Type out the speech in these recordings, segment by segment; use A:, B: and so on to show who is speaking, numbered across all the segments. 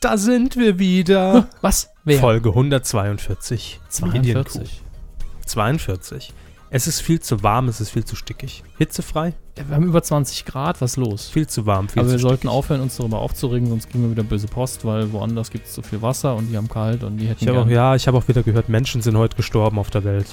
A: Da sind wir wieder.
B: Hm? Was? Wer?
A: Folge 142.
B: 42.
A: 42. Es ist viel zu warm, es ist viel zu stickig. Hitzefrei,
B: Ja, wir haben über 20 Grad, was ist los?
A: viel zu warm, viel
B: Aber
A: zu
B: wir sollten
A: stickig.
B: aufhören, uns darüber aufzuregen, sonst kriegen wir wieder böse Post, weil woanders gibt es so viel Wasser und die haben kalt und die hätten
A: Ich habe auch,
B: gern-
A: ja, ich habe auch wieder gehört, Menschen sind heute gestorben auf der Welt.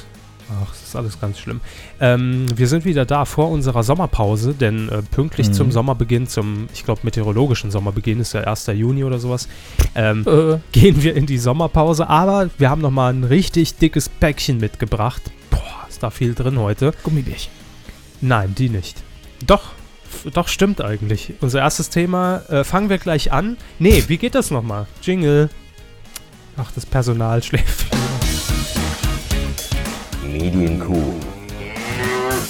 A: Ach, es ist alles ganz schlimm. Ähm, wir sind wieder da vor unserer Sommerpause, denn äh, pünktlich
B: Mhm.
A: zum Sommerbeginn, zum, ich glaube, meteorologischen Sommerbeginn ist ja 1. Juni oder sowas, ähm,
B: Äh,
A: gehen wir in die Sommerpause. Aber wir haben nochmal ein richtig dickes Päckchen mitgebracht. Boah, ist da viel drin heute.
B: Gummibärchen.
A: Nein, die nicht. Doch, f- doch stimmt eigentlich. Unser erstes Thema, äh, fangen wir gleich an. Nee, wie geht das nochmal? Jingle. Ach, das Personal schläft.
C: Medienkuh.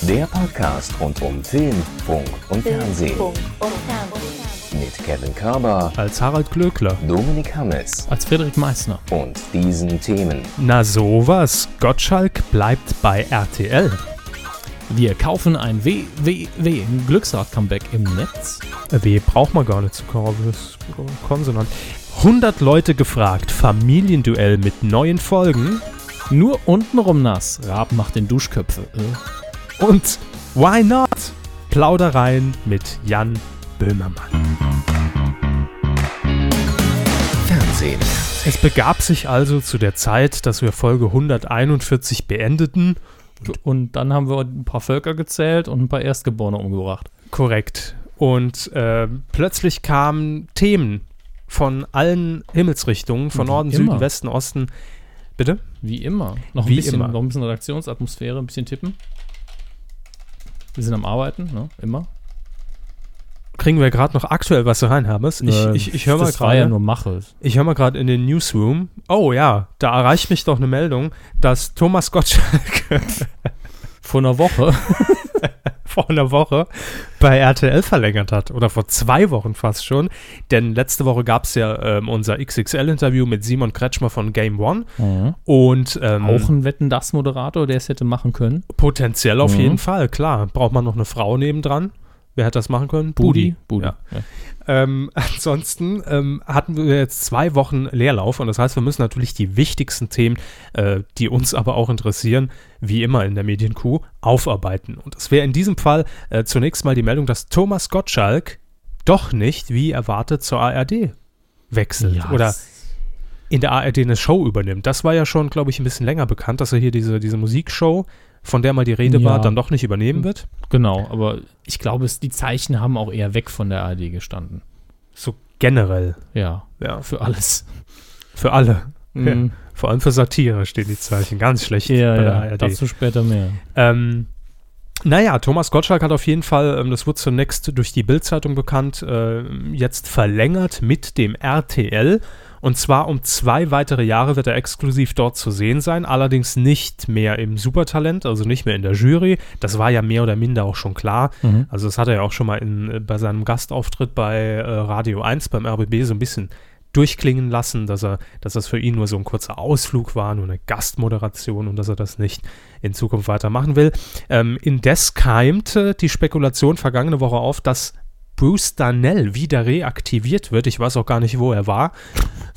C: Der Podcast rund um Film, Funk und Fernsehen.
D: Funk und Fernsehen.
C: Mit Kevin Körber,
A: Als Harald Glöckler.
C: Dominik Hammes
B: Als Friedrich Meißner.
C: und diesen Themen.
A: Na sowas, Gottschalk bleibt bei RTL.
B: Wir kaufen ein WWW, ein Glücksrad-Comeback im Netz.
A: W Äh, braucht man gar nicht zu kaufen, das ist Konsonant. 100 Leute gefragt, Familienduell mit neuen Folgen
B: Nur untenrum nass. Raab macht den Duschköpfe. Äh.
A: und Why Not? Plaudereien mit Jan Böhmermann.
C: Fernsehen.
A: Es begab sich also zu der Zeit, dass wir Folge 141 beendeten.
B: Und dann haben wir ein paar Völker gezählt und ein paar Erstgeborene umgebracht.
A: Korrekt. Und äh, plötzlich kamen Themen von allen Himmelsrichtungen, von
B: Wie
A: Norden,
B: Mhm. immer.
A: Süden, Westen, Osten. Bitte?
B: Wie immer. Noch ein,
A: Wie
B: bisschen,
A: immer.
B: Noch ein bisschen Redaktionsatmosphäre, ein bisschen tippen. Wir sind am Arbeiten, ne? Immer.
A: kriegen wir gerade noch aktuell was rein, Hermes. Ich,
B: Äh,
A: ich, ich höre mal
B: Das war ja
A: gerade
B: nur Mache.
A: ich hör mal gerade in den Newsroom. Oh ja, da erreicht mich doch eine Meldung, dass Thomas Gottschalk
B: Vor einer Woche.
A: vor einer Woche bei RTL verlängert hat. Oder vor zwei Wochen fast schon. Denn letzte Woche gab es ja ähm, unser XXL-Interview mit Simon Kretschmer von Game One. Und ähm,
B: Mhm. Auch ein Wetten das Moderator, der es hätte machen können.
A: potenziell auf
B: Mhm.
A: jeden Fall, klar. Braucht man noch eine Frau nebendran? Wer hätte das machen können? Budi.
B: Budi.
A: Ja. Ähm, ansonsten ähm, hatten wir jetzt zwei Wochen Leerlauf und das heißt, wir müssen natürlich die wichtigsten Themen, äh, die uns aber auch interessieren, wie immer in der Medienkuh, aufarbeiten. Und es wäre in diesem Fall äh, zunächst mal die Meldung, dass Thomas Gottschalk doch nicht, wie erwartet, zur ARD wechselt
B: Ja,
A: oder
B: das-
A: in der ARD eine Show übernimmt. Das war ja schon, glaube ich, ein bisschen länger bekannt, dass er hier diese, diese Musikshow, von der mal die Rede
B: Ja.
A: war, dann doch nicht übernehmen wird.
B: Genau, aber ich glaube, es, die Zeichen haben auch eher weg von der ARD gestanden.
A: So generell.
B: Ja,
A: Ja.
B: für alles.
A: Für alle.
B: Mhm.
A: Vor allem für Satire stehen die Zeichen ganz schlecht
B: Ja,
A: bei der
B: ja,
A: ARD.
B: dazu später mehr.
A: Ähm, naja, Thomas Gottschalk hat auf jeden Fall, ähm, das wurde zunächst durch die Bild-Zeitung bekannt, äh, jetzt verlängert mit dem RTL. Und zwar um zwei weitere Jahre wird er exklusiv dort zu sehen sein, allerdings nicht mehr im Supertalent, also nicht mehr in der Jury. Das war ja mehr oder minder auch schon klar.
B: Mhm.
A: Also das hat er ja auch schon mal in, äh, bei seinem Gastauftritt bei äh, Radio 1 beim RBB so ein bisschen durchklingen lassen, dass er, dass das für ihn nur so ein kurzer Ausflug war, nur eine Gastmoderation und dass er das nicht in Zukunft weitermachen will. Ähm, indes keimte die Spekulation vergangene Woche auf, dass Bruce Darnell wieder reaktiviert wird. Ich weiß auch gar nicht, wo er war.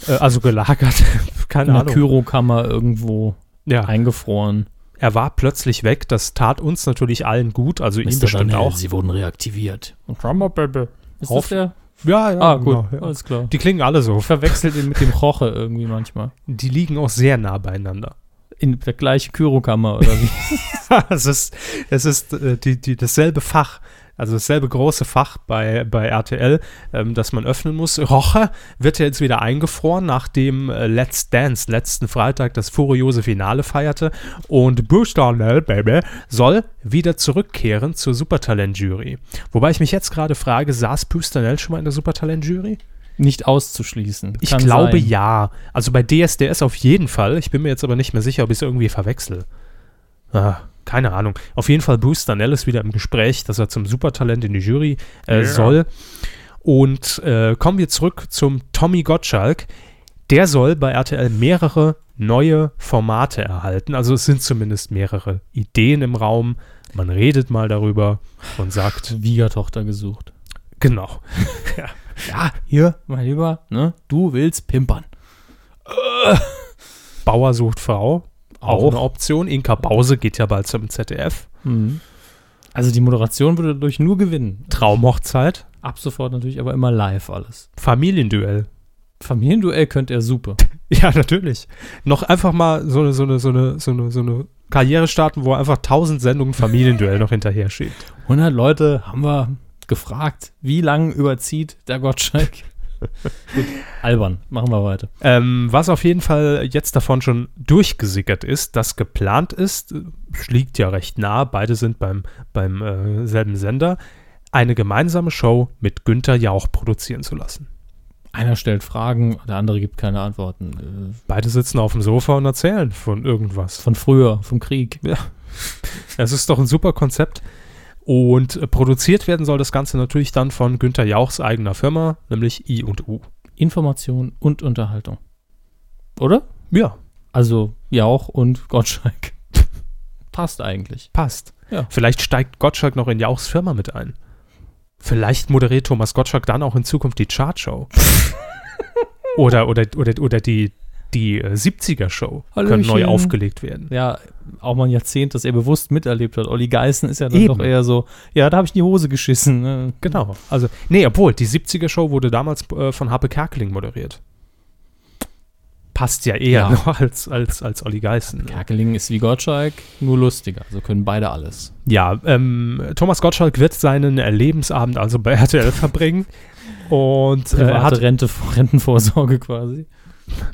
A: Äh, also gelagert.
B: In
A: Keine
B: der
A: Ahnung.
B: Kyrokammer irgendwo
A: Ja,
B: eingefroren.
A: er war plötzlich weg. Das tat uns natürlich allen gut, also ihm bestimmt auch.
B: Sie wurden reaktiviert. Drummer Baby. Ist
A: Hoff-
B: das der?
A: Ja, ja,
B: Ah, gut,
A: genau, ja.
B: alles klar.
A: Die klingen alle so.
B: verwechselt ihn mit dem Roche irgendwie manchmal.
A: Die liegen auch sehr nah beieinander.
B: In der gleichen Kyrokammer oder wie?
A: es ist, es ist äh, die, die, dasselbe Fach, also dasselbe große Fach bei, bei RTL, ähm, das man öffnen muss. Roche wird ja jetzt wieder eingefroren, nachdem äh, Let's Dance letzten Freitag das furiose Finale feierte. Und Bruce Darnell, Baby, soll wieder zurückkehren zur Supertalent-Jury. Wobei ich mich jetzt gerade frage, saß Bruce Darnell schon mal in der Supertalent-Jury?
B: Nicht auszuschließen.
A: Ich
B: Kann
A: glaube
B: sein.
A: ja. Also bei DSDS auf jeden Fall. Ich bin mir jetzt aber nicht mehr sicher, ob ich es irgendwie verwechsel. Ah, keine Ahnung. Auf jeden Fall Bruce Danell ist wieder im Gespräch, dass er zum Supertalent in die Jury äh,
B: Ja.
A: soll. Und äh, kommen wir zurück zum Tommy Gottschalk. Der soll bei RTL mehrere neue Formate erhalten. Also es sind zumindest mehrere Ideen im Raum. Man redet mal darüwer und sagt,
B: Schwiegertochter gesucht.
A: Genau. Ja.
B: Ja, hier, mein Lieber, ne? Du willst pimpern.
A: Bauer sucht Frau, auch,
B: Auch.
A: eine Option. Inka Bause geht ja bald zum ZDF.
B: Also die Moderation würde dadurch nur gewinnen.
A: Traumhochzeit,
B: Ab sofort natürlich, aber immer live alles.
A: Familienduell.
B: Familienduell könnte er super.
A: Ja, natürlich. Noch einfach mal so eine, so eine, so eine, so eine, so eine Karriere starten, wo er einfach 1000 Sendungen Familienduell noch hinterher schiebt.
B: 100 Leute haben wir gefragt, wie lange überzieht der Gottschalk. Gut, albern. Machen wir weiter.
A: Ähm, was auf jeden Fall jetzt davon schon durchgesickert ist, das geplant ist, äh, liegt ja recht nah, beide sind beim, beim äh, selben Sender, eine gemeinsame Show mit Günther Jauch produzieren zu lassen.
B: Einer stellt Fragen, der andere gibt keine Antworten. Äh,
A: Beide sitzen auf dem Sofa und erzählen von irgendwas.
B: Von früher, vom Krieg.
A: Es ist doch ein super Konzept. Und äh, produziert werden soll das Ganze natürlich dann von Günther Jauchs eigener Firma, nämlich I und U.
B: Information und Unterhaltung. Oder?
A: Ja,
B: Also Jauch und Gottschalk. Passt eigentlich.
A: passt.
B: Ja.
A: Vielleicht steigt Gottschalk noch in Jauchs Firma mit ein. Vielleicht moderiert Thomas Gottschalk dann auch in Zukunft die Chartshow. oder, oder, oder, oder die, die äh, 70er-Show kann neu
B: Hallöchen.
A: aufgelegt werden.
B: Ja, auch mal ein Jahrzehnt, das er bewusst miterlebt hat. Olli Geißen ist ja dann
A: Eben.
B: doch eher so, ja, da habe ich in die Hose geschissen. Ne?
A: Genau. Also, nee, obwohl, die 70er-Show wurde damals äh, von Happe Kerkeling moderiert. Passt ja eher
B: Ja.
A: noch als, als, als Olli Geißen. ne?
B: Kerkeling ist wie Gottschalk, nur lustiger. So können beide alles.
A: Ja, ähm, Thomas Gottschalk wird seinen äh, Lebensabend also bei RTL verbringen. Und äh, er
B: Private
A: hat
B: Rente, Rentenvorsorge quasi.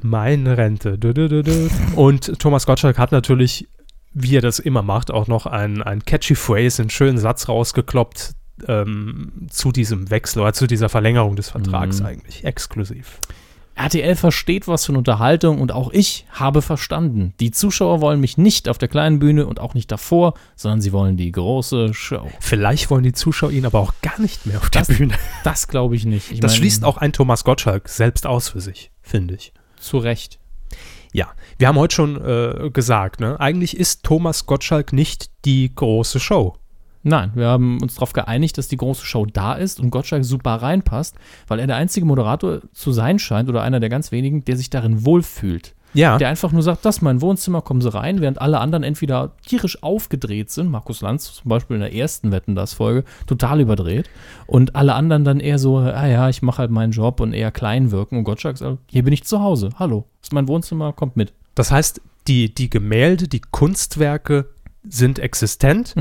A: meine Rente. Dö, dö, dö, dö. Und Thomas Gottschalk hat natürlich, wie er das immer macht, auch noch ein, ein catchy Phrase, einen schönen Satz rausgekloppt ähm, zu diesem Wechsel oder zu dieser Verlängerung des Vertrags
B: Mhm.
A: eigentlich. Exklusiv.
B: RTL versteht was von Unterhaltung und auch ich habe verstanden. Die Zuschauer wollen mich nicht auf der kleinen Bühne und auch nicht davor, sondern sie wollen die große Show.
A: Vielleicht wollen die Zuschauer ihn aber auch gar nicht mehr auf der
B: Das-
A: Bühne.
B: Das glaube ich nicht. Ich
A: Das
B: meine,
A: schließt auch ein Thomas Gottschalk selbst aus für sich, finde ich.
B: zu Recht.
A: Ja, wir haben heute schon äh, gesagt, ne? eigentlich ist Thomas Gottschalk nicht die große Show.
B: Nein, wir haben uns darauf geeinigt, dass die große Show da ist und Gottschalk super reinpasst, weil er der einzige Moderator zu sein scheint oder einer der ganz wenigen, der sich darin wohlfühlt.
A: Ja,
B: Der einfach nur sagt, das ist mein Wohnzimmer, kommen Sie rein, während alle anderen entweder tierisch aufgedreht sind, Markus Lanz zum Beispiel in der ersten Wetten das Folge, total überdreht, und alle anderen dann eher so, ah ja, ich mache halt meinen Job und eher klein wirken und Gottschalk sagt, hier bin ich zu Hause, hallo, ist mein Wohnzimmer, kommt mit.
A: das heißt, die, die Gemälde, die Kunstwerke sind existent.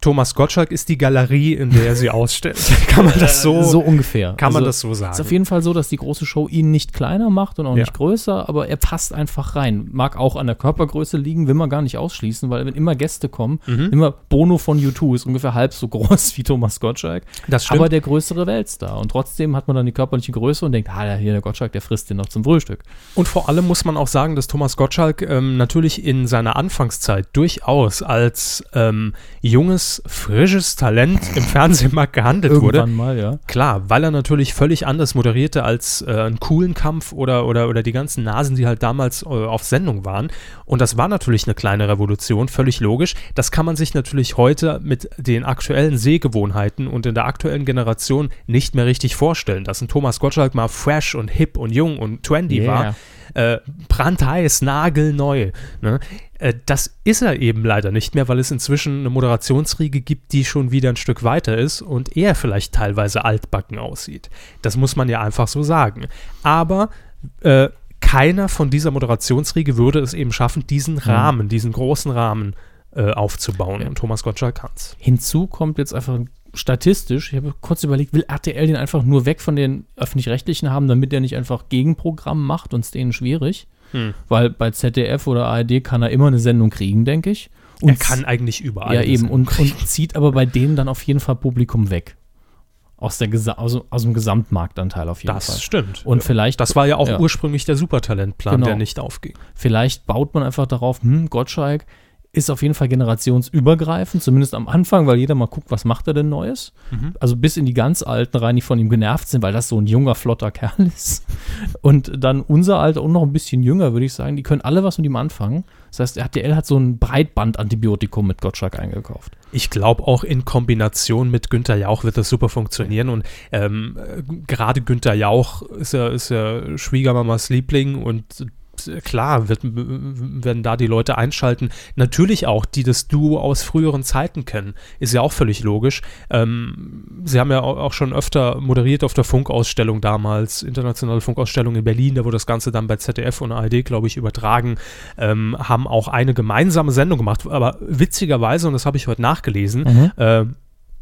A: Thomas Gottschalk ist die Galerie, in der er sie ausstellt. Kann man das so,
B: Äh, so ungefähr.
A: kann man
B: Also-
A: das so sagen?
B: Ist auf jeden Fall so, dass die große Show ihn nicht kleiner macht und auch
A: Ja.
B: nicht größer, aber er passt einfach rein. Mag auch an der Körpergröße liegen, will man gar nicht ausschließen, weil wenn immer Gäste kommen,
A: Mhm.
B: immer Bono von U2 ist ungefähr halb so groß wie Thomas Gottschalk,
A: das
B: aber
A: stimmt.
B: der größere Weltstar. Und trotzdem hat man dann die körperliche Größe und denkt, ah, der hier der Gottschalk, der frisst den noch zum Frühstück.
A: Und vor allem muss man auch sagen, dass Thomas Gottschalk ähm, natürlich in seiner Anfangszeit durchaus als ähm, junges, frisches Talent im Fernsehmarkt gehandelt wurde.
B: mal, ja.
A: Klar, weil er natürlich völlig anders moderierte als äh, einen coolen Kampf oder, oder, oder die ganzen Nasen, die halt damals äh, auf Sendung waren. Und das war natürlich eine kleine Revolution, völlig logisch. Das kann man sich natürlich heute mit den aktuellen Sehgewohnheiten und in der aktuellen Generation nicht mehr richtig vorstellen, dass ein Thomas Gottschalk mal fresh und hip und jung und trendy
B: Yeah.
A: war. Äh, brandheiß, nagelneu. Ne? Äh, Das ist er eben leider nicht mehr, weil es inzwischen eine Moderationsriege gibt, die schon wieder ein Stück weiter ist und eher vielleicht teilweise altbacken aussieht. Das muss man ja einfach so sagen. Aber äh, keiner von dieser Moderationsriege würde es eben schaffen, diesen
B: Mhm.
A: Rahmen, diesen großen Rahmen äh, aufzubauen. Und Thomas Gottschalk kann's.
B: Hinzu kommt jetzt einfach statistisch, ich habe kurz überlegt, will RTL den einfach nur weg von den öffentlich-rechtlichen haben, damit er nicht einfach Gegenprogramm macht und es denen schwierig?
A: Hm.
B: Weil bei ZDF oder ARD kann er immer eine Sendung kriegen, denke ich. Und
A: Er kann eigentlich überall.
B: ja eben
A: sein.
B: und, und zieht aber bei denen dann auf jeden Fall Publikum weg. Aus, der Gesa aus, aus dem Gesamtmarktanteil auf jeden
A: das
B: Fall.
A: stimmt.
B: Und vielleicht
A: das war ja auch
B: Ja.
A: ursprünglich der Supertalentplan,
B: Genau.
A: der nicht aufging.
B: Vielleicht baut man einfach darauf, hm, Gottschalk Ist auf jeden Fall generationsübergreifend, zumindest am Anfang, weil jeder mal guckt, was macht er denn Neues.
A: Mhm.
B: Also bis in die ganz Alten rein, die von ihm genervt sind, weil das so ein junger, flotter Kerl ist. Und dann unser Alter und noch ein bisschen jünger, würde ich sagen, die können alle was mit ihm anfangen. Das heißt, RTL hat so ein Breitbandantibiotikum mit Gottschalk eingekauft.
A: Ich glaube auch in Kombination mit Günther Jauch wird das super funktionieren und ähm, äh, gerade Günther Jauch ist ja, ist ja Schwiegermamas Liebling und äh, klar wird, werden da die Leute einschalten. Natürlich auch, die das Duo aus früheren Zeiten kennen, ist ja auch völlig logisch. Ähm, sie haben ja au- auch schon öfter moderiert auf der Funkausstellung damals, internationale Funkausstellung in Berlin, da wurde das Ganze dann bei ZDF und ARD, glaube ich, übertragen ähm, haben auch eine gemeinsame Sendung gemacht, aber witzigerweise, und das habe ich heute nachgelesen, äh,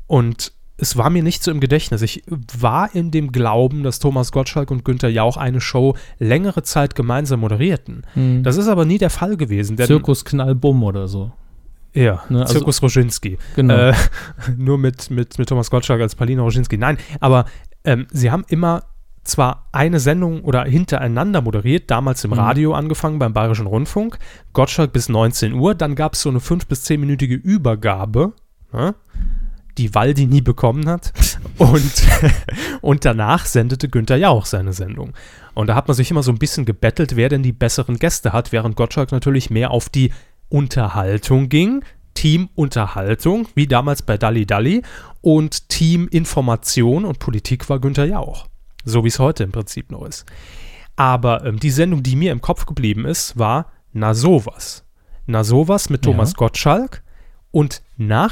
A: und es war mir nicht so im Gedächtnis. Ich war in dem Glauben, dass Thomas Gottschalk und Günther Jauch eine Show längere Zeit gemeinsam moderierten. Das ist aber nie der Fall gewesen. Denn,
B: Zirkus Knallbumm Mhm. oder so.
A: ja,
B: Ne, also-
A: Zirkus Roginski.
B: Genau.
A: Äh, nur mit, mit, mit Thomas Gottschalk als Paulina Roginski. Nein, aber ähm, sie haben immer zwar eine Sendung oder hintereinander moderiert, damals
B: Mhm.
A: im Radio angefangen beim Bayerischen Rundfunk, Gottschalk bis 19 Uhr, dann gab es so eine 5- bis 10-minütige Übergabe, ne, die Waldi nie bekommen hat und, und danach sendete Günther Jauch seine Sendung. Und da hat man sich immer so ein bisschen gebettelt, wer denn die besseren Gäste hat, während Gottschalk natürlich mehr auf die Unterhaltung ging, Team Unterhaltung, wie damals bei Dalli Dalli, und Team Information und Politik war Günther Jauch. So wie es heute im Prinzip noch ist. Aber ähm, die Sendung, die mir im Kopf geblieben ist, war Na sowas. Na sowas mit
B: Ja.
A: Thomas Gottschalk und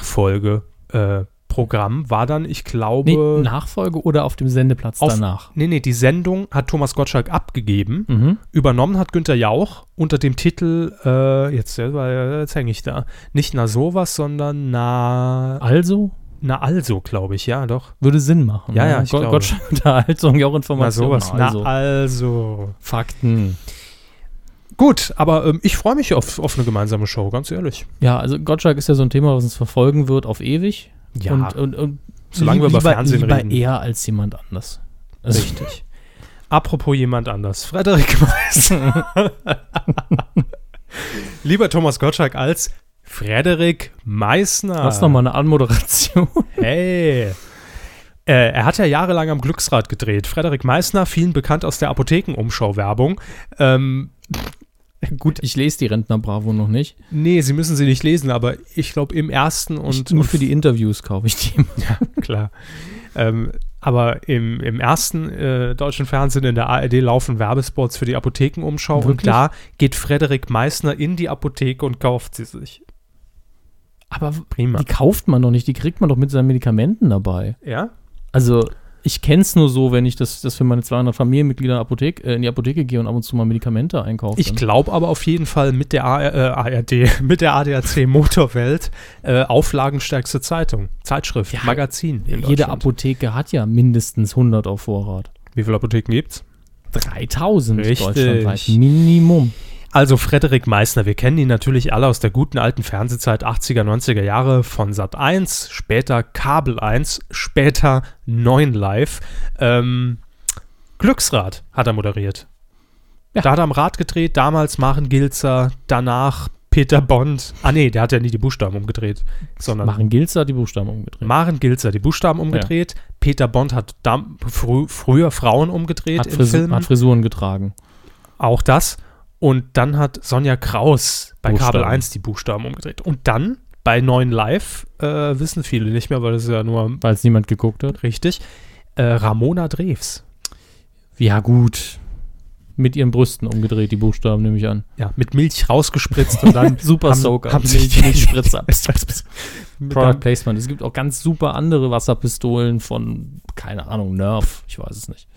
A: Nachfolgeprogramm äh, Programm war dann, ich glaube.
B: Nee, Nachfolge oder auf dem Sendeplatz
A: auf,
B: danach. Mhm.
A: Nee, nee, die Sendung hat Thomas Gottschalk abgegeben. Übernommen hat Günther Jauch unter dem Titel, äh, jetzt, äh, jetzt hänge ich da, nicht na sowas, sondern na,
B: Also
A: na also, glaube ich, ja, doch.
B: würde Sinn machen.
A: Ja,
B: ne?
A: ja, ich
B: Gott,
A: glaube.
B: Gottschalk Unterhaltung, ja auch
A: Na
B: Informationen.
A: sowas,
B: also.
A: na also.
B: Fakten.
A: Gut, aber ähm, ich freue mich auf, auf eine gemeinsame Show, ganz ehrlich.
B: Ja, also Gottschalk ist ja so ein Thema, was uns verfolgen wird auf ewig.
A: Ja.
B: Und, und, und
A: Solange wir über
B: lieber-
A: Fernsehen
B: lieber
A: reden.
B: eher als jemand anders. Also, Richtig.
A: Apropos jemand anders, Frederik Weiß. Lieber Thomas Gottschalk als Frederik Meissner.
B: Lass noch mal eine Anmoderation.
A: Hey. Äh, Er hat ja jahrelang am Glücksrad gedreht. Frederik Meissner, vielen bekannt aus der Apothekenumschau-Werbung. Ähm,
B: Gut, ich lese die Rentner Bravo noch nicht.
A: nee, Sie müssen sie nicht lesen, aber ich glaube im ersten und,
B: ich, nur
A: und
B: für die Interviews kaufe ich die.
A: klar. Ähm, aber im, im ersten äh, deutschen Fernsehen in der ARD laufen Werbespots für die Apothekenumschau
B: Wirklich?
A: und da geht Frederik Meissner in die Apotheke und kauft sie sich.
B: Aber
A: Prima.
B: die kauft man doch nicht, die kriegt man doch mit seinen Medikamenten dabei.
A: Ja?
B: Also ich kenne es nur so, wenn ich das, das für meine 200 Familienmitglieder in, Apothek, äh, in die Apotheke gehe und ab und zu mal Medikamente einkaufe.
A: Ich glaube aber auf jeden Fall mit der A äh, ARD, mit der ADAC Motorwelt, äh, auflagenstärkste Zeitung, Zeitschrift, Magazin. in
B: Jede
A: Deutschland.
B: Apotheke hat ja mindestens 100 auf Vorrat.
A: Wie viele Apotheken gibt's?
B: 3000
A: Richtig.
B: deutschlandweit. Minimum.
A: Also Frederik Meissner, wir kennen ihn natürlich alle aus der guten alten Fernsehzeit 80er, 90er Jahre von Sat 1, später Kabel 1, später 9 Live. Ähm, Glücksrad hat er moderiert.
B: Ja.
A: Da hat er am Rad gedreht, damals Maren Gilzer, danach Peter Bond. Ah nee, der hat ja nie die Buchstaben umgedreht, sondern
B: Machen Gilzer die Buchstaben umgedreht.
A: Maren Gilzer die Buchstaben umgedreht. Peter Bond hat dam- frü früher Frauen umgedreht
B: Hat,
A: in
B: Frisu-
A: Filmen.
B: hat Frisuren getragen.
A: auch das. Und dann hat Sonja Kraus bei
B: Buchstaben.
A: Kabel 1 die Buchstaben umgedreht. Und dann bei 9 Live, äh, wissen viele nicht mehr, weil das ist ja nur
B: Weil es niemand geguckt hat.
A: richtig, äh, Ramona Drews.
B: Ja, gut. Mit ihren Brüsten umgedreht, die Buchstaben, nehme ich an.
A: Ja, mit Milch rausgespritzt und dann
B: Super also
A: haben,
B: Soaker.
A: Haben sich
B: Milch-
A: die,
B: Milchspritzer. Product
A: dann,
B: Placement. Es gibt auch ganz super andere Wasserpistolen von, keine Ahnung, Nerf. Ich weiß es nicht.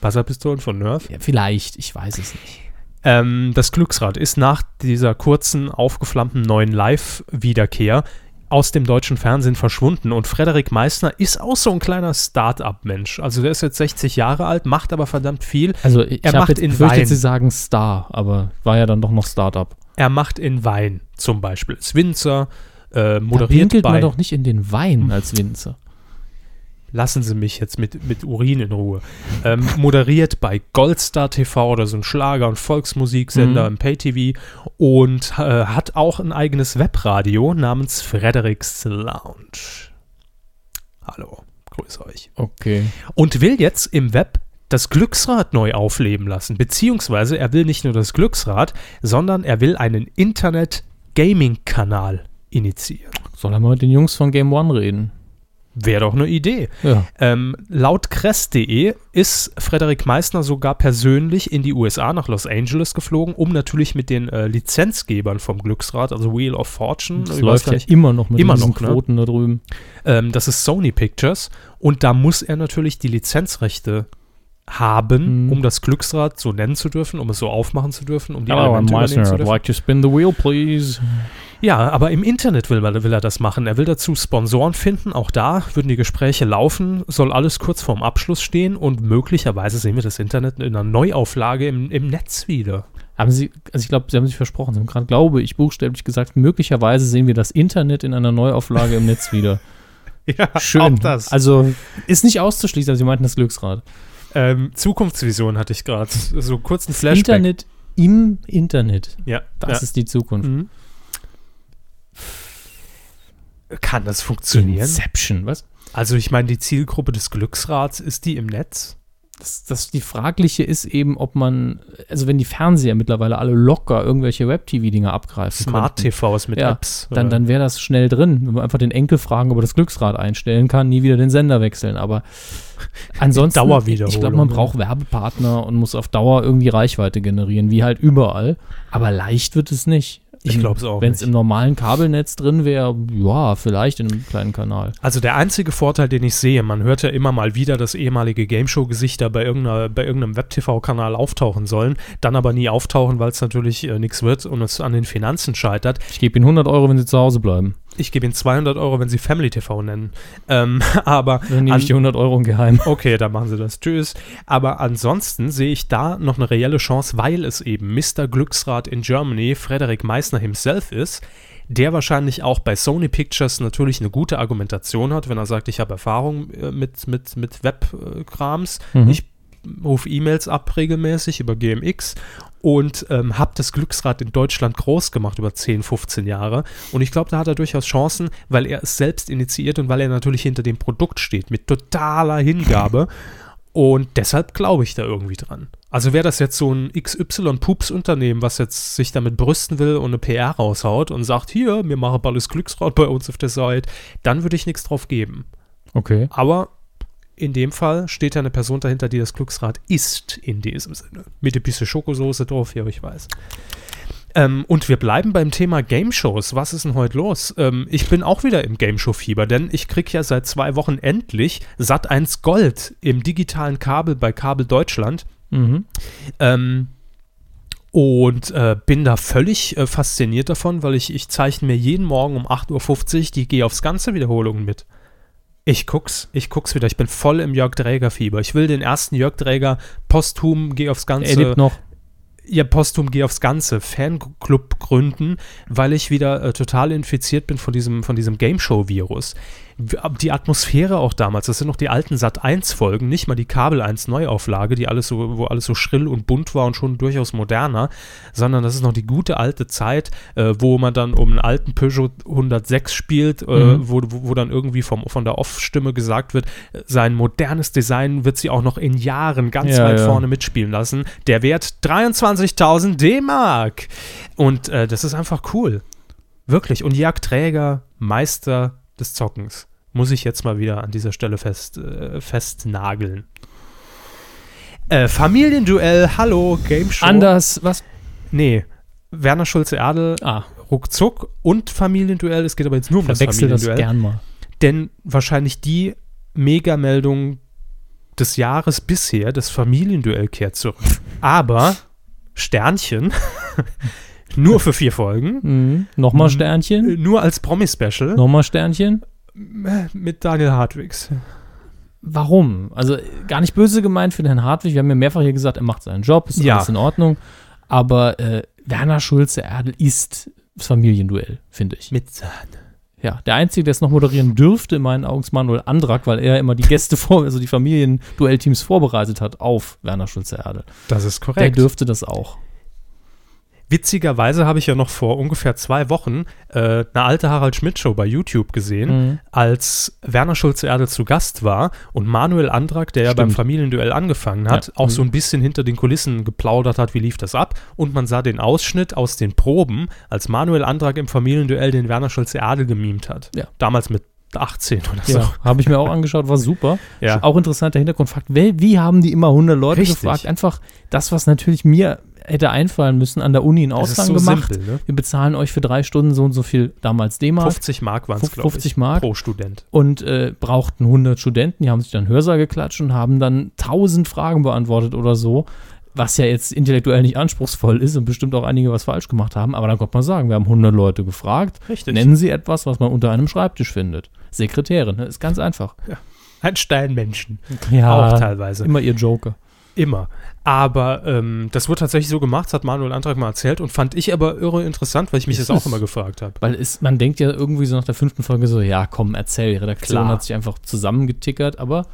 A: Wasserpistolen von Nerf.
B: Ja, vielleicht, ich weiß es nicht.
A: Ähm, das Glücksrad ist nach dieser kurzen, aufgeflammten neuen Live-Wiederkehr aus dem deutschen Fernsehen verschwunden und Frederik Meissner ist auch so ein kleiner Start-up-Mensch. Also der ist jetzt 60 Jahre alt, macht aber verdammt viel.
B: Also ich
A: Er
B: hab
A: macht
B: jetzt
A: in
B: befürchtet,
A: Wein.
B: sie sagen Star, aber war ja dann doch noch Startup.
A: Er macht in Wein zum Beispiel, ist Winzer, äh,
B: Da
A: moderiert
B: pinkelt
A: bei. Hm.
B: man doch nicht in den Wein als Winzer.
A: lassen Sie mich jetzt mit, mit Urin in Ruhe. Ähm, moderiert bei Goldstar TV oder so ein Schlager- und Volksmusiksender im Pay-TV und äh, hat auch ein eigenes Webradio namens Fredericks Lounge. Hallo, grüß euch.
B: Okay.
A: Und will jetzt im Web das Glücksrad neu aufleben lassen. Beziehungsweise er will nicht nur das Glücksrad, sondern er will einen Internet-Gaming-Kanal initiieren.
B: Soll er mal mit den Jungs von Game One reden?
A: Wäre doch eine Idee.
B: Ja.
A: Ähm, laut Kress.de ist Frederik Meissner sogar persönlich in die USA nach Los Angeles geflogen, um natürlich mit den äh, Lizenzgebern vom Glücksrad, also Wheel of Fortune,
B: Das
A: ich weiß
B: läuft
A: gar
B: ja
A: nicht,
B: immer noch mit
A: Immer
B: diesen
A: noch, ne?
B: Quoten da drüben.
A: ähm, das ist Sony Pictures, und da muss er natürlich die Lizenzrechte haben,
B: Mhm.
A: um das Glücksrad so nennen zu dürfen, um es so aufmachen zu dürfen, um die
B: Hello, I'm
A: Elemente übernehmen
B: Meissner.
A: zu
B: I'd
A: dürfen.
B: like to spin the wheel, please.
A: Ja, aber im Internet will, man, will er das machen. Er will dazu Sponsoren finden. Auch da würden die Gespräche laufen. Soll alles kurz vorm Abschluss stehen und möglicherweise sehen wir das Internet in einer Neuauflage im, im Netz wieder.
B: Haben Sie, also ich glaube, Sie haben sich versprochen. Sie haben gerade, glaube ich, buchstäblich gesagt, möglicherweise sehen wir das Internet in einer Neuauflage im Netz wieder.
A: Ja,
B: Also ist nicht auszuschließen, aber Sie meinten das Glücksrad.
A: ähm, Zukunftsvision hatte ich gerade. So kurzen Flashback.
B: Internet im Internet.
A: Ja,
B: Das ist die Zukunft.
A: Mhm. Kann das funktionieren?
B: Inception, was?
A: Also ich meine, die Zielgruppe des Glücksrads ist die im Netz.
B: Das, das, die fragliche ist eben, ob man, also wenn die Fernseher mittlerweile alle locker irgendwelche Web-TV-Dinger abgreifen
A: Smart
B: könnten,
A: TVs mit
B: Ja,
A: Apps.
B: dann,
A: äh,
B: dann wäre das schnell drin, wenn man einfach den Enkel fragen, ob er das Glücksrad einstellen kann, nie wieder den Sender wechseln. Aber ansonsten,
A: Dauerwiederholung,
B: ich glaube, man
A: ne?
B: braucht Werbepartner und muss auf Dauer irgendwie Reichweite generieren, wie halt überall. Aber leicht wird es nicht.
A: Ich glaub's auch
B: Wenn es
A: nicht.
B: im normalen Kabelnetz drin wäre, ja, vielleicht in einem kleinen Kanal.
A: Also der einzige Vorteil, den ich sehe, man hört ja immer mal wieder, dass ehemalige Gameshow-Gesichter bei, irgendeiner- bei irgendeinem Web-TV-Kanal auftauchen sollen, dann aber nie auftauchen, weil es natürlich äh, nichts wird und es an den Finanzen scheitert.
B: Ich gebe Ihnen 100 Euro, wenn Sie zu Hause bleiben.
A: Ich gebe ihnen 200 Euro, wenn sie Family TV nennen. Ähm, aber
B: Dann nehme ich die 100 Euro im Geheim.
A: Okay, dann machen sie das. Tschüss. Aber ansonsten sehe ich da noch eine reelle Chance, weil es eben Mr. Glücksrad in Germany, Frederik Meissner himself ist, der wahrscheinlich auch bei Sony Pictures natürlich eine gute Argumentation hat, wenn er sagt, ich habe Erfahrung äh, mit, mit, mit Web-Krams,
B: Mhm.
A: ich rufe E-Mails ab regelmäßig über GMX und ähm, habe das Glücksrad in Deutschland groß gemacht über 10, 15 Jahre. Und ich glaube, da hat er durchaus Chancen, weil er es selbst initiiert und weil er natürlich hinter dem Produkt steht mit totaler Hingabe. Und deshalb glaube ich da irgendwie dran. Also wäre das jetzt so ein XY-Pups-Unternehmen, was jetzt sich damit brüsten will und eine PR raushaut und sagt, hier, wir machen balles Glücksrad bei uns auf der Seite, dann würde ich nichts drauf geben.
B: Okay.
A: Aber in dem Fall steht ja eine Person dahinter, die das Glücksrad isst, in diesem Sinne. Mit ein bisschen Schokosoße drauf, ja, ich weiß. Ähm, und wir bleiben beim Thema Game Shows. Was ist denn heute los? Ähm, ich bin auch wieder im Game Show Fieber, denn ich kriege ja seit zwei Wochen endlich Sat1 Gold im digitalen Kabel bei Kabel Deutschland.
B: Mhm.
A: Ähm, und äh, bin da völlig äh, fasziniert davon, weil ich, ich zeichne mir jeden Morgen um 8.50 Uhr die Geh aufs Ganze Wiederholungen mit. Ich guck's, ich guck's wieder. Ich bin voll im Jörg Dräger Fieber. Ich will den ersten Jörg Dräger posthum Geh aufs Ganze
B: Er lebt noch.
A: ja, posthum geh aufs Ganze, Fanclub gründen, weil ich wieder äh, total infiziert bin von diesem, von diesem Game-Show-Virus. W- ab- Die Atmosphäre auch damals, das sind noch die alten Sat-1-Folgen, nicht mal die Kabel-1-Neuauflage, die alles so, wo alles so schrill und bunt war und schon durchaus moderner, sondern das ist noch die gute alte Zeit, äh, wo man dann um einen alten Peugeot 106 spielt, äh,
B: Mhm.
A: wo, wo, wo dann irgendwie vom, von der Off-Stimme gesagt wird, äh, sein modernes Design wird sie auch noch in Jahren ganz
B: Ja,
A: weit
B: ja.
A: vorne mitspielen lassen. Der Wert 23.000 D-Mark. Und äh, das ist einfach cool. Wirklich. Und Jörg Träger, Meister des Zockens. Muss ich jetzt mal wieder an dieser Stelle fest, äh, festnageln. Äh, Familienduell, hallo, Game Show.
B: Anders, was?
A: Nee, Werner Schulze-Erdel,
B: Ah,
A: ruckzuck und Familienduell. Es geht aber jetzt nur um das
B: verwechsel das
A: Familienduell.
B: gern mal.
A: denn wahrscheinlich die Megameldung des Jahres bisher, das Familienduell kehrt zurück. Aber Sternchen, nur für vier Folgen,
B: Mhm. Nochmal Sternchen.
A: nur als Promi-Special
B: Nochmal Sternchen.
A: mit Daniel Hartwigs.
B: Warum? Also äh, gar nicht böse gemeint für Herrn Hartwig. Wir haben ja mehrfach hier gesagt, er macht seinen Job, ist
A: Ja.
B: alles in Ordnung. Aber äh, Werner Schulze Erdel ist das Familienduell, finde ich.
A: Mit Sahne.
B: Ja, der Einzige, der es noch moderieren dürfte, in meinen Augen, ist Manuel Andrak, weil er immer die Gäste vor, also die Familien-Duellteams vorbereitet hat auf Werner Schulze-Erde.
A: Das ist
B: Der
A: korrekt.
B: dürfte das auch.
A: Witzigerweise habe ich ja noch vor ungefähr zwei Wochen äh, eine alte Harald Schmidt-Show bei YouTube gesehen,
B: Mhm.
A: als Werner Schulze-Erdel zu Gast war und Manuel Andrak, der ja beim
B: Stimmt.
A: Familienduell angefangen hat,
B: Ja. Mhm.
A: auch so ein bisschen hinter den Kulissen geplaudert hat, wie lief das ab. Und man sah den Ausschnitt aus den Proben, als Manuel Andrak im Familienduell den Werner Schulze-Erdel gemimt hat.
B: Ja.
A: Damals mit 18 oder so.
B: Ja, habe ich mir auch angeschaut, war super.
A: Ja.
B: Auch interessanter Hintergrundfakt. Wel- Wie haben die immer 100 Leute
A: Richtig.
B: gefragt? Einfach das, was natürlich mir hätte einfallen müssen, an der Uni in
A: Das ist
B: Ausland
A: so
B: gemacht.
A: simpel, ne?
B: Wir bezahlen euch für drei Stunden so und so viel damals D-Mark
A: 50 Mark waren es,
B: Fuf-
A: glaube ich.
B: 50 Mark.
A: Pro Student.
B: und äh, brauchten 100 Studenten. Die haben sich dann in den Hörsaal geklatscht und haben dann 1000 Fragen beantwortet oder so. Was ja jetzt intellektuell nicht anspruchsvoll ist und bestimmt auch einige was falsch gemacht haben. Aber dann konnte man sagen, wir haben 100 Leute gefragt.
A: Richtig.
B: Nennen Sie etwas, was man unter einem Schreibtisch findet. Sekretärin, ne? ist ganz einfach.
A: Ein Steinmenschen.
B: Ja,
A: Auch teilweise.
B: Immer ihr Joker.
A: Immer. Aber ähm, das wurde tatsächlich so gemacht, das hat Manuel Antrag mal erzählt und fand ich aber irre interessant, weil ich mich
B: Ist
A: das auch
B: es?
A: immer gefragt habe.
B: Weil es, man denkt ja irgendwie so nach der fünften Folge so, ja komm, erzähl, die Redaktion
A: Klar.
B: hat sich einfach zusammengetickert, aber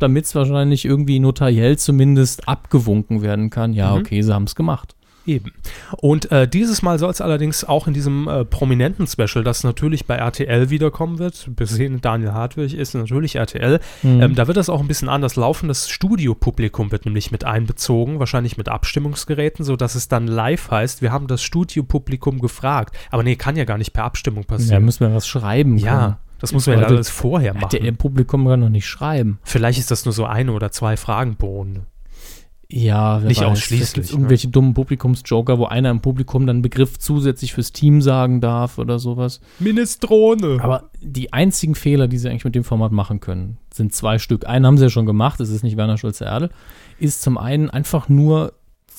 B: damit es wahrscheinlich irgendwie notariell zumindest abgewunken werden kann, ja okay, sie haben es gemacht.
A: Eben. Und äh, dieses Mal soll es allerdings auch in diesem äh, prominenten Special, das natürlich bei RTL wiederkommen wird, besehen Daniel Hartwig ist natürlich RTL,
B: Mhm.
A: ähm, da wird das auch ein bisschen anders laufen. Das Studiopublikum wird nämlich mit einbezogen, wahrscheinlich mit Abstimmungsgeräten, sodass es dann live heißt, wir haben das Studiopublikum gefragt. Aber nee, kann ja gar nicht per Abstimmung
B: Da
A: passieren.
B: müssen wir was schreiben
A: ja, das muss man ja
B: Leute,
A: alles vorher
B: können. Der,
A: machen.
B: Im Publikum kann noch nicht schreiben.
A: Vielleicht ist das nur so eine oder zwei Fragen pro Runde.
B: Ja, wer
A: Nicht
B: Es gibt
A: ausschließlich, ne?
B: irgendwelche dummen Publikumsjoker, wo einer im Publikum dann einen Begriff zusätzlich fürs Team sagen darf oder sowas.
A: Minestrone.
B: Aber die einzigen Fehler, die sie eigentlich mit dem Format machen können, sind zwei Stück. Einen haben sie ja schon gemacht, es ist nicht Werner Schulze-Erdel, ist zum einen einfach nur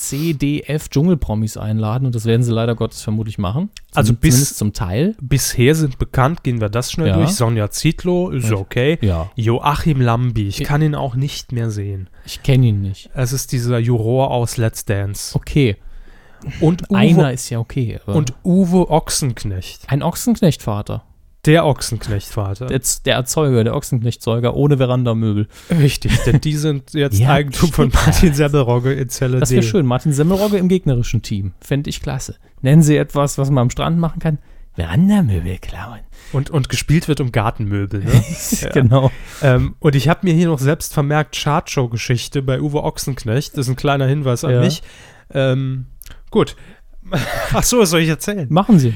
B: CDF Dschungelpromis einladen und das werden sie leider Gottes vermutlich machen. Zum,
A: Also bis-
B: zumindest zum Teil.
A: Bisher sind bekannt, gehen wir das schnell
B: Ja.
A: durch. Sonja Zietlow ist okay.
B: Ja.
A: Joachim Lambi, ich kann ihn auch nicht mehr sehen.
B: Ich kenne ihn nicht.
A: Es ist dieser Juror aus Let's Dance.
B: Okay,
A: Und Uwe,
B: einer ist ja okay. aber-
A: und Uwe Ochsenknecht.
B: ein Ochsenknechtvater.
A: Der Ochsenknechtvater.
B: Der, Z- der Erzeuger, der Ochsenknechtzeuger ohne Verandamöbel.
A: Richtig, denn die sind jetzt
B: Ja,
A: Eigentum von
B: stimmt.
A: Martin Semmelrogge in Zelle
B: Das
A: D.
B: wäre schön. Martin Semmelrogge im gegnerischen Team. Fände ich klasse. Nennen Sie etwas, was man am Strand machen kann? Verandamöbel klauen.
A: Und, und gespielt wird um Gartenmöbel. Ne?
B: Genau.
A: Ähm, und ich habe mir hier noch selbst vermerkt Chartshow-Geschichte bei Uwe Ochsenknecht. Das ist ein kleiner Hinweis an
B: Ja.
A: mich. Ähm, gut. Ach so, was soll ich erzählen?
B: Machen Sie.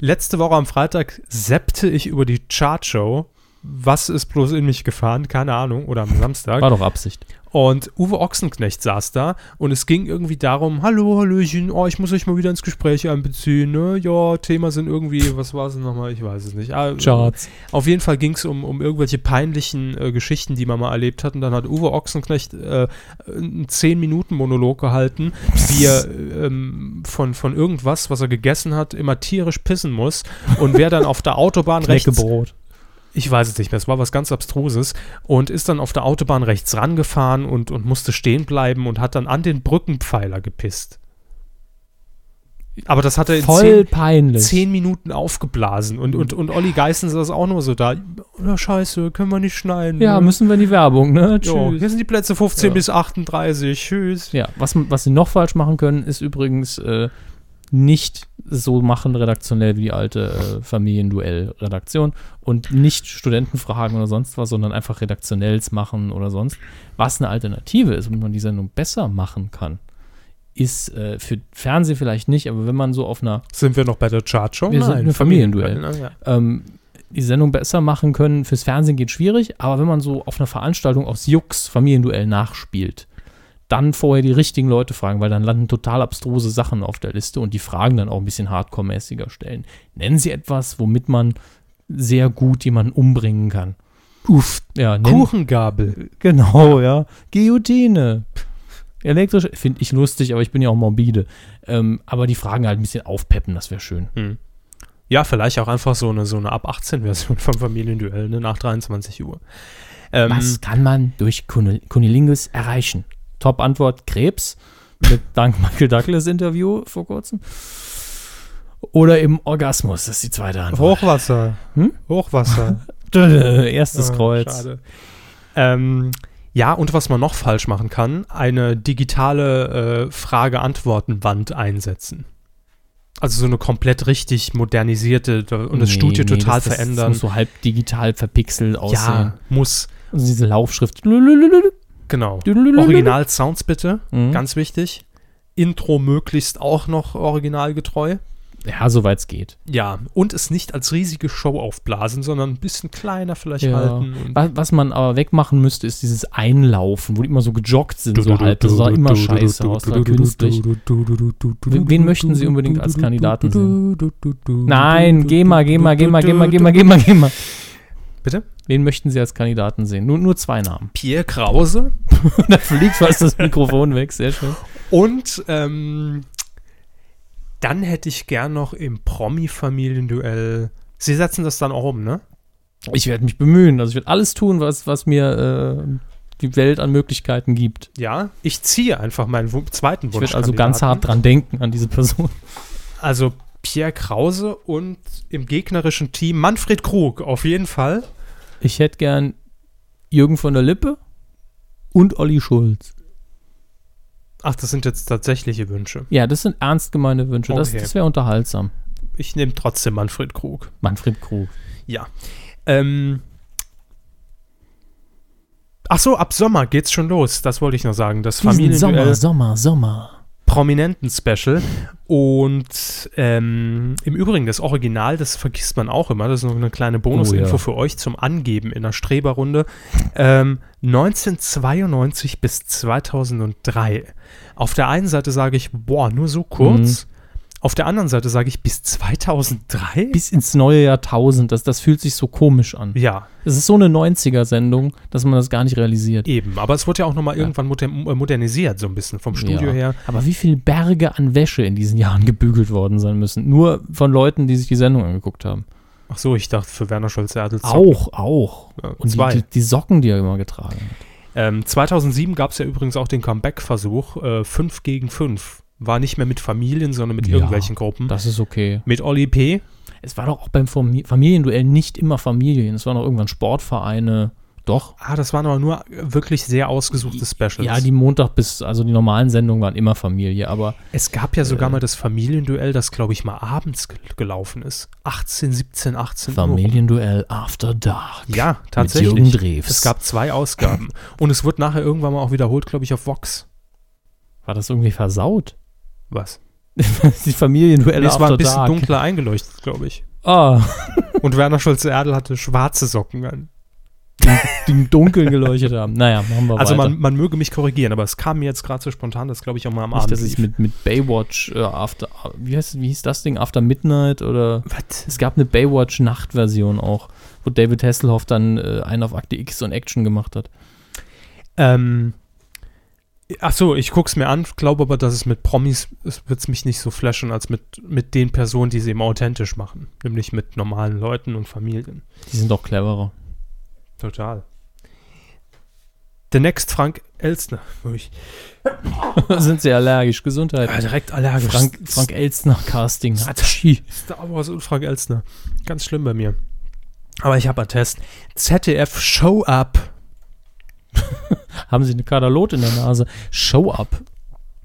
A: Letzte Woche am Freitag seppte ich über die Chartshow. Was ist bloß in mich gefahren? Keine Ahnung. Oder am Samstag.
B: War doch Absicht.
A: Und Uwe Ochsenknecht saß da und es ging irgendwie darum, hallo, hallöchen, oh, ich muss euch mal wieder ins Gespräch einbeziehen, ne? Ja, Thema sind irgendwie, was war es denn nochmal? Ich weiß es nicht. Ah,
B: Charts.
A: Auf jeden Fall ging es um, um irgendwelche peinlichen äh, Geschichten, die man mal erlebt hat. Und dann hat Uwe Ochsenknecht äh, einen 10-Minuten-Monolog gehalten, wie er äh, ähm, von, von irgendwas, was er gegessen hat, immer tierisch pissen muss. Und wer dann auf der Autobahn rechts
B: Knäckebrot.
A: ich weiß es nicht mehr, es war was ganz Abstruses und ist dann auf der Autobahn rechts rangefahren und, und musste stehen bleiben und hat dann an den Brückenpfeiler gepisst. Aber das hat er in
B: Voll
A: zehn,
B: peinlich.
A: zehn Minuten aufgeblasen und, und, und Olli Geißen saß auch nur so da. Na scheiße, können wir nicht schneiden. ne?
B: Ja, müssen wir in die Werbung, ne?
A: Jo,
B: Tschüss.
A: hier sind die Plätze 15
B: Ja.
A: bis 38. Tschüss.
B: Ja, was, was sie noch falsch machen können, ist übrigens äh, nicht so machen redaktionell wie die alte äh, Familienduell-Redaktion und nicht Studentenfragen oder sonst was, sondern einfach redaktionells machen oder sonst. Was eine Alternative ist, wie man die Sendung besser machen kann, ist äh, für Fernsehen vielleicht nicht, aber wenn man so auf einer
A: Sind wir noch bei der Chartshow?
B: Wir sind im Familienduell.
A: Ja.
B: ähm, die Sendung besser machen können. Fürs Fernsehen geht schwierig, aber wenn man so auf einer Veranstaltung aus Jux Familienduell nachspielt, dann vorher die richtigen Leute fragen, weil dann landen total abstruse Sachen auf der Liste und die Fragen dann auch ein bisschen hardcore-mäßiger stellen. Nennen Sie etwas, womit man sehr gut jemanden umbringen kann. Uff. Ja, nenn-
A: Kuchengabel.
B: Genau, ja. Guillotine. Elektrisch finde ich lustig, aber ich bin ja auch morbide. Ähm, aber die Fragen halt ein bisschen aufpeppen, das wäre schön.
A: Ja, vielleicht auch einfach so eine, so eine ab 18 Version vom Familienduell, ne, nach 23 Uhr. Ähm,
B: Was kann man durch Kunil- Kunilingus erreichen? Top-Antwort: Krebs. Mit Dank Michael Douglas Interview vor kurzem. Oder eben Orgasmus, das ist die zweite Antwort.
A: Hochwasser.
B: Hm?
A: Hochwasser.
B: Dö, Erstes
A: Ah,
B: Kreuz.
A: Schade. Ähm, ja, und was man noch falsch machen kann, eine digitale äh, Frage-Antworten-Wand einsetzen. Also so eine komplett richtig modernisierte da- und das
B: Nee,
A: Studio
B: nee,
A: total
B: das, das, Das
A: verändern.
B: muss so halb digital verpixelt aussehen.
A: ja, muss.
B: Also diese Laufschrift.
A: Genau.
B: Lululululu.
A: Original-Sounds bitte,
B: Mhm.
A: ganz wichtig. Intro möglichst auch noch originalgetreu.
B: Ja, soweit es geht.
A: Ja, und es nicht als riesige Show aufblasen, sondern ein bisschen kleiner vielleicht
B: Ja.
A: halten. Und
B: Was, was man aber wegmachen müsste, ist dieses Einlaufen, wo die immer so gejoggt sind, so halb. Das sah immer scheiße aus, sah künstlich. Wen wen möchten Sie unbedingt als Kandidaten sehen? Nein, geh mal, geh mal, geh mal, geh mal, geh mal, geh mal, geh mal.
A: Bitte?
B: Wen möchten Sie als Kandidaten sehen? Nur, nur zwei Namen.
A: Pierre Krause
B: da fliegt fast das Mikrofon weg, sehr schön.
A: und ähm, dann hätte ich gern noch im Promi-Familienduell. Sie setzen das dann auch um, ne?
B: Ich werde mich bemühen, also ich werde alles tun, was, was mir äh, die Welt an Möglichkeiten gibt.
A: Ja. Ich ziehe einfach meinen Wu- zweiten
B: Ich
A: Wunsch.
B: werde also ganz hart dran denken an diese Person.
A: Also Pierre Krause und im gegnerischen Team Manfred Krug auf jeden Fall.
B: Ich hätte gern Jürgen von der Lippe und Olli Schulz.
A: Ach, das sind jetzt tatsächliche Wünsche.
B: Ja, das sind ernst gemeine Wünsche. Das,
A: Okay.
B: das wäre unterhaltsam.
A: Ich nehme trotzdem Manfred Krug.
B: Manfred Krug.
A: Ja. Ähm. Ach so, ab Sommer geht's schon los. Das wollte ich noch sagen. Das Familienduell
B: Sommer, Sommer.
A: Prominenten Special. Und ähm, im Übrigen, das Original, das vergisst man auch immer. Das ist noch eine kleine Bonusinfo
B: Oh ja.
A: für euch zum Angeben in der Streberrunde. Ähm, 1992 bis 2003. Auf der einen Seite sage ich, boah, nur so kurz.
B: Mhm.
A: Auf der anderen Seite sage ich, bis 2003?
B: Bis ins neue Jahrtausend. Das, das fühlt sich so komisch an.
A: ja.
B: Es ist so eine 90er-Sendung, dass man das gar nicht realisiert.
A: Eben, aber es wurde ja auch nochmal mal irgendwann moder äh, modernisiert, so ein bisschen vom Studio
B: Ja.
A: her.
B: Aber wie viele Berge an Wäsche in diesen Jahren gebügelt worden sein müssen? Nur von Leuten, die sich die Sendung angeguckt haben.
A: Ach so, ich dachte für Werner Scholz-Erdl.
B: Auch, auch.
A: Ja,
B: Und
A: zwei.
B: Die, die, die Socken, die er immer getragen hat.
A: Ähm, 2007 gab es ja übrigens auch den Comeback-Versuch, äh, 5 gegen 5. War nicht mehr mit Familien, sondern mit
B: Ja,
A: irgendwelchen Gruppen.
B: Das ist okay.
A: Mit Oli P.
B: Mhm. Es war doch auch beim Fam Familienduell nicht immer Familien. Es waren auch irgendwann Sportvereine. Doch.
A: Ah, das waren aber nur äh, wirklich sehr ausgesuchte Specials.
B: Ja, die Montag bis, also die normalen Sendungen waren immer Familie, aber
A: es gab ja
B: Äh.
A: sogar mal das Familienduell, das, glaube ich, mal abends ge- gelaufen ist. 18, 17, 18
B: Oh.
A: Uhr.
B: Familienduell After Dark.
A: Ja, tatsächlich.
B: Jürgen Drews.
A: Es gab zwei Ausgaben. Und es wird nachher irgendwann mal auch wiederholt, glaube ich, auf Vox.
B: War das irgendwie versaut?
A: Was?
B: die Familienduelle
A: Nee, es war
B: After
A: ein bisschen
B: Dark.
A: dunkler eingeleuchtet, glaube ich.
B: Ah,
A: Und Werner Schulze-Erdl hatte schwarze Socken an.
B: die im Dunkeln geleuchtet haben. Naja, machen wir
A: Also
B: weiter.
A: man, man möge mich korrigieren, aber es kam mir jetzt gerade so spontan, das glaube ich auch mal am
B: nicht,
A: Abend.
B: dass ich
A: lief.
B: mit, mit Baywatch äh, After, wie, heißt, wie hieß das Ding? After Midnight oder?
A: Was?
B: Es gab eine Baywatch-Nacht-Version auch, wo David Hasselhoff dann äh, einen auf Akte X und Action gemacht hat.
A: Ähm, ach so, ich gucke es mir an, glaube aber, dass es mit Promis, es wird es mich nicht so flashen, als mit, mit den Personen, die sie eben authentisch machen. Nämlich mit normalen Leuten und Familien.
B: Die sind doch cleverer.
A: Total. The Next Frank Elstner. Ui,
B: sind sie allergisch. Gesundheit.
A: ja, direkt allergisch.
B: Äh, Frank, Frank Elstner Casting. Atschi.
A: Star Wars und Frank Elstner. Ganz schlimm bei mir. Aber ich habe einen Test. ZDF Show Up.
B: Haben Sie eine Katalot in der Nase? Show up.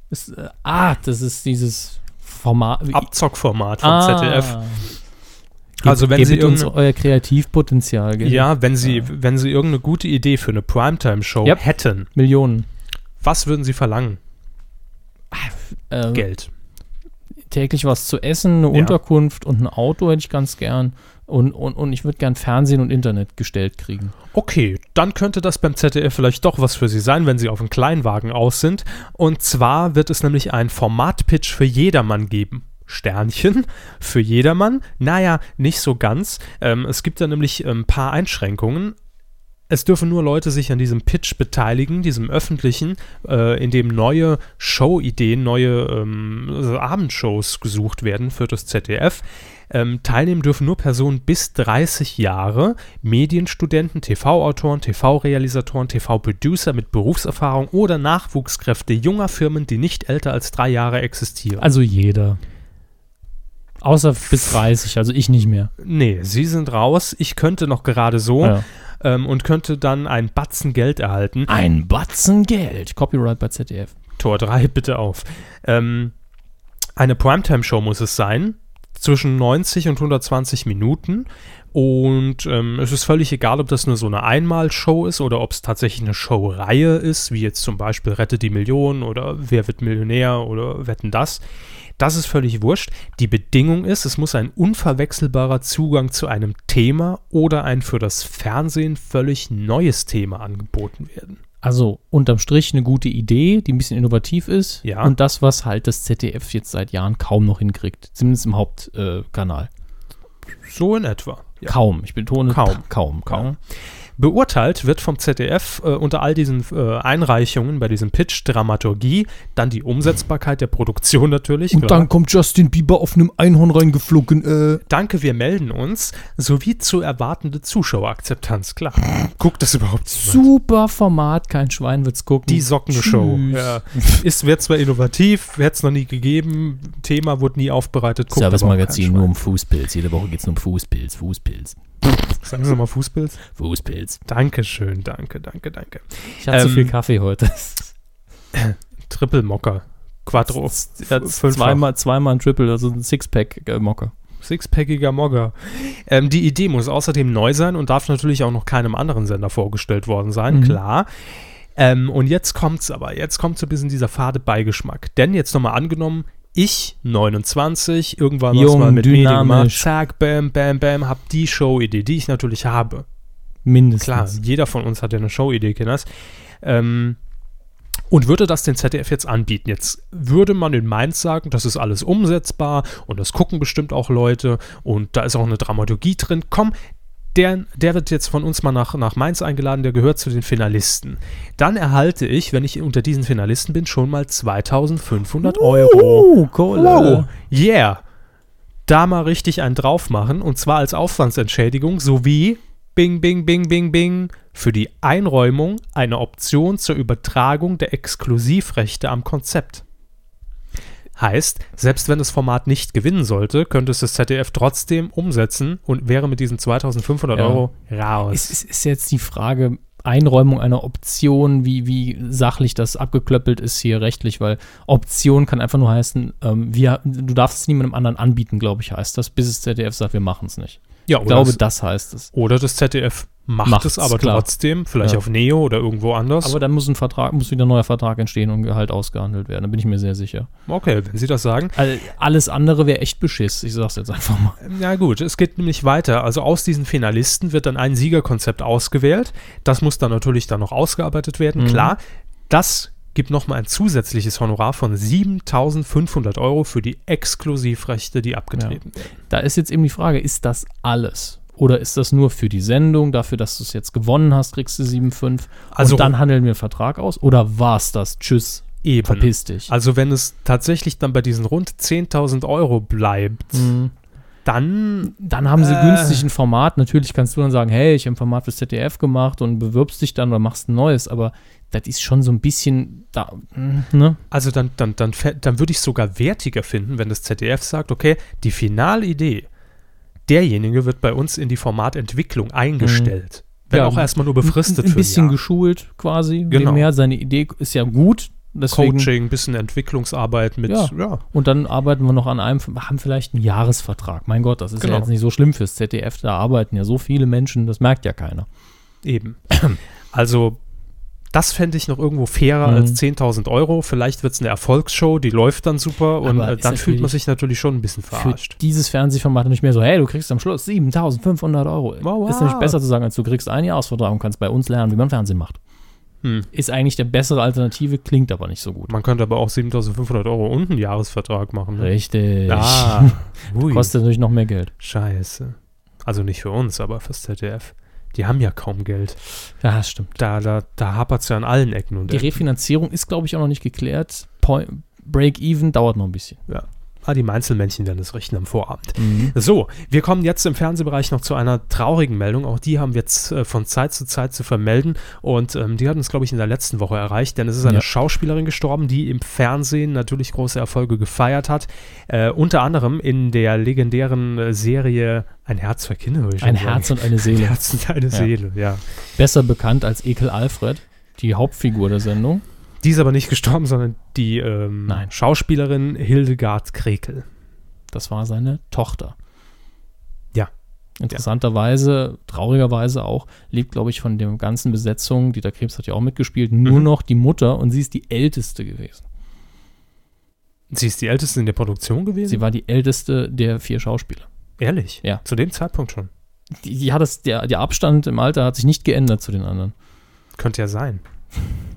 B: Ist, äh, ah, das ist dieses Format. wie-
A: Abzockformat von
B: ah.
A: ZDF.
B: Gebt,
A: Also wenn Sie
B: gebt uns um.
A: irgende-
B: euer Kreativpotenzial. gell?
A: Ja, wenn Sie, wenn Sie irgendeine gute Idee für eine Primetime-Show
B: Yep.
A: hätten,
B: Millionen.
A: was würden Sie verlangen?
B: Äh,
A: Geld.
B: Täglich was zu essen, eine
A: Ja.
B: Unterkunft und ein Auto hätte ich ganz gern. Und, und, und ich würde gern Fernsehen und Internet gestellt kriegen.
A: Okay, dann könnte das beim ZDF vielleicht doch was für Sie sein, wenn Sie auf einen Kleinwagen aus sind. Und zwar wird es nämlich einen Formatpitch für jedermann geben. Sternchen für jedermann? Naja, nicht so ganz. Ähm, es gibt da nämlich ein paar Einschränkungen. Es dürfen nur Leute sich an diesem Pitch beteiligen, diesem öffentlichen, äh, in dem neue Show-Ideen, neue ähm, also Abendshows gesucht werden für das ZDF. Ähm, teilnehmen dürfen nur Personen bis 30 Jahre, Medienstudenten, TV-Autoren, TV-Realisatoren, TV-Producer mit Berufserfahrung oder Nachwuchskräfte junger Firmen, die nicht älter als drei Jahre existieren.
B: Also jeder. Also Außer bis 30, also ich nicht mehr.
A: Äh, Nee, sie sind raus. Ich könnte noch gerade so
B: Ah, Ja.
A: ähm, und könnte dann einen Batzen Geld erhalten.
B: Ein Batzen Geld. Copyright bei ZDF.
A: Tor 3, bitte auf. Ähm, eine Primetime-Show muss es sein. Zwischen 90 und 120 Minuten. Und ähm, es ist völlig egal, ob das nur so eine Einmalshow ist oder ob es tatsächlich eine Showreihe ist, wie jetzt zum Beispiel Rette die Million oder Wer wird Millionär oder Wetten das. Das ist völlig wurscht. Die Bedingung ist, es muss ein unverwechselbarer Zugang zu einem Thema oder ein für das Fernsehen völlig neues Thema angeboten werden.
B: Also unterm Strich eine gute Idee, die ein bisschen innovativ ist.
A: Ja.
B: Und das, was halt das ZDF jetzt seit Jahren kaum noch hinkriegt. Zumindest im Hauptkanal. Äh, Kanal.
A: So in etwa. Ja.
B: Kaum. Ich betone
A: Kaum.
B: kaum, kaum.
A: Ja. Beurteilt wird vom ZDF äh, unter all diesen äh, Einreichungen bei diesem Pitch Dramaturgie, dann die Umsetzbarkeit der Produktion natürlich.
B: Und
A: klar.
B: dann kommt Justin Bieber auf einem Einhorn reingeflogen. Äh.
A: Danke, wir melden uns, sowie zu erwartende Zuschauerakzeptanz. Klar. Guckt das überhaupt zu?
B: Super Format, kein Schwein wird's gucken.
A: Die sockende Show.
B: Tschüss.
A: Ja. Ist, wird zwar innovativ, hätte es noch nie gegeben, Thema wurde nie aufbereitet. guckt aber auch
B: Service-Magazin
A: kein
B: nur um Fußpilz. Jede Woche geht's nur um Fußpilz, Fußpilz, um-
A: Schwein. Sagen Sie mal Fußpilz.
B: Fußpilz.
A: Dankeschön, danke, danke, danke.
B: Ich hatte
A: Ähm,
B: zu viel Kaffee heute.
A: Triple Mocker. Quattro.
B: Ja,
A: fünffach.
B: zweimal, zweimal ein Triple, also ein Sixpack-Mocker.
A: Sixpackiger Mogger. Ähm, die Idee muss außerdem neu sein und darf natürlich auch noch keinem anderen Sender vorgestellt worden sein,
B: Mhm.
A: klar. Ähm, und jetzt kommt's aber, jetzt kommt so ein bisschen dieser fade Beigeschmack. Denn jetzt nochmal angenommen, ich, 29, irgendwann was
B: Jung,
A: mal mit Medien gemacht,
B: dynamisch.
A: zack, bam, bam, bam, hab die Show-Idee, die ich natürlich habe.
B: Mindestens.
A: Klar, jeder von uns hat ja eine Show-Idee, Kinders. Ähm, und würde das den ZDF jetzt anbieten? Jetzt würde man in Mainz sagen, das ist alles umsetzbar und das gucken bestimmt auch Leute und da ist auch eine Dramaturgie drin. Komm, der, der wird jetzt von uns mal nach, nach Mainz eingeladen, der gehört zu den Finalisten. Dann erhalte ich, wenn ich unter diesen Finalisten bin, schon mal 2500 Euro.
B: Oh, Kohle.
A: Wow, yeah. Da mal richtig einen drauf machen und zwar als Aufwandsentschädigung sowie Bing, Bing, Bing, Bing, Bing für die Einräumung eine Option zur Übertragung der Exklusivrechte am Konzept. Heißt, selbst wenn das Format nicht gewinnen sollte, könnte es das ZDF trotzdem umsetzen und wäre mit diesen 2500
B: Ja.
A: Euro raus.
B: Es ist, ist jetzt die Frage, Einräumung einer Option, wie, wie sachlich das abgeklöppelt ist hier rechtlich, weil Option kann einfach nur heißen, ähm, wir, du darfst es niemandem anderen anbieten, glaube ich, heißt das, bis es ZDF sagt, wir machen es nicht.
A: ja,
B: Ich
A: oder,
B: glaube,
A: das,
B: das heißt es.
A: oder das ZDF macht
B: Macht's,
A: es aber
B: klar.
A: trotzdem, vielleicht
B: Ja.
A: auf Neo oder irgendwo anders.
B: Aber dann muss ein Vertrag, muss wieder ein neuer Vertrag entstehen und Gehalt ausgehandelt werden. Da bin ich mir sehr sicher.
A: okay, wenn Sie das sagen.
B: Also alles andere wäre echt beschiss. Ich sag's jetzt einfach mal.
A: Ja gut, es geht nämlich weiter. Also aus diesen Finalisten wird dann ein Siegerkonzept ausgewählt. Das muss dann natürlich dann noch ausgearbeitet werden,
B: Mhm.
A: klar. Das gibt nochmal ein zusätzliches Honorar von 7.500 Euro für die Exklusivrechte, die abgetreten werden.
B: Da ist jetzt eben die Frage, ist das alles? Oder ist das nur für die Sendung, dafür, dass du es jetzt gewonnen hast, kriegst du 7,5?
A: Also-
B: und dann handeln wir einen Vertrag aus? Oder war's das? Tschüss,
A: Eben.
B: verpiss dich.
A: Also wenn es tatsächlich dann bei diesen rund 10.000 Euro bleibt,
B: Mhm.
A: dann
B: Dann haben sie
A: Äh.
B: günstig ein Format. Natürlich kannst du dann sagen, hey, ich habe ein Format fürs ZDF gemacht und bewirbst dich dann oder machst ein neues. Aber das ist schon so ein bisschen da, mh, ne?
A: Also dann, dann, dann, fä- dann würde ich es sogar wertiger finden, wenn das ZDF sagt, okay, die Finalidee, derjenige wird bei uns in die Formatentwicklung eingestellt. Wenn
B: Mhm. Ja,
A: auch erstmal nur befristet
B: ein, ein bisschen
A: für ein
B: geschult quasi.
A: Genau.
B: Mehr. Seine Idee ist ja gut.
A: Jahr.
B: Deswegen,
A: Coaching, bisschen Entwicklungsarbeit mit,
B: Ja.
A: ja,
B: Und dann arbeiten wir noch an einem, haben vielleicht einen Jahresvertrag. Mein Gott, das ist
A: Genau.
B: ja jetzt nicht so schlimm fürs ZDF. Da arbeiten ja so viele Menschen, das merkt ja keiner.
A: eben. Also das fände ich noch irgendwo fairer
B: Mhm.
A: als 10.000 Euro. Vielleicht wird es eine Erfolgsshow, die läuft dann super und
B: Aber
A: äh,
B: ist
A: dann fühlt man
B: natürlich
A: sich natürlich schon ein bisschen
B: Für
A: verarscht.
B: dieses Fernsehformat nicht mehr so, hey, du kriegst am Schluss 7500 Euro.
A: Wow,
B: Ist nämlich
A: wow.
B: besser zu sagen, als du kriegst einen Jahresvertrag und kannst bei uns lernen, wie man Fernsehen macht.
A: Hm.
B: Ist eigentlich der bessere Alternative, klingt aber nicht so gut.
A: Man könnte aber auch 7.500 Euro und einen Jahresvertrag machen. ne?
B: Richtig.
A: Ah, ui.
B: Kostet natürlich noch mehr Geld.
A: Scheiße. Also nicht für uns, aber fürs ZDF. Die haben ja kaum Geld.
B: Ja, stimmt.
A: Da, da, da hapert es ja an allen Ecken und
B: Die
A: Ecken.
B: Refinanzierung ist, glaube ich, auch noch nicht geklärt. Point- Break-even dauert noch ein bisschen.
A: Ja. Ah, die Mainzelmännchen werden es richten am Vorabend. So, wir kommen jetzt im Fernsehbereich noch zu einer traurigen Meldung. Auch die haben wir jetzt äh, von Zeit zu Zeit zu vermelden. Und ähm, die hat uns, glaube ich, in der letzten Woche erreicht. Denn es ist eine
B: Ja.
A: Schauspielerin gestorben, die im Fernsehen natürlich große Erfolge gefeiert hat. Äh, unter anderem in der legendären äh, Serie Ein Herz für Kinder. würde ich
B: Ein
A: schon sagen.
B: Herz und eine Seele.
A: Herz und eine Seele, ja.
B: Besser bekannt als Ekel Alfred, die Hauptfigur der Sendung.
A: Die ist aber nicht gestorben, sondern die ähm,
B: Nein.
A: Schauspielerin Hildegard Krekel.
B: Das war seine Tochter.
A: Ja.
B: Interessanterweise, traurigerweise auch, lebt, glaube ich, von der ganzen Besetzung, Dieter Krebs hat ja auch mitgespielt, nur
A: Mhm.
B: noch die Mutter und sie ist die Älteste gewesen.
A: Sie ist die älteste in der Produktion gewesen?
B: Sie war die Älteste der vier Schauspieler.
A: Ehrlich?
B: Ja.
A: Zu dem Zeitpunkt schon.
B: Die, die hat das, der, der Abstand im Alter hat sich nicht geändert zu den anderen.
A: Könnte ja sein.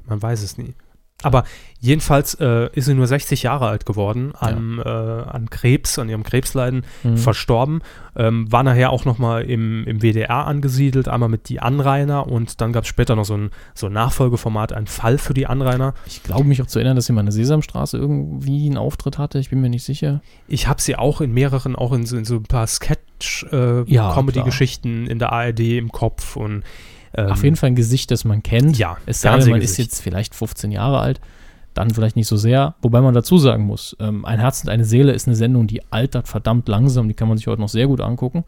A: Man weiß es nie. Aber jedenfalls äh, ist sie nur 60 Jahre alt geworden, an, äh, an Krebs, an ihrem Krebsleiden
B: Mhm.
A: verstorben. Ähm, war nachher auch nochmal im, im WDR angesiedelt, einmal mit Die Anrainer und dann gab es später noch so ein, so ein Nachfolgeformat, ein Fall für die Anrainer.
B: Ich glaube mich auch zu erinnern, dass sie mal in der Sesamstraße irgendwie einen Auftritt hatte, ich bin mir nicht sicher.
A: Ich habe sie auch in mehreren, auch in so, in so ein paar
B: Ja,
A: Sketch-Comedy-Geschichten in der ARD im Kopf und ähm,
B: Auf jeden Fall ein Gesicht, das man kennt.
A: Ja,
B: Es sei denn, man
A: Fernsehgesicht.
B: ist jetzt vielleicht 15 Jahre alt, dann vielleicht nicht so sehr. Wobei man dazu sagen muss, ähm, Ein Herz und eine Seele ist eine Sendung, die altert verdammt langsam. Die kann man sich heute noch sehr gut angucken.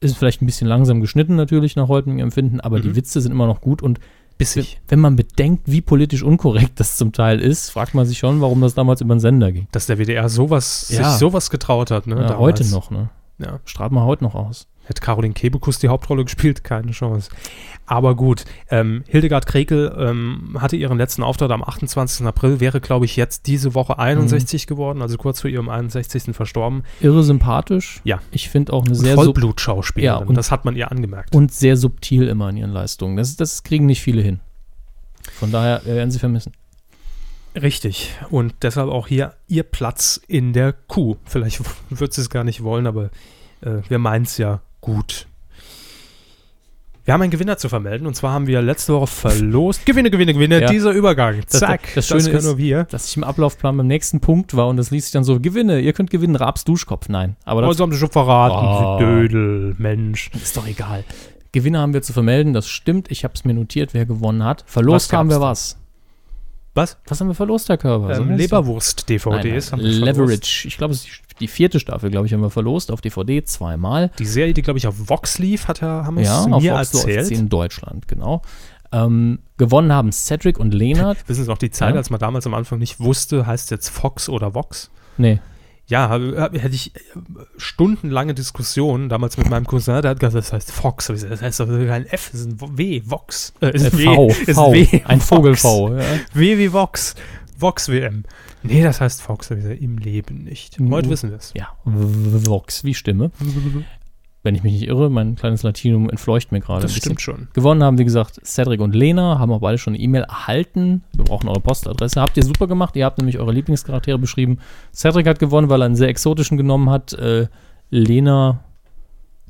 B: Ist vielleicht ein bisschen langsam geschnitten natürlich nach heutigem Empfinden, aber
A: Mhm.
B: die Witze sind immer noch gut. Und
A: bissig.
B: wenn man bedenkt, wie politisch unkorrekt das zum Teil ist, fragt man sich schon, warum das damals über den Sender ging.
A: Dass der WDR sowas,
B: Ja.
A: sich sowas getraut hat. Ne,
B: Ja,
A: damals.
B: heute noch, ne?
A: Ja.
B: Strahlt man heute noch aus.
A: Hätte Caroline Kebekus die Hauptrolle gespielt, keine Chance. Aber gut, ähm, Hildegard Krekel ähm, hatte ihren letzten Auftritt am 28. April, wäre, glaube ich, jetzt diese
B: Mhm.
A: Woche 61 geworden, also kurz vor ihrem 61. verstorben.
B: Irre sympathisch.
A: Ja.
B: Ich finde auch eine sehr sub
A: Vollblutschauspielerin,
B: Ja, und-
A: das hat man ihr angemerkt.
B: und sehr subtil immer in ihren Leistungen. Das, das kriegen nicht viele hin. Von daher wir werden sie vermissen.
A: Richtig. Und deshalb auch hier ihr Platz in der Kuh. Vielleicht wird sie es gar nicht wollen, aber äh, wir meinen es ja gut. Wir haben einen Gewinner zu vermelden und zwar haben wir letzte Woche verlost. Gewinne, Gewinne, Gewinne,
B: Ja.
A: dieser Übergang.
B: Das-
A: Zack,
B: das Schöne
A: können
B: ist-
A: nur wir.
B: Dass ich im Ablaufplan beim nächsten Punkt war und das ließ sich dann so, gewinne, ihr könnt gewinnen, Raps Duschkopf. Nein, aber
A: Oh,
B: das
A: sie haben dich schon verraten,
B: Ah.
A: Sie Dödel, Mensch. Ähm,
B: ist doch egal. Gewinner haben wir zu vermelden, das stimmt. Ich habe es mir notiert, wer gewonnen hat. Verlost
A: Was
B: haben wir was.
A: gab's Was?
B: Was haben wir verlost, Herr Körber? Was
A: Ähm,
B: haben wir
A: Leberwurst-DVDs
B: verlost? Nein,
A: haben
B: nein.
A: wir verlost.
B: Leverage. Ich glaube, es ist die, die vierte Staffel, glaube ich, haben wir verlost auf DVD zweimal.
A: Die Serie, die, glaube ich, auf Vox lief, hat er, haben
B: Ja,
A: es
B: auf
A: mir
B: Vox läuft sie
A: erzählt.
B: in Deutschland, genau. Ähm, gewonnen haben Cedric und Lena.
A: Wissen Sie noch die Zeit,
B: Ja.
A: als man damals am Anfang nicht wusste, heißt es jetzt Fox oder Vox?
B: nee,
A: Ja, hab- hab- hätte ich äh, stundenlange Diskussionen damals mit meinem Cousin, der hat gesagt, das heißt Fox. Hab ich gesagt, Das heißt doch kein F, es ist ein W, Vox. Äh, es
B: Äh,
A: ist ein
B: V,
A: W, es ist
B: V,
A: W,
B: ein
A: Vox.
B: Vogel V. Ja.
A: W wie Vox. Vox WM. Nee, das heißt Fox, hab ich gesagt, im Leben nicht.
B: Mhm.
A: Heute wissen wir es.
B: ja, V- Vox, wie Stimme. Wenn ich mich nicht irre, mein kleines Latinum entfleucht mir gerade.
A: Das
B: ein bisschen.
A: stimmt schon.
B: Gewonnen haben, wie gesagt, Cedric und Lena, haben auch beide schon eine E-Mail erhalten. Wir brauchen eure Postadresse. Habt ihr super gemacht. Ihr habt nämlich eure Lieblingscharaktere beschrieben. Cedric hat gewonnen, weil er einen sehr exotischen genommen hat. Äh, Lena.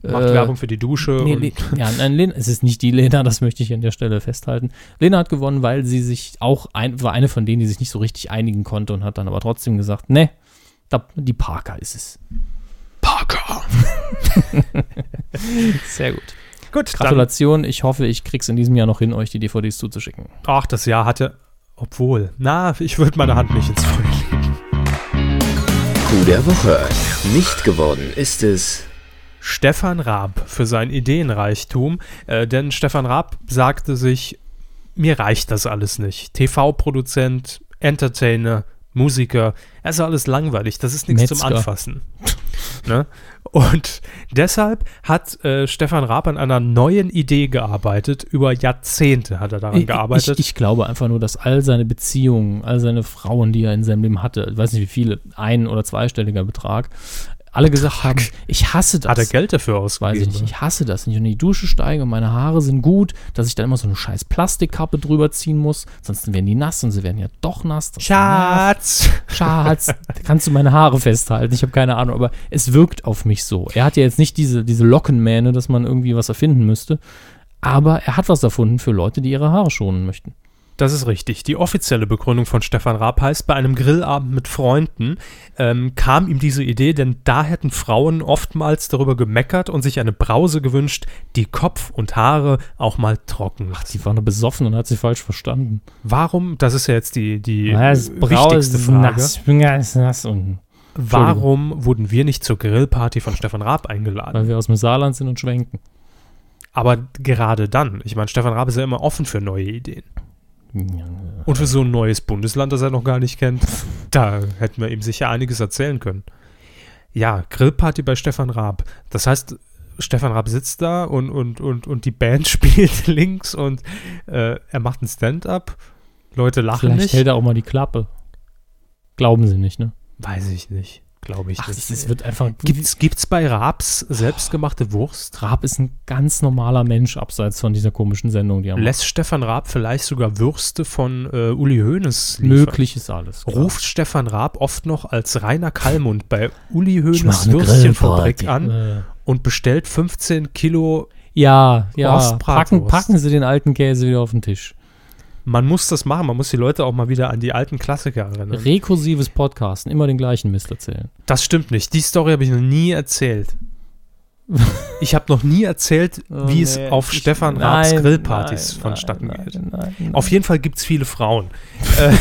A: Macht
B: äh,
A: Werbung für die Dusche.
B: Nee,
A: und
B: Le ja, nein, Lena, es ist nicht die Lena, das möchte ich an der Stelle festhalten. Lena hat gewonnen, weil sie sich auch, ein, war eine von denen, die sich nicht so richtig einigen konnte und hat dann aber trotzdem gesagt, ne, da, die Parker ist es.
A: Parker.
B: Sehr gut.
A: Gut, dann,
B: Gratulation, ich hoffe, ich krieg's in diesem Jahr noch hin, euch die DVDs zuzuschicken.
A: ach, das Jahr hatte, obwohl, na, ich würde meine Hand nicht ins Feuer legen.
C: Kuh der Woche. Nicht geworden ist es
A: Stefan Raab für sein Ideenreichtum, äh, denn Stefan Raab sagte sich, mir reicht das alles nicht. TV-Produzent, Entertainer, Musiker, das ist alles langweilig, das ist nichts zum
B: Metzger.
A: Anfassen. ne? Und deshalb hat äh, Stefan Raab an einer neuen Idee gearbeitet, über Jahrzehnte hat er daran
B: Ich,
A: gearbeitet.
B: ich, ich glaube einfach nur, dass all seine Beziehungen, all seine Frauen, die er in seinem Leben hatte, ich weiß nicht wie viele, ein- oder zweistelliger Betrag, alle gesagt haben, ich hasse das.
A: hat er Geld dafür
B: Weiß
A: ausgegeben?
B: ich nicht. Ich hasse das. Wenn ich in die Dusche steige und meine Haare sind gut, dass ich dann immer so eine scheiß Plastikkappe drüber ziehen muss. Sonst werden die nass und sie werden ja doch nass. Das nervt.
A: Schatz!
B: Schatz, kannst du meine Haare festhalten? Ich habe keine Ahnung, aber es wirkt auf mich so. Er hat ja jetzt nicht diese, diese Lockenmähne, dass man irgendwie was erfinden müsste, aber er hat was erfunden für Leute, die ihre Haare schonen möchten.
A: Das ist richtig. Die offizielle Begründung von Stefan Raab heißt, bei einem Grillabend mit Freunden ähm, kam ihm diese Idee, denn da hätten Frauen oftmals darüber gemeckert und sich eine Brause gewünscht, die Kopf und Haare auch mal trocken macht.
B: Die war nur besoffen und hat sie falsch verstanden.
A: Warum, das ist ja jetzt die, die
B: Was?
A: äh,
B: Brause
A: wichtigste
B: ist
A: Frage,
B: Nass. Ich bin ganz nass unten.
A: warum wurden wir nicht zur Grillparty von Stefan Raab eingeladen?
B: Weil wir aus dem Saarland sind und schwenken.
A: Aber gerade dann, ich meine, Stefan Raab ist ja immer offen für neue Ideen. Und für so ein neues Bundesland, das er noch gar nicht kennt, da hätten wir ihm sicher einiges erzählen können. Ja, Grillparty bei Stefan Raab. Das heißt, Stefan Raab sitzt da und, und, und, und die Band spielt links und äh, er macht ein Stand-up. Leute lachen
B: Vielleicht
A: nicht.
B: hält er auch mal die Klappe. Glauben sie nicht, ne?
A: Weiß ich nicht, glaube ich
B: Ach,
A: nicht.
B: das, das wird einfach.
A: Gibt's, gibt's bei Raabs selbstgemachte Wurst?
B: Raab ist ein ganz normaler Mensch, abseits von dieser komischen Sendung, die er macht.
A: Lässt Stefan Raab vielleicht sogar Würste von äh, Uli Hoeneß liefern?
B: Möglich ist alles. klar.
A: ruft Stefan Raab oft noch als Rainer Kallmund bei Uli
B: Ich mach
A: Hoeneß
B: eine
A: Würstchenfabrik
B: Grillparty.
A: an
B: Äh.
A: und bestellt 15 Kilo.
B: Ja, ja.
A: Ostbratwurst.
B: Packen, packen Sie den alten Käse wieder auf den Tisch.
A: Man muss das machen, man muss die Leute auch mal wieder an die alten Klassiker erinnern.
B: Rekursives Podcasten, immer den gleichen Mist erzählen.
A: Das stimmt nicht, die Story habe ich noch nie erzählt. Ich habe noch nie erzählt, Äh,
B: Oh,
A: wie es auf Stefan Raabs Grillpartys vonstatten geht. Auf jeden Fall gibt es viele Frauen, äh,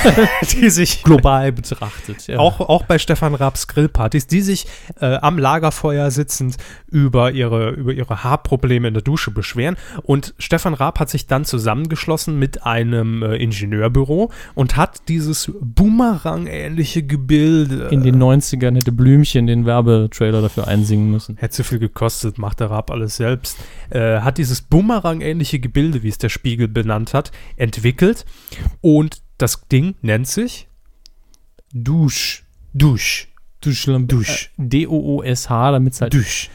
A: die sich
B: global betrachtet. Ja.
A: auch, auch bei Stefan Raabs Grillpartys, die sich äh, am Lagerfeuer sitzend über ihre, über ihre Haarprobleme in der Dusche beschweren. Und Stefan Raab hat sich dann zusammengeschlossen mit einem äh, Ingenieurbüro und hat dieses Boomerang-ähnliche Gebilde.
B: in den 90ern hätte Blümchen den Werbetrailer dafür einsingen müssen.
A: äh, Hätte zu viel gekostet, macht der Raab alles selbst. Äh, hat dieses Bumerang-ähnliche Gebilde, wie es der Spiegel benannt hat, entwickelt. Und das Ding nennt sich Dusch. Dusch.
B: Duschlamp.
A: Dusch.
B: D-O-O-S-H, damit es halt
A: Dusch.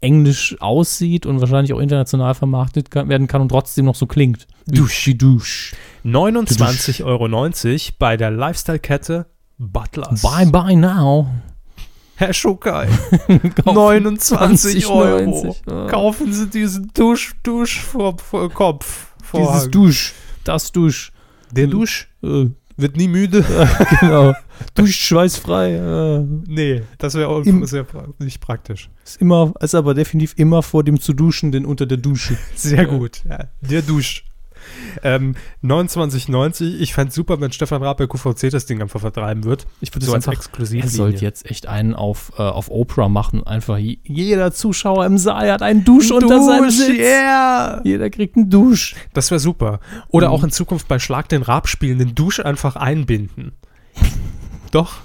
B: englisch aussieht und wahrscheinlich auch international vermarktet kann, werden kann und trotzdem noch so klingt.
A: Dusch.
B: Dusch.
A: 29,90 Euro bei der Lifestyle-Kette Butlers.
B: Bye bye now.
A: Herr Schukai,
B: 29,90
A: 29 Euro.
B: Ja.
A: Kaufen Sie diesen Dusch, Dusch vor, vor Kopf.
B: Dieses
A: Vorhang.
B: Dusch. Das Dusch.
A: Der Dusch
B: Äh,
A: wird nie müde.
B: genau. Dusch schweißfrei. Äh,
A: nee, das wäre
B: Im-
A: sehr pra- nicht praktisch.
B: ist immer, ist aber definitiv immer vor dem zu duschen, denn unter der Dusche.
A: Sehr gut. Ja. Der Dusch. Ähm, 29,90. Ich fände super, wenn Stefan Raab bei QVC das Ding einfach vertreiben wird.
B: Ich würde
A: So
B: es
A: als
B: einfach. Er
A: exklusiv.
B: sollte jetzt echt einen auf, äh, auf Oprah machen. Einfach je- jeder Zuschauer im Saal hat einen Dusch, unter seinem Sitz.
A: yeah!
B: Jeder kriegt einen Dusch.
A: Das wäre super. Oder auch in Zukunft bei Schlag den Raab spielen, den Dusch einfach einbinden. Doch.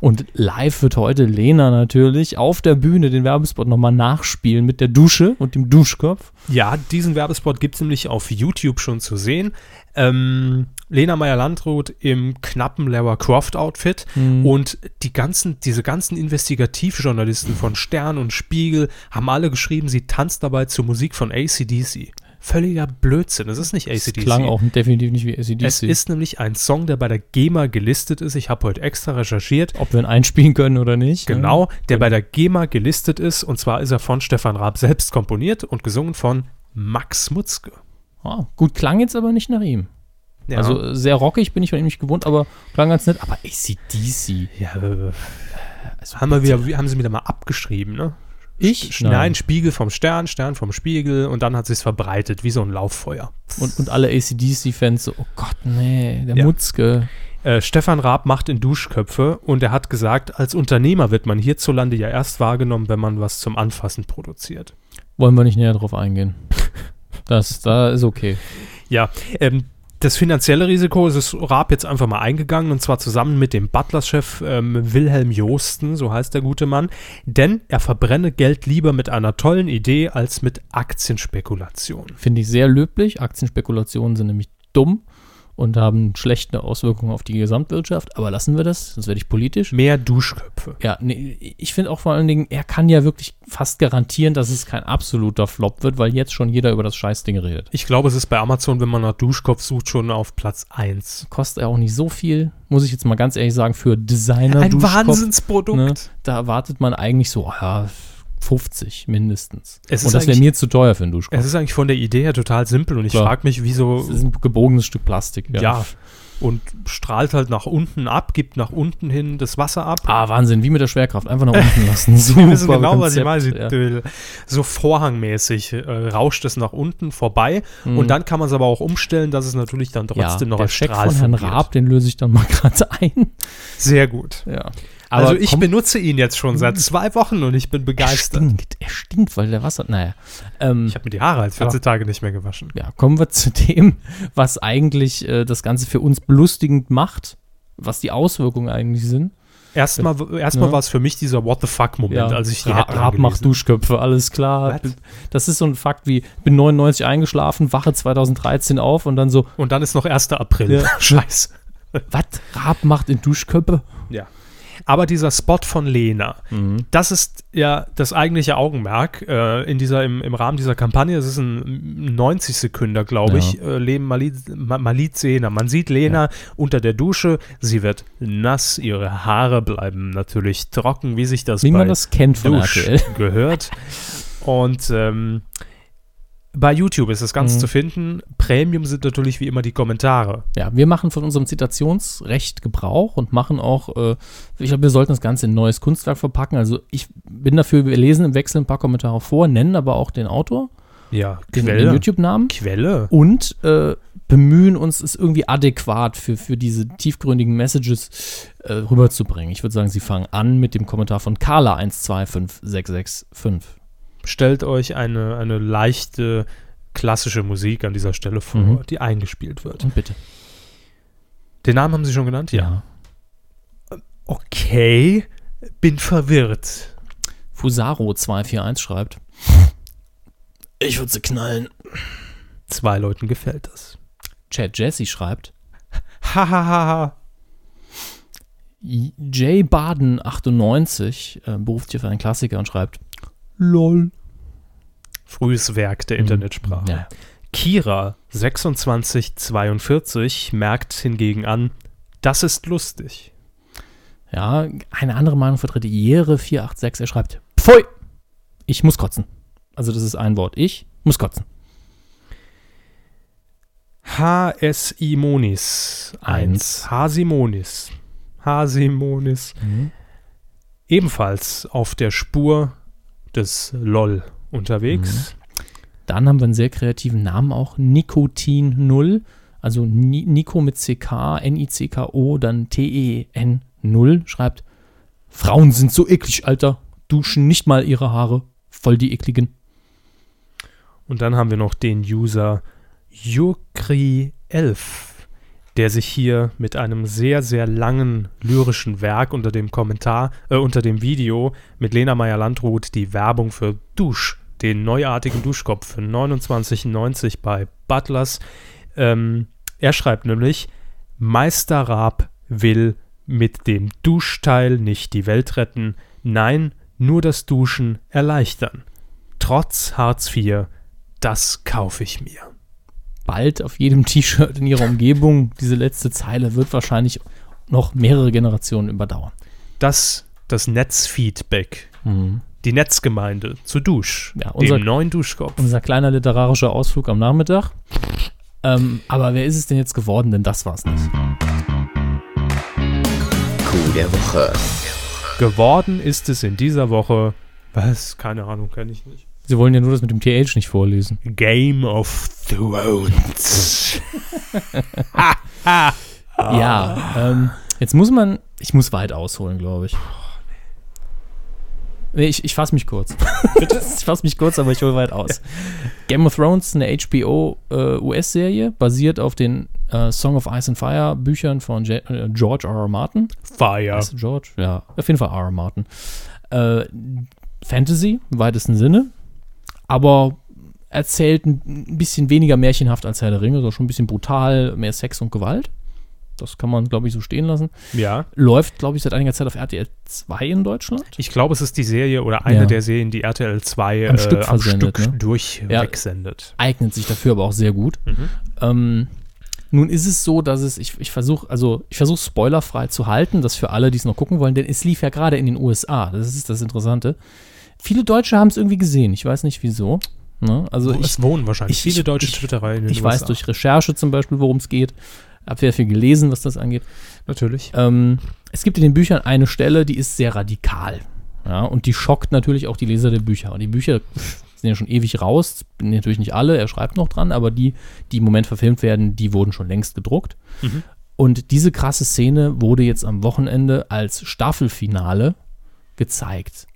B: Und live wird heute Lena natürlich auf der Bühne den Werbespot nochmal nachspielen mit der Dusche und dem Duschkopf.
A: Ja, diesen Werbespot gibt es nämlich auf YouTube schon zu sehen. Ähm, Lena Meyer-Landrut im knappen Lara Croft-Outfit und die ganzen, diese ganzen Investigativjournalisten von Stern und Spiegel haben alle geschrieben, sie tanzt dabei zur Musik von ACDC. Völliger Blödsinn, es ist nicht
B: Das
A: ACDC.
B: klang auch definitiv nicht wie ACDC.
A: es ist nämlich ein Song, der bei der GEMA gelistet ist. Ich habe heute extra recherchiert.
B: ob wir ihn einspielen können oder nicht. ne?
A: Genau, der bei der GEMA gelistet ist. Und zwar ist er von Stefan Raab selbst komponiert und gesungen von Max Mutzke.
B: Ah, gut, klang jetzt aber nicht nach ihm.
A: Ja.
B: Also äh, sehr rockig bin ich von ihm nicht gewohnt, aber klang ganz nett. Aber ACDC.
A: ja, äh, haben, wir wieder, haben sie mir da mal abgeschrieben, ne?
B: Ich?
A: Sch- Nein, Spiegel vom Stern, Stern vom Spiegel und dann hat sich's verbreitet, wie so ein Lauffeuer.
B: Und, und alle ACDC-Fans so, oh Gott, nee, der
A: Ja.
B: Mutzke.
A: Äh, Stefan Raab macht in Duschköpfe und er hat gesagt, als Unternehmer wird man hierzulande ja erst wahrgenommen, wenn man was zum Anfassen produziert.
B: Wollen wir nicht näher drauf eingehen. Das, da ist okay.
A: Ja, ähm, das finanzielle Risiko ist es Raab jetzt einfach mal eingegangen und zwar zusammen mit dem Butlers-Chef ähm, Wilhelm Joosten, so heißt der gute Mann, denn er verbrenne Geld lieber mit einer tollen Idee als mit Aktienspekulation.
B: Finde ich sehr löblich. Aktienspekulationen sind nämlich dumm und haben schlechte Auswirkungen auf die Gesamtwirtschaft. Aber lassen wir das, sonst werde ich politisch.
A: Mehr Duschköpfe.
B: Ja, nee, ich finde auch vor allen Dingen, er kann ja wirklich fast garantieren, dass es kein absoluter Flop wird, weil jetzt schon jeder über das Scheißding redet.
A: Ich glaube, es ist bei Amazon, wenn man nach Duschkopf sucht, schon auf Platz 1.
B: Kostet ja auch nicht so viel, muss ich jetzt mal ganz ehrlich sagen, für Designer.
A: Ein
B: Duschkopf,
A: Wahnsinnsprodukt.
B: Ne? Da erwartet man eigentlich so, ah ja, 50 mindestens.
A: Es ist
B: und das wäre
A: eigentlich-
B: mir zu teuer für einen Duschkopf.
A: Es ist eigentlich von der Idee her total simpel und ich
B: Klar.
A: frage mich,
B: Es
A: wieso.
B: ist ein gebogenes Stück Plastik.
A: Ja. Und strahlt halt nach unten ab, gibt nach unten hin das Wasser ab.
B: Ah, Wahnsinn, wie mit der Schwerkraft. Einfach nach unten lassen. Super
A: Wir wissen genau, was ich meine. Sie-
B: Konzept, ja.
A: äh, So vorhangmäßig äh, rauscht es nach unten vorbei und dann kann man es aber auch umstellen, dass es natürlich dann trotzdem
B: Mhm. ja,
A: noch
B: der
A: als
B: Scheck
A: Strahl
B: von Herrn
A: fungiert.
B: Raab, den löse ich dann mal gerade ein.
A: Sehr gut.
B: Ja.
A: also ich
B: komm, Mhm.
A: benutze ihn jetzt schon seit zwei Wochen und ich bin
B: er
A: begeistert.
B: stinkt, er stinkt, weil der Wasser, naja. Ähm,
A: Ich habe mir die Haare als 14 Tage nicht mehr gewaschen.
B: ja, kommen wir zu dem, was eigentlich äh, das Ganze für uns belustigend macht, was die Auswirkungen eigentlich sind.
A: Erstmal erstmal
B: Ja.
A: war es für mich dieser What the fuck-Moment, als ich die
B: Ra
A: Headline
B: Raab macht
A: gelesen
B: Duschköpfe, alles klar.
A: Was?
B: Das ist so ein Fakt wie, bin 99 eingeschlafen, wache 2013 auf und dann so,
A: habe. Und dann ist noch 1. April.
B: Ja.
A: Scheiße.
B: was? Raab macht in Duschköpfe?
A: Aber dieser Spot von Lena, das ist ja das eigentliche Augenmerk äh, in dieser, im, im Rahmen dieser Kampagne. Es ist ein 90-Sekünder, glaube ich, äh, Leben Malit, Ma- Malit Sena. Man sieht Lena unter der Dusche, sie wird nass, ihre Haare bleiben natürlich trocken, wie sich das
B: Wie
A: bei
B: man das kennt von
A: Dusch
B: RTL.
A: gehört. Und ähm, bei YouTube ist das Ganze
B: Mhm.
A: zu finden. Premium sind natürlich wie immer die Kommentare.
B: Ja, wir machen von unserem Zitationsrecht Gebrauch und machen auch, äh, ich glaube, wir sollten das Ganze in ein neues Kunstwerk verpacken. Also ich bin dafür, wir lesen im Wechsel ein paar Kommentare vor, nennen aber auch den Autor,
A: Ja,
B: den,
A: Quelle.
B: den YouTube-Namen
A: Quelle.
B: und äh, bemühen uns, es irgendwie adäquat für, für diese tiefgründigen Messages äh, rüberzubringen. Ich würde sagen, Sie fangen an mit dem Kommentar von Carla125665.
A: Stellt euch eine, eine leichte klassische Musik an dieser Stelle vor,
B: Mhm.
A: die eingespielt wird.
B: Und bitte.
A: Den Namen haben Sie schon genannt?
B: Ja.
A: Okay, bin verwirrt.
B: Fusaro241 schreibt. Ich würde sie knallen.
A: Zwei Leuten gefällt das.
B: Chad Jesse schreibt.
A: Hahaha.
B: Jay Baden 98 äh, beruft hier für einen Klassiker und schreibt LOL.
A: Frühes Werk der Internetsprache.
B: Mhm. Ja.
A: Kira 2642 merkt hingegen an, das ist lustig.
B: ja, eine andere Meinung vertritt Jere 486. Er schreibt Pfui. Ich muss kotzen. Also das ist ein Wort. Ich muss kotzen.
A: HS Imonis 1.
B: Eins.
A: Hasimonis. Hasimonis. Ebenfalls auf der Spur des LOL unterwegs.
B: Dann haben wir einen sehr kreativen Namen auch. Nikotin 0. Also Ni Nico mit CK, N-I-C-K-O, dann T-E-N 0 schreibt Frauen sind so eklig, Alter. Duschen nicht mal ihre Haare. Voll die ekligen.
A: Und dann haben wir noch den User Jukri11, der sich hier mit einem sehr, sehr langen lyrischen Werk unter dem Kommentar, äh, unter dem Video mit Lena Meyer-Landrut die Werbung für Dusch, den neuartigen Duschkopf für 29,90 bei Butlers. Ähm, er schreibt nämlich, Meister Raab will mit dem Duschteil nicht die Welt retten, nein, nur das Duschen erleichtern. Trotz Hartz IV, das kaufe ich mir.
B: bald auf jedem T-Shirt in ihrer Umgebung. Diese letzte Zeile wird wahrscheinlich noch mehrere Generationen überdauern.
A: Das, das Netzfeedback, die Netzgemeinde zu Dusch,
B: Ja, unser-
A: dem neuen Duschkopf.
B: Unser kleiner literarischer Ausflug am Nachmittag. Ähm, aber wer ist es denn jetzt geworden? Denn das war's nicht.
C: Kuh der Woche.
A: Geworden ist es in dieser Woche, was, keine Ahnung, kenne ich nicht.
B: Sie wollen ja nur das mit dem TH nicht vorlesen.
A: Game of Thrones.
B: Ja, ähm, jetzt muss man. Ich muss weit ausholen, glaube ich. Nee, ich, ich fasse mich kurz. ich fasse mich kurz, aber ich hole weit aus. Game of Thrones, eine äh, HBO-US-Serie, basiert auf den äh, Song of Ice and Fire Büchern von Ja- äh, George R. R. Martin.
A: Fire.
B: Heißt er George? Ja, auf jeden Fall R. R. Martin. Äh, Fantasy im weitesten Sinne, aber erzählt ein ein bisschen weniger märchenhaft als Herr der Ringe, sondern schon ein bisschen brutal, mehr Sex und Gewalt. Das kann man, glaube ich, so stehen lassen.
A: Ja.
B: Läuft, glaube ich, seit einiger Zeit auf RTL 2 in Deutschland.
A: Ich glaube, es ist die Serie oder eine
B: Ja.
A: der Serien, die RTL 2
B: Am Stück
A: äh, am
B: versendet,
A: Stück
B: ne? Ja.
A: durchweg sendet.
B: eignet sich dafür aber auch sehr gut.
A: Mhm.
B: Ähm, nun ist es so, dass es, ich, ich versuche, also ich versuche spoilerfrei zu halten, das für alle, die es noch gucken wollen, denn es lief ja gerade in den USA, das ist das Interessante. Viele Deutsche haben es irgendwie gesehen. Ich weiß nicht wieso. Ne? Also ich,
A: es wohnen wahrscheinlich
B: ich-
A: viele
B: ich-
A: deutsche
B: ich-
A: Twitterer in den
B: ich weiß
A: USA.
B: durch Recherche zum Beispiel, worum es geht. Hab sehr viel gelesen, was das angeht.
A: Natürlich.
B: Ähm, es gibt in den Büchern eine Stelle, die ist sehr radikal. Ja, und die schockt natürlich auch die Leser der Bücher. Und die Bücher sind ja schon ewig raus, sind natürlich nicht alle, er schreibt noch dran, aber die, die im Moment verfilmt werden, die wurden schon längst gedruckt.
A: Mhm.
B: Und diese krasse Szene wurde jetzt am Wochenende als Staffelfinale gezeigt.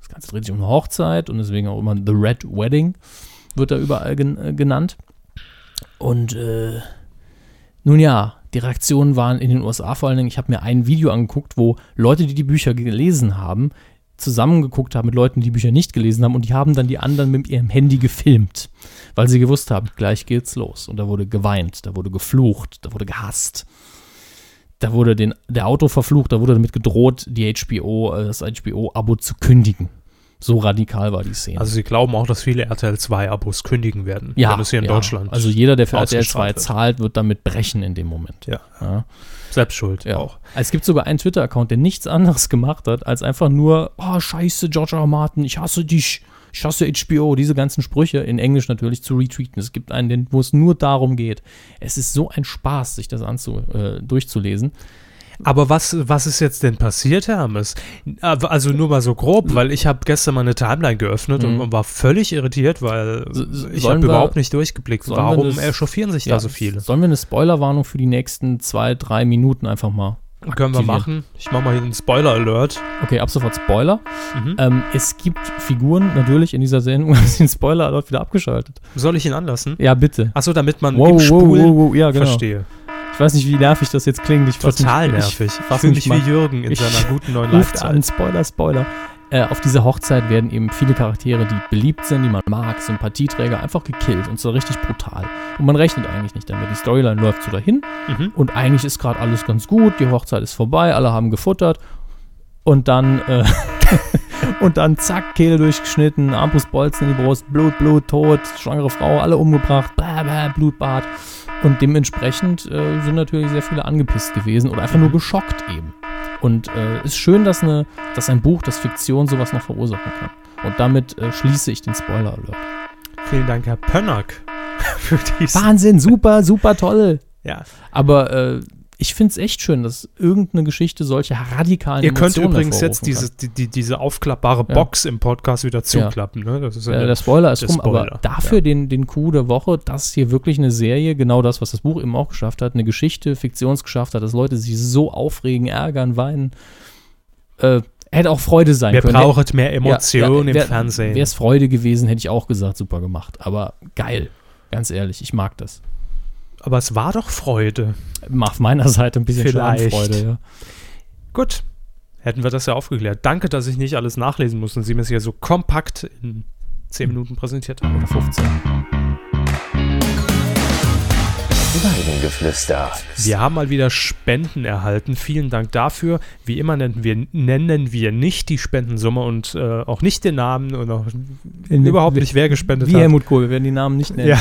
B: Das Ganze dreht sich um eine Hochzeit und deswegen auch immer The Red Wedding wird da überall gen äh, genannt. Und äh, nun ja, die Reaktionen waren in den USA vor allen Dingen, ich habe mir ein Video angeguckt, wo Leute, die die Bücher gelesen haben, zusammengeguckt haben mit Leuten, die die Bücher nicht gelesen haben und die haben dann die anderen mit ihrem Handy gefilmt, weil sie gewusst haben, gleich geht's los. Und da wurde geweint, da wurde geflucht, da wurde gehasst. Da wurde den, der Auto verflucht, da wurde damit gedroht, die HBO, äh, das HBO-Abo zu kündigen. So radikal war die Szene.
A: Also sie glauben auch, dass viele RTL 2-Abos kündigen werden, wenn es hier in
B: ja.
A: Deutschland
B: Also jeder, der für RTL 2
A: ausgestrahlt wird.
B: zahlt, wird damit brechen in dem Moment.
A: Ja.
B: ja.
A: selbst schuld
B: Ja. Also
A: auch.
B: Es gibt sogar einen Twitter-Account, der nichts anderes gemacht hat, als einfach nur, oh, scheiße, George R. R. Martin, ich hasse dich, ich hasse HBO, diese ganzen Sprüche in Englisch natürlich zu retweeten. Es gibt einen, den- wo es nur darum geht. Es ist so ein Spaß, sich das anzu, äh, durchzulesen.
A: Aber was, was ist jetzt denn passiert, Hermes? Aber- Also nur mal so grob, weil ich habe gestern meine Timeline geöffnet
B: Mhm.
A: und war völlig irritiert, weil
B: So- so-
A: ich
B: sollen
A: habe
B: wir-
A: überhaupt nicht durchgeblickt.
B: sollen wir
A: Warum
B: das-
A: echauffieren sich da so viele?
B: Sollen wir eine Spoilerwarnung für die nächsten zwei, drei Minuten einfach mal?
A: Können wir
B: aktivieren?
A: machen. Ich mache mal hier einen Spoiler-Alert.
B: Okay, ab sofort Spoiler.
A: Mhm.
B: Ähm, es gibt Figuren natürlich in dieser Sendung, haben sie den Spoiler dort wieder abgeschaltet.
A: Soll ich ihn anlassen?
B: Ja, bitte.
A: Achso, damit man im Spulen
B: ja, genau.
A: verstehe.
B: Ich weiß nicht, wie nervig das jetzt klingt. Ich fass
A: Total
B: nicht,
A: nervig.
B: Ich,
A: Ich
B: fass
A: fühle
B: nicht
A: mich
B: mal.
A: wie Jürgen in
B: Ich-
A: seiner guten neuen
B: Ruft an,
A: Live-Zeit.
B: Spoiler, Spoiler. Äh, auf dieser Hochzeit werden eben viele Charaktere, die beliebt sind, die man mag, Sympathieträger, einfach gekillt und zwar richtig brutal. Und man rechnet eigentlich nicht damit. Die Storyline läuft so dahin
A: Mhm.
B: und eigentlich ist gerade alles ganz gut, die Hochzeit ist vorbei, alle haben gefuttert und dann äh, und dann zack, Kehle durchgeschnitten, Armbrustbolzen in die Brust, Blut, Blut, Tod, schwangere Frau, alle umgebracht, bla, bla, Blutbad. Und dementsprechend äh, sind natürlich sehr viele angepisst gewesen oder einfach nur geschockt eben. Und äh, ist schön, dass, eine, dass ein Buch, das Fiktion sowas noch verursachen kann. Und damit äh, schließe ich den Spoiler-Alert.
A: Vielen Dank, Herr Pönnack, für diesen.
B: Wahnsinn, super, super toll.
A: Ja.
B: Aber äh, ich finde es echt schön, dass irgendeine Geschichte solche radikalen
A: Ihr könnt
B: Emotionen
A: übrigens jetzt
B: hervorrufen
A: diese, die, die, diese aufklappbare
B: Ja.
A: Box im Podcast wieder zuklappen. Ne? Das ist
B: kann.
A: ja
B: Äh, der Spoiler ist
A: der
B: rum, aber
A: Spoiler,
B: dafür den, den Coup der Woche, dass hier wirklich eine Serie, genau das, was das Buch eben auch geschafft hat, eine Geschichte, Fiktions geschafft hat, dass Leute sich so aufregen, ärgern, weinen. Äh, hätte auch Freude sein
A: Wir
B: können.
A: brauchen mehr
B: Ja,
A: Emotionen
B: ja, wär-
A: im Fernsehen.
B: Wäre es Freude gewesen, hätte ich auch gesagt, super gemacht. Aber geil, ganz ehrlich, ich mag das.
A: Aber es war doch Freude.
B: Auf meiner Seite ein bisschen
A: Vielleicht.
B: Schadenfreude, ja.
A: Gut. Hätten wir das ja aufgeklärt. Danke, dass ich nicht alles nachlesen musste und Sie mir es hier so kompakt in 10 Minuten präsentiert haben.
B: Oder 15.
C: Weidengeflüster.
A: Wir haben mal wieder Spenden erhalten. Vielen Dank dafür. Wie immer nennen wir, nennen wir nicht die Spendensumme und äh, auch nicht den Namen und auch überhaupt nicht, wer gespendet
B: Wie
A: hat.
B: Helmut Kohl, wir werden die Namen nicht nennen.
A: Ja.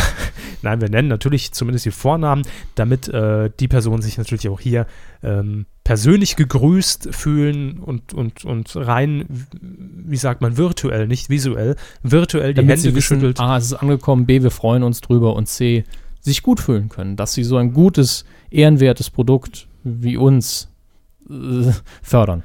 A: Nein, wir nennen natürlich zumindest die Vornamen, damit äh, die Personen sich natürlich auch hier ähm, persönlich gegrüßt fühlen und, und, und rein, wie sagt man, virtuell, nicht visuell, virtuell die
B: damit
A: Hände
B: sie wissen,
A: geschüttelt.
B: A, es ist angekommen, B, wir freuen uns drüber und C, sich gut fühlen können, dass sie so ein gutes, ehrenwertes Produkt wie uns äh, fördern.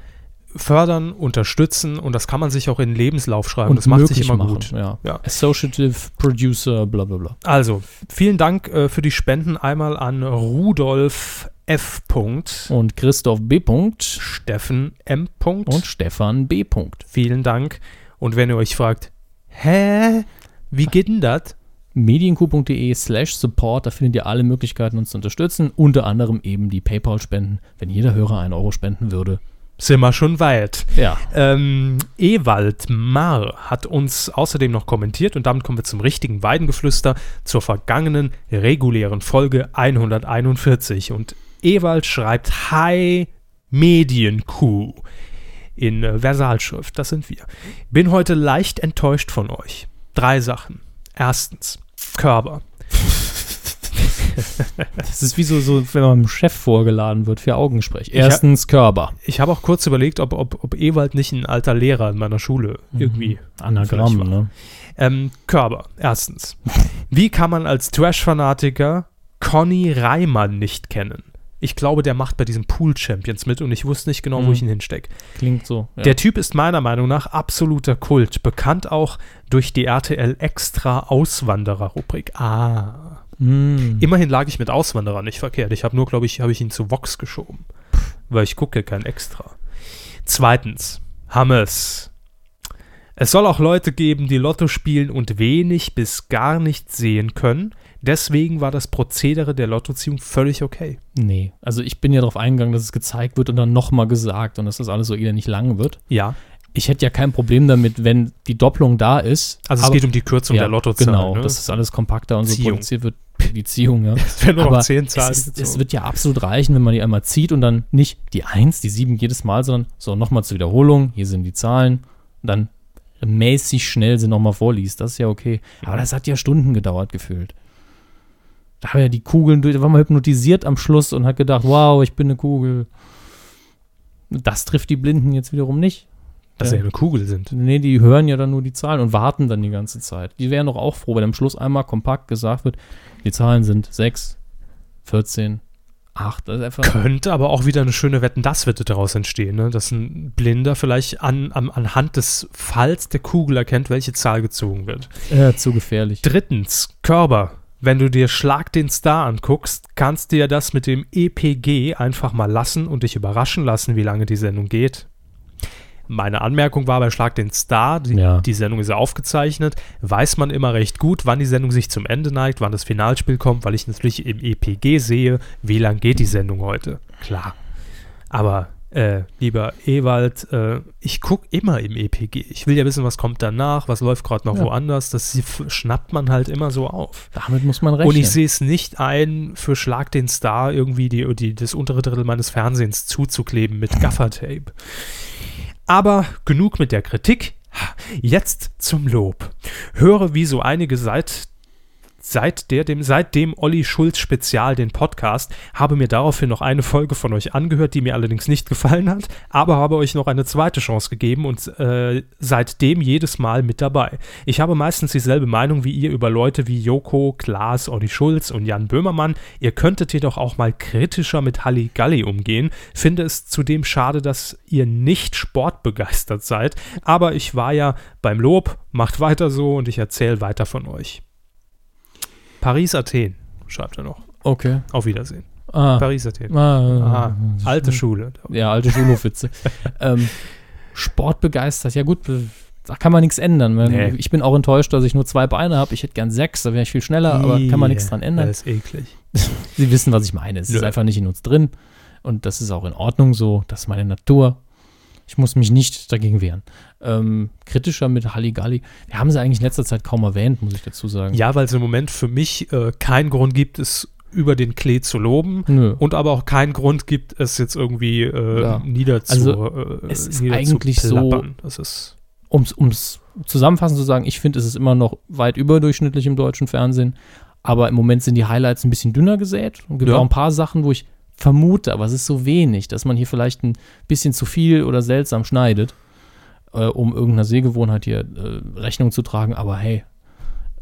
A: fördern, unterstützen und das kann man sich auch in den Lebenslauf schreiben. das macht
B: möglich
A: sich immer
B: machen,
A: gut.
B: Ja.
A: Ja.
B: Associative Producer, bla bla bla.
A: Also, vielen Dank äh, für die Spenden einmal an Rudolf F. Punkt,
B: Und Christoph B. Punkt
A: Steffen M. Punkt.
B: und Stefan B. Punkt.
A: Vielen Dank. Und wenn ihr euch fragt, hä, wie geht denn das?
B: medienku.de slash support, da findet ihr alle Möglichkeiten, uns zu unterstützen, unter anderem eben die PayPal-Spenden, wenn jeder Hörer einen Euro spenden würde.
A: Sind wir schon weit.
B: Ja,
A: Ähm, Ewald Marr hat uns außerdem noch kommentiert und damit kommen wir zum richtigen Weidengeflüster zur vergangenen regulären Folge 141. Und Ewald schreibt Hi Medienkuh in äh, Versalschrift, das sind wir. Bin heute leicht enttäuscht von euch. Drei Sachen. Erstens, Körper.
B: Das ist wie so, so wenn man dem Chef vorgeladen wird für Augengespräch. Erstens Körper.
A: Ich habe auch kurz überlegt, ob, ob, ob Ewald nicht ein alter Lehrer in meiner Schule
B: Mhm.
A: irgendwie
B: Anagramm,
A: Vielleicht
B: ne?
A: Ähm, Körber, erstens. Wie kann man als Trash-Fanatiker Conny Reimann nicht kennen? Ich glaube, der macht bei diesem Pool Champions mit und ich wusste nicht genau, wo
B: Mhm.
A: ich ihn hinstecke.
B: Klingt so. ja.
A: Der Typ ist meiner Meinung nach absoluter Kult, bekannt auch durch die RTL Extra Auswanderer-Rubrik. Ah.
B: Mm.
A: Immerhin lag ich mit Auswanderer nicht verkehrt. Ich habe nur, glaube ich, habe ich ihn zu Vox geschoben. Weil ich gucke kein Extra. Zweitens, Hammes. Es soll auch Leute geben, die Lotto spielen und wenig bis gar nicht sehen können. Deswegen war das Prozedere der Lottoziehung völlig okay.
B: Nee, also ich bin ja darauf eingegangen, dass es gezeigt wird und dann nochmal gesagt und dass das alles so elendig lang wird.
A: Ja.
B: Ich hätte ja kein Problem damit, wenn die Doppelung da ist.
A: Also es
B: aber-
A: geht um die Kürzung
B: ja,
A: der Lottozahl.
B: Genau,
A: ne?
B: dass das alles kompakter und so
A: Ziehung.
B: produziert wird. Die Ziehung, ja.
A: Es werden nur noch
B: Aber
A: zehn Zahlen
B: es, ist, es
A: gezogen.
B: wird ja absolut reichen, wenn man die einmal zieht und dann nicht die 1, die 7 jedes Mal, sondern so nochmal zur Wiederholung, hier sind die Zahlen, und dann mäßig schnell sie nochmal vorliest. Das ist ja okay. Aber das hat ja Stunden gedauert gefühlt. Da haben ja die Kugeln durch, da war man hypnotisiert am Schluss und hat gedacht, wow, ich bin eine Kugel. Das trifft die Blinden jetzt wiederum nicht.
A: dass sie eine Kugel sind.
B: Nee, die hören ja dann nur die Zahlen und warten dann die ganze Zeit. Die wären doch auch froh, wenn am Schluss einmal kompakt gesagt wird, die Zahlen sind 6, 14, 8. Das ist einfach
A: Könnte aber auch wieder eine schöne Wetten, das Wette daraus entstehen, ne? dass ein Blinder vielleicht an, an, anhand des Falls der Kugel erkennt, welche Zahl gezogen wird.
B: äh, zu gefährlich.
A: Drittens, Körper. Wenn du dir Schlag den Star anguckst, kannst du ja das mit dem EPG einfach mal lassen und dich überraschen lassen, wie lange die Sendung geht. Meine Anmerkung war bei Schlag den Star, die,
B: Ja.
A: die Sendung ist ja aufgezeichnet, weiß man immer recht gut, wann die Sendung sich zum Ende neigt, wann das Finalspiel kommt, weil ich natürlich im EPG sehe, wie lang geht die Sendung heute. Klar. Aber äh, lieber Ewald, äh, ich gucke immer im EPG. Ich will ja wissen, was kommt danach, was läuft gerade noch
B: Ja.
A: woanders. Das f- schnappt man halt immer so auf.
B: Damit muss man rechnen.
A: Und ich sehe es nicht ein, für Schlag den Star irgendwie die, die, das untere Drittel meines Fernsehens zuzukleben mit Gaffertape. Aber genug mit der Kritik. Jetzt zum Lob. Höre, wie so einige seit, seit der, dem, seit dem Olli Schulz Spezial den Podcast, habe mir daraufhin noch eine Folge von euch angehört, die mir allerdings nicht gefallen hat, aber habe euch noch eine zweite Chance gegeben und äh, seitdem jedes Mal mit dabei. Ich habe meistens dieselbe Meinung wie ihr über Leute wie Joko, Klaas, Olli Schulz und Jan Böhmermann. Ihr könntet jedoch auch mal kritischer mit Halligalli umgehen. Finde es zudem schade, dass ihr nicht sportbegeistert seid, aber ich war ja beim Lob, macht weiter so und ich erzähle weiter von euch. Paris, Athen, schreibt er noch.
B: okay.
A: Auf Wiedersehen.
B: Ah,
A: Paris, Athen.
B: ah,
A: Aha, alte Schule.
B: ja, alte Schulhofwitze. ähm, sportbegeistert, ja gut, be- da kann man nichts ändern. weil
A: Nee.
B: Ich bin auch enttäuscht, dass ich nur zwei Beine habe. Ich hätte gern sechs, da wäre ich viel schneller, aber kann man nichts dran ändern.
A: Das ist eklig.
B: Sie wissen, was ich meine. Es ist
A: Nö.
B: einfach nicht in uns drin. Und das ist auch in Ordnung so. Das ist meine Natur. Ich muss mich nicht dagegen wehren. Ähm, kritischer mit Halligalli. Wir haben sie eigentlich in letzter Zeit kaum erwähnt, muss ich dazu sagen.
A: Ja, weil es im Moment für mich äh, keinen Grund gibt, es über den Klee zu loben.
B: Nö.
A: Und aber auch keinen Grund gibt, es jetzt irgendwie äh,
B: Ja.
A: niederzu.
B: Also,
A: äh,
B: es ist eigentlich so-
A: niederzuplappern. Das ist
B: um's, um's zusammenfassend zu sagen, ich finde, es ist immer noch weit überdurchschnittlich im deutschen Fernsehen. Aber im Moment sind die Highlights ein bisschen dünner gesät. Und gibt
A: Ja.
B: auch ein paar Sachen, wo ich vermute, aber es ist so wenig, dass man hier vielleicht ein bisschen zu viel oder seltsam schneidet, äh, um irgendeiner Sehgewohnheit hier äh, Rechnung zu tragen. Aber hey,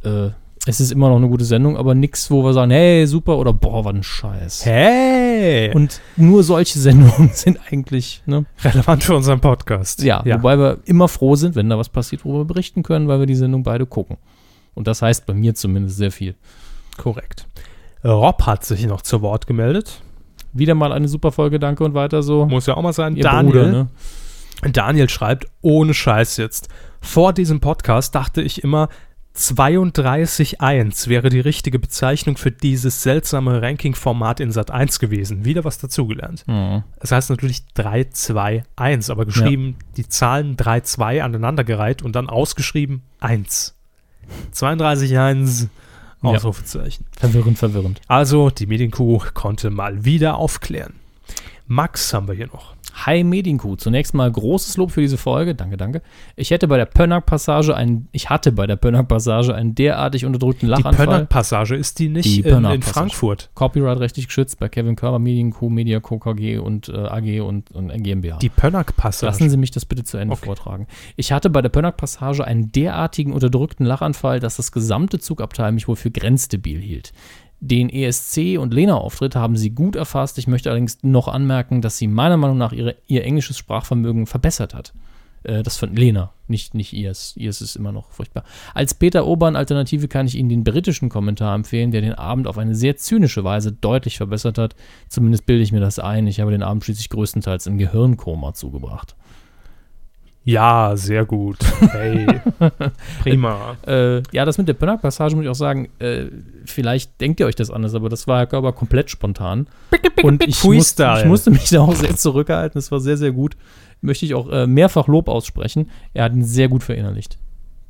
B: äh, es ist immer noch eine gute Sendung, aber nichts, wo wir sagen, hey, super oder boah, was ein Scheiß.
A: hey,
B: Und nur solche Sendungen sind eigentlich, ne?
A: relevant für unseren Podcast.
B: Ja, wobei wir immer froh sind, wenn da was passiert, worüber wir berichten können, weil wir die Sendung beide gucken. Und das heißt bei mir zumindest sehr viel.
A: korrekt. Rob hat sich noch zu Wort gemeldet.
B: Wieder mal eine super Folge, danke und weiter so.
A: Muss ja auch mal sein.
B: Ihr
A: Daniel,
B: Bruder, ne?
A: Daniel schreibt, ohne Scheiß jetzt. Vor diesem Podcast dachte ich immer, 32.1 wäre die richtige Bezeichnung für dieses seltsame Ranking-Format in Sat 1 gewesen. Wieder was dazugelernt.
B: Mhm.
A: Es heißt natürlich 3-2-1, aber geschrieben die Zahlen 3-2 aneinandergereiht und dann ausgeschrieben 1. 32-1,
B: Ja.
A: Ausrufezeichen.
B: Verwirrend, verwirrend.
A: Also, die Medienkuh konnte mal wieder aufklären. Max haben wir hier noch.
B: Hi Medienkuh. Zunächst mal großes Lob für diese Folge. Danke, danke. Ich hätte bei der Pönnack-Passage einen, ich hatte bei der Pönnack-Passage einen derartig unterdrückten
A: Die
B: Lachanfall.
A: Pönnack-Passage ist die nicht
B: Die
A: in, in
B: Pönnack-Passage.
A: Frankfurt.
B: Copyright-rechtlich geschützt bei Kevin Körber, Medienkuh, Media Co. KG und äh, AG und, und GmbH.
A: Die
B: Lassen
A: Pönnack-Passage.
B: Sie mich das bitte zu Ende
A: Okay.
B: vortragen. Ich hatte bei der Pönnack-Passage einen derartigen unterdrückten Lachanfall, dass das gesamte Zugabteil mich wohl für grenzdebil hielt. Den ESC- und Lena-Auftritt haben Sie gut erfasst. Ich möchte allerdings noch anmerken, dass sie meiner Meinung nach ihre, ihr englisches Sprachvermögen verbessert hat. Äh, Das von Lena, nicht, nicht ihrs. Ihrs ist immer noch furchtbar. Als Peter Obern Alternative kann ich Ihnen den britischen Kommentar empfehlen, der den Abend auf eine sehr zynische Weise deutlich verbessert hat. Zumindest bilde ich mir das ein. Ich habe den Abend schließlich größtenteils im Gehirnkoma zugebracht.
A: Ja, sehr gut. Hey. Prima.
B: Äh, ja, das mit der Pönnack-Passage muss ich auch sagen, äh, vielleicht denkt ihr euch das anders, aber das war Herr Körber komplett spontan. Und ich, musste,
A: Freestyle.
B: ich musste mich da auch sehr zurückhalten. Das war sehr, sehr gut. Möchte ich auch äh, mehrfach Lob aussprechen. Er hat ihn sehr gut verinnerlicht.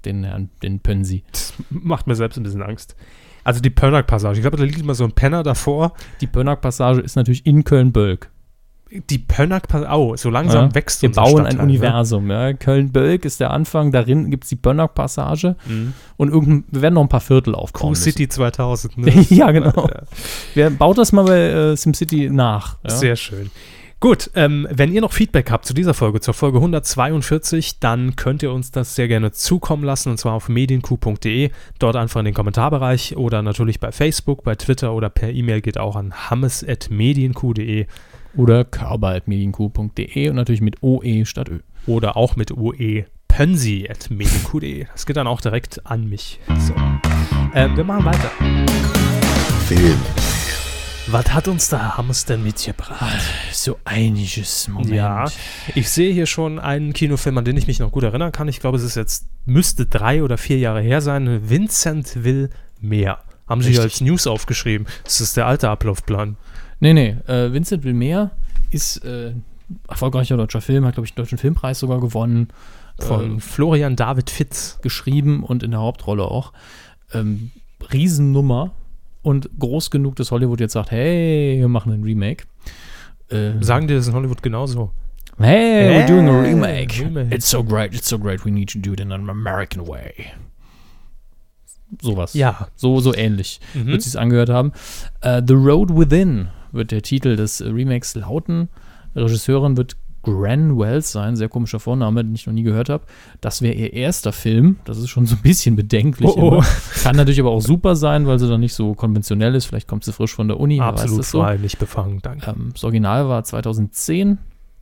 B: Den Herrn, den Pönsi.
A: Das macht mir selbst ein bisschen Angst. Also die Pönnack-Passage. Ich glaube, da liegt immer so ein Penner davor.
B: Die Pönnack-Passage ist natürlich in Köln-Bölk.
A: Die Pönnack-Passage. Au, so langsam
B: Ja?
A: wächst
B: Wir
A: unser
B: bauen ein
A: Stadtteil, ne?
B: Universum. Ja? Köln-Bölk ist der Anfang. Darin gibt es die Pönnack-Passage.
A: Mhm.
B: Und irgendein, wir werden noch ein paar Viertel aufbauen.
A: Crew
B: müssen.
A: City 2000. ne?
B: ja, genau. Wer baut das mal bei äh, SimCity nach? Ja?
A: Sehr schön. Gut, ähm, wenn ihr noch Feedback habt zu dieser Folge, zur Folge 142, dann könnt ihr uns das sehr gerne zukommen lassen und zwar auf medienku.de, dort einfach in den Kommentarbereich oder natürlich bei Facebook, bei Twitter oder per E-Mail geht auch an hammes.medienku.de
B: Oder körper.medienkuh.de und natürlich mit OE statt Ö.
A: oder auch mit UE pönsi.medienku.de. Das geht dann auch direkt an mich. So. Ähm, wir machen weiter.
C: Film.
A: Was hat uns der Herr Hammes denn mitgebracht?
B: Ah, So einiges, Moment.
A: Ja, Oh, ich sehe hier schon einen Kinofilm, an den ich mich noch gut erinnern kann. Ich glaube, es ist jetzt, müsste drei oder vier Jahre her sein. Vincent will mehr. Haben sie hier als
B: Richtig.
A: News aufgeschrieben. Das ist der alte Ablaufplan.
B: Nee, nee, äh, Vincent Wilmer ist äh, erfolgreicher deutscher Film, hat, glaube ich, einen deutschen Filmpreis sogar gewonnen,
A: Von
B: äh,
A: Florian David Fitz.
B: geschrieben und in der Hauptrolle auch. Ähm, Riesennummer und groß genug, dass Hollywood jetzt sagt, hey, wir machen ein Remake. Äh,
A: Sagen dir das in Hollywood genauso?
B: hey, we're doing a
A: Hey,
B: remake.
A: Remake.
B: It's so great, it's so great, we need to do it in an American way. Sowas.
A: Ja.
B: So, so ähnlich
A: Mhm.
B: wird sie es angehört haben. Äh, The Road Within wird der Titel des äh, Remakes lauten. Regisseurin wird Gran Wells sein, sehr komischer Vorname, den ich noch nie gehört habe. Das wäre ihr erster Film. Das ist schon so ein bisschen bedenklich.
A: Oh, oh.
B: immer. Kann natürlich aber auch super sein, weil sie dann nicht so konventionell ist. Vielleicht kommt sie frisch von der Uni. wer weiß
A: Absolut
B: das so.
A: frei, nicht befangen, danke.
B: Ähm, das Original war 2010,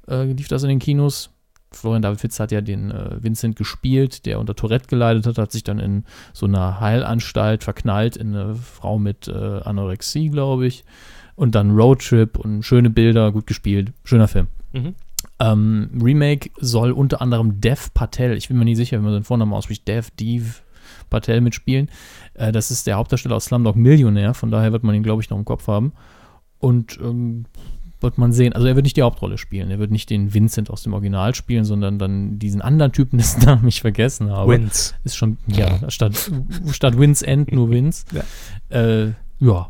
B: äh, lief das in den Kinos. Florian David Fitz hat ja den äh, Vincent gespielt, der unter Tourette geleidet hat, hat sich dann in so einer Heilanstalt verknallt, in eine Frau mit äh, Anorexie, glaube ich. Und dann Roadtrip und schöne Bilder, gut gespielt, schöner Film.
A: Mhm.
B: Ähm, Remake soll unter anderem Dev Patel, ich bin mir nicht sicher, wenn man seinen Vornamen ausspricht, Dev, Dev Patel mitspielen. Äh, das ist der Hauptdarsteller aus Slumdog Millionär, von daher wird man ihn, glaube ich, noch im Kopf haben. Und ähm, wird man sehen, also er wird nicht die Hauptrolle spielen, er wird nicht den Vincent aus dem Original spielen, sondern dann diesen anderen Typen, dessen Namen ich vergessen habe.
A: Wins.
B: Ist schon, ja, statt, statt Wins End nur Wins. Ja. Äh, ja.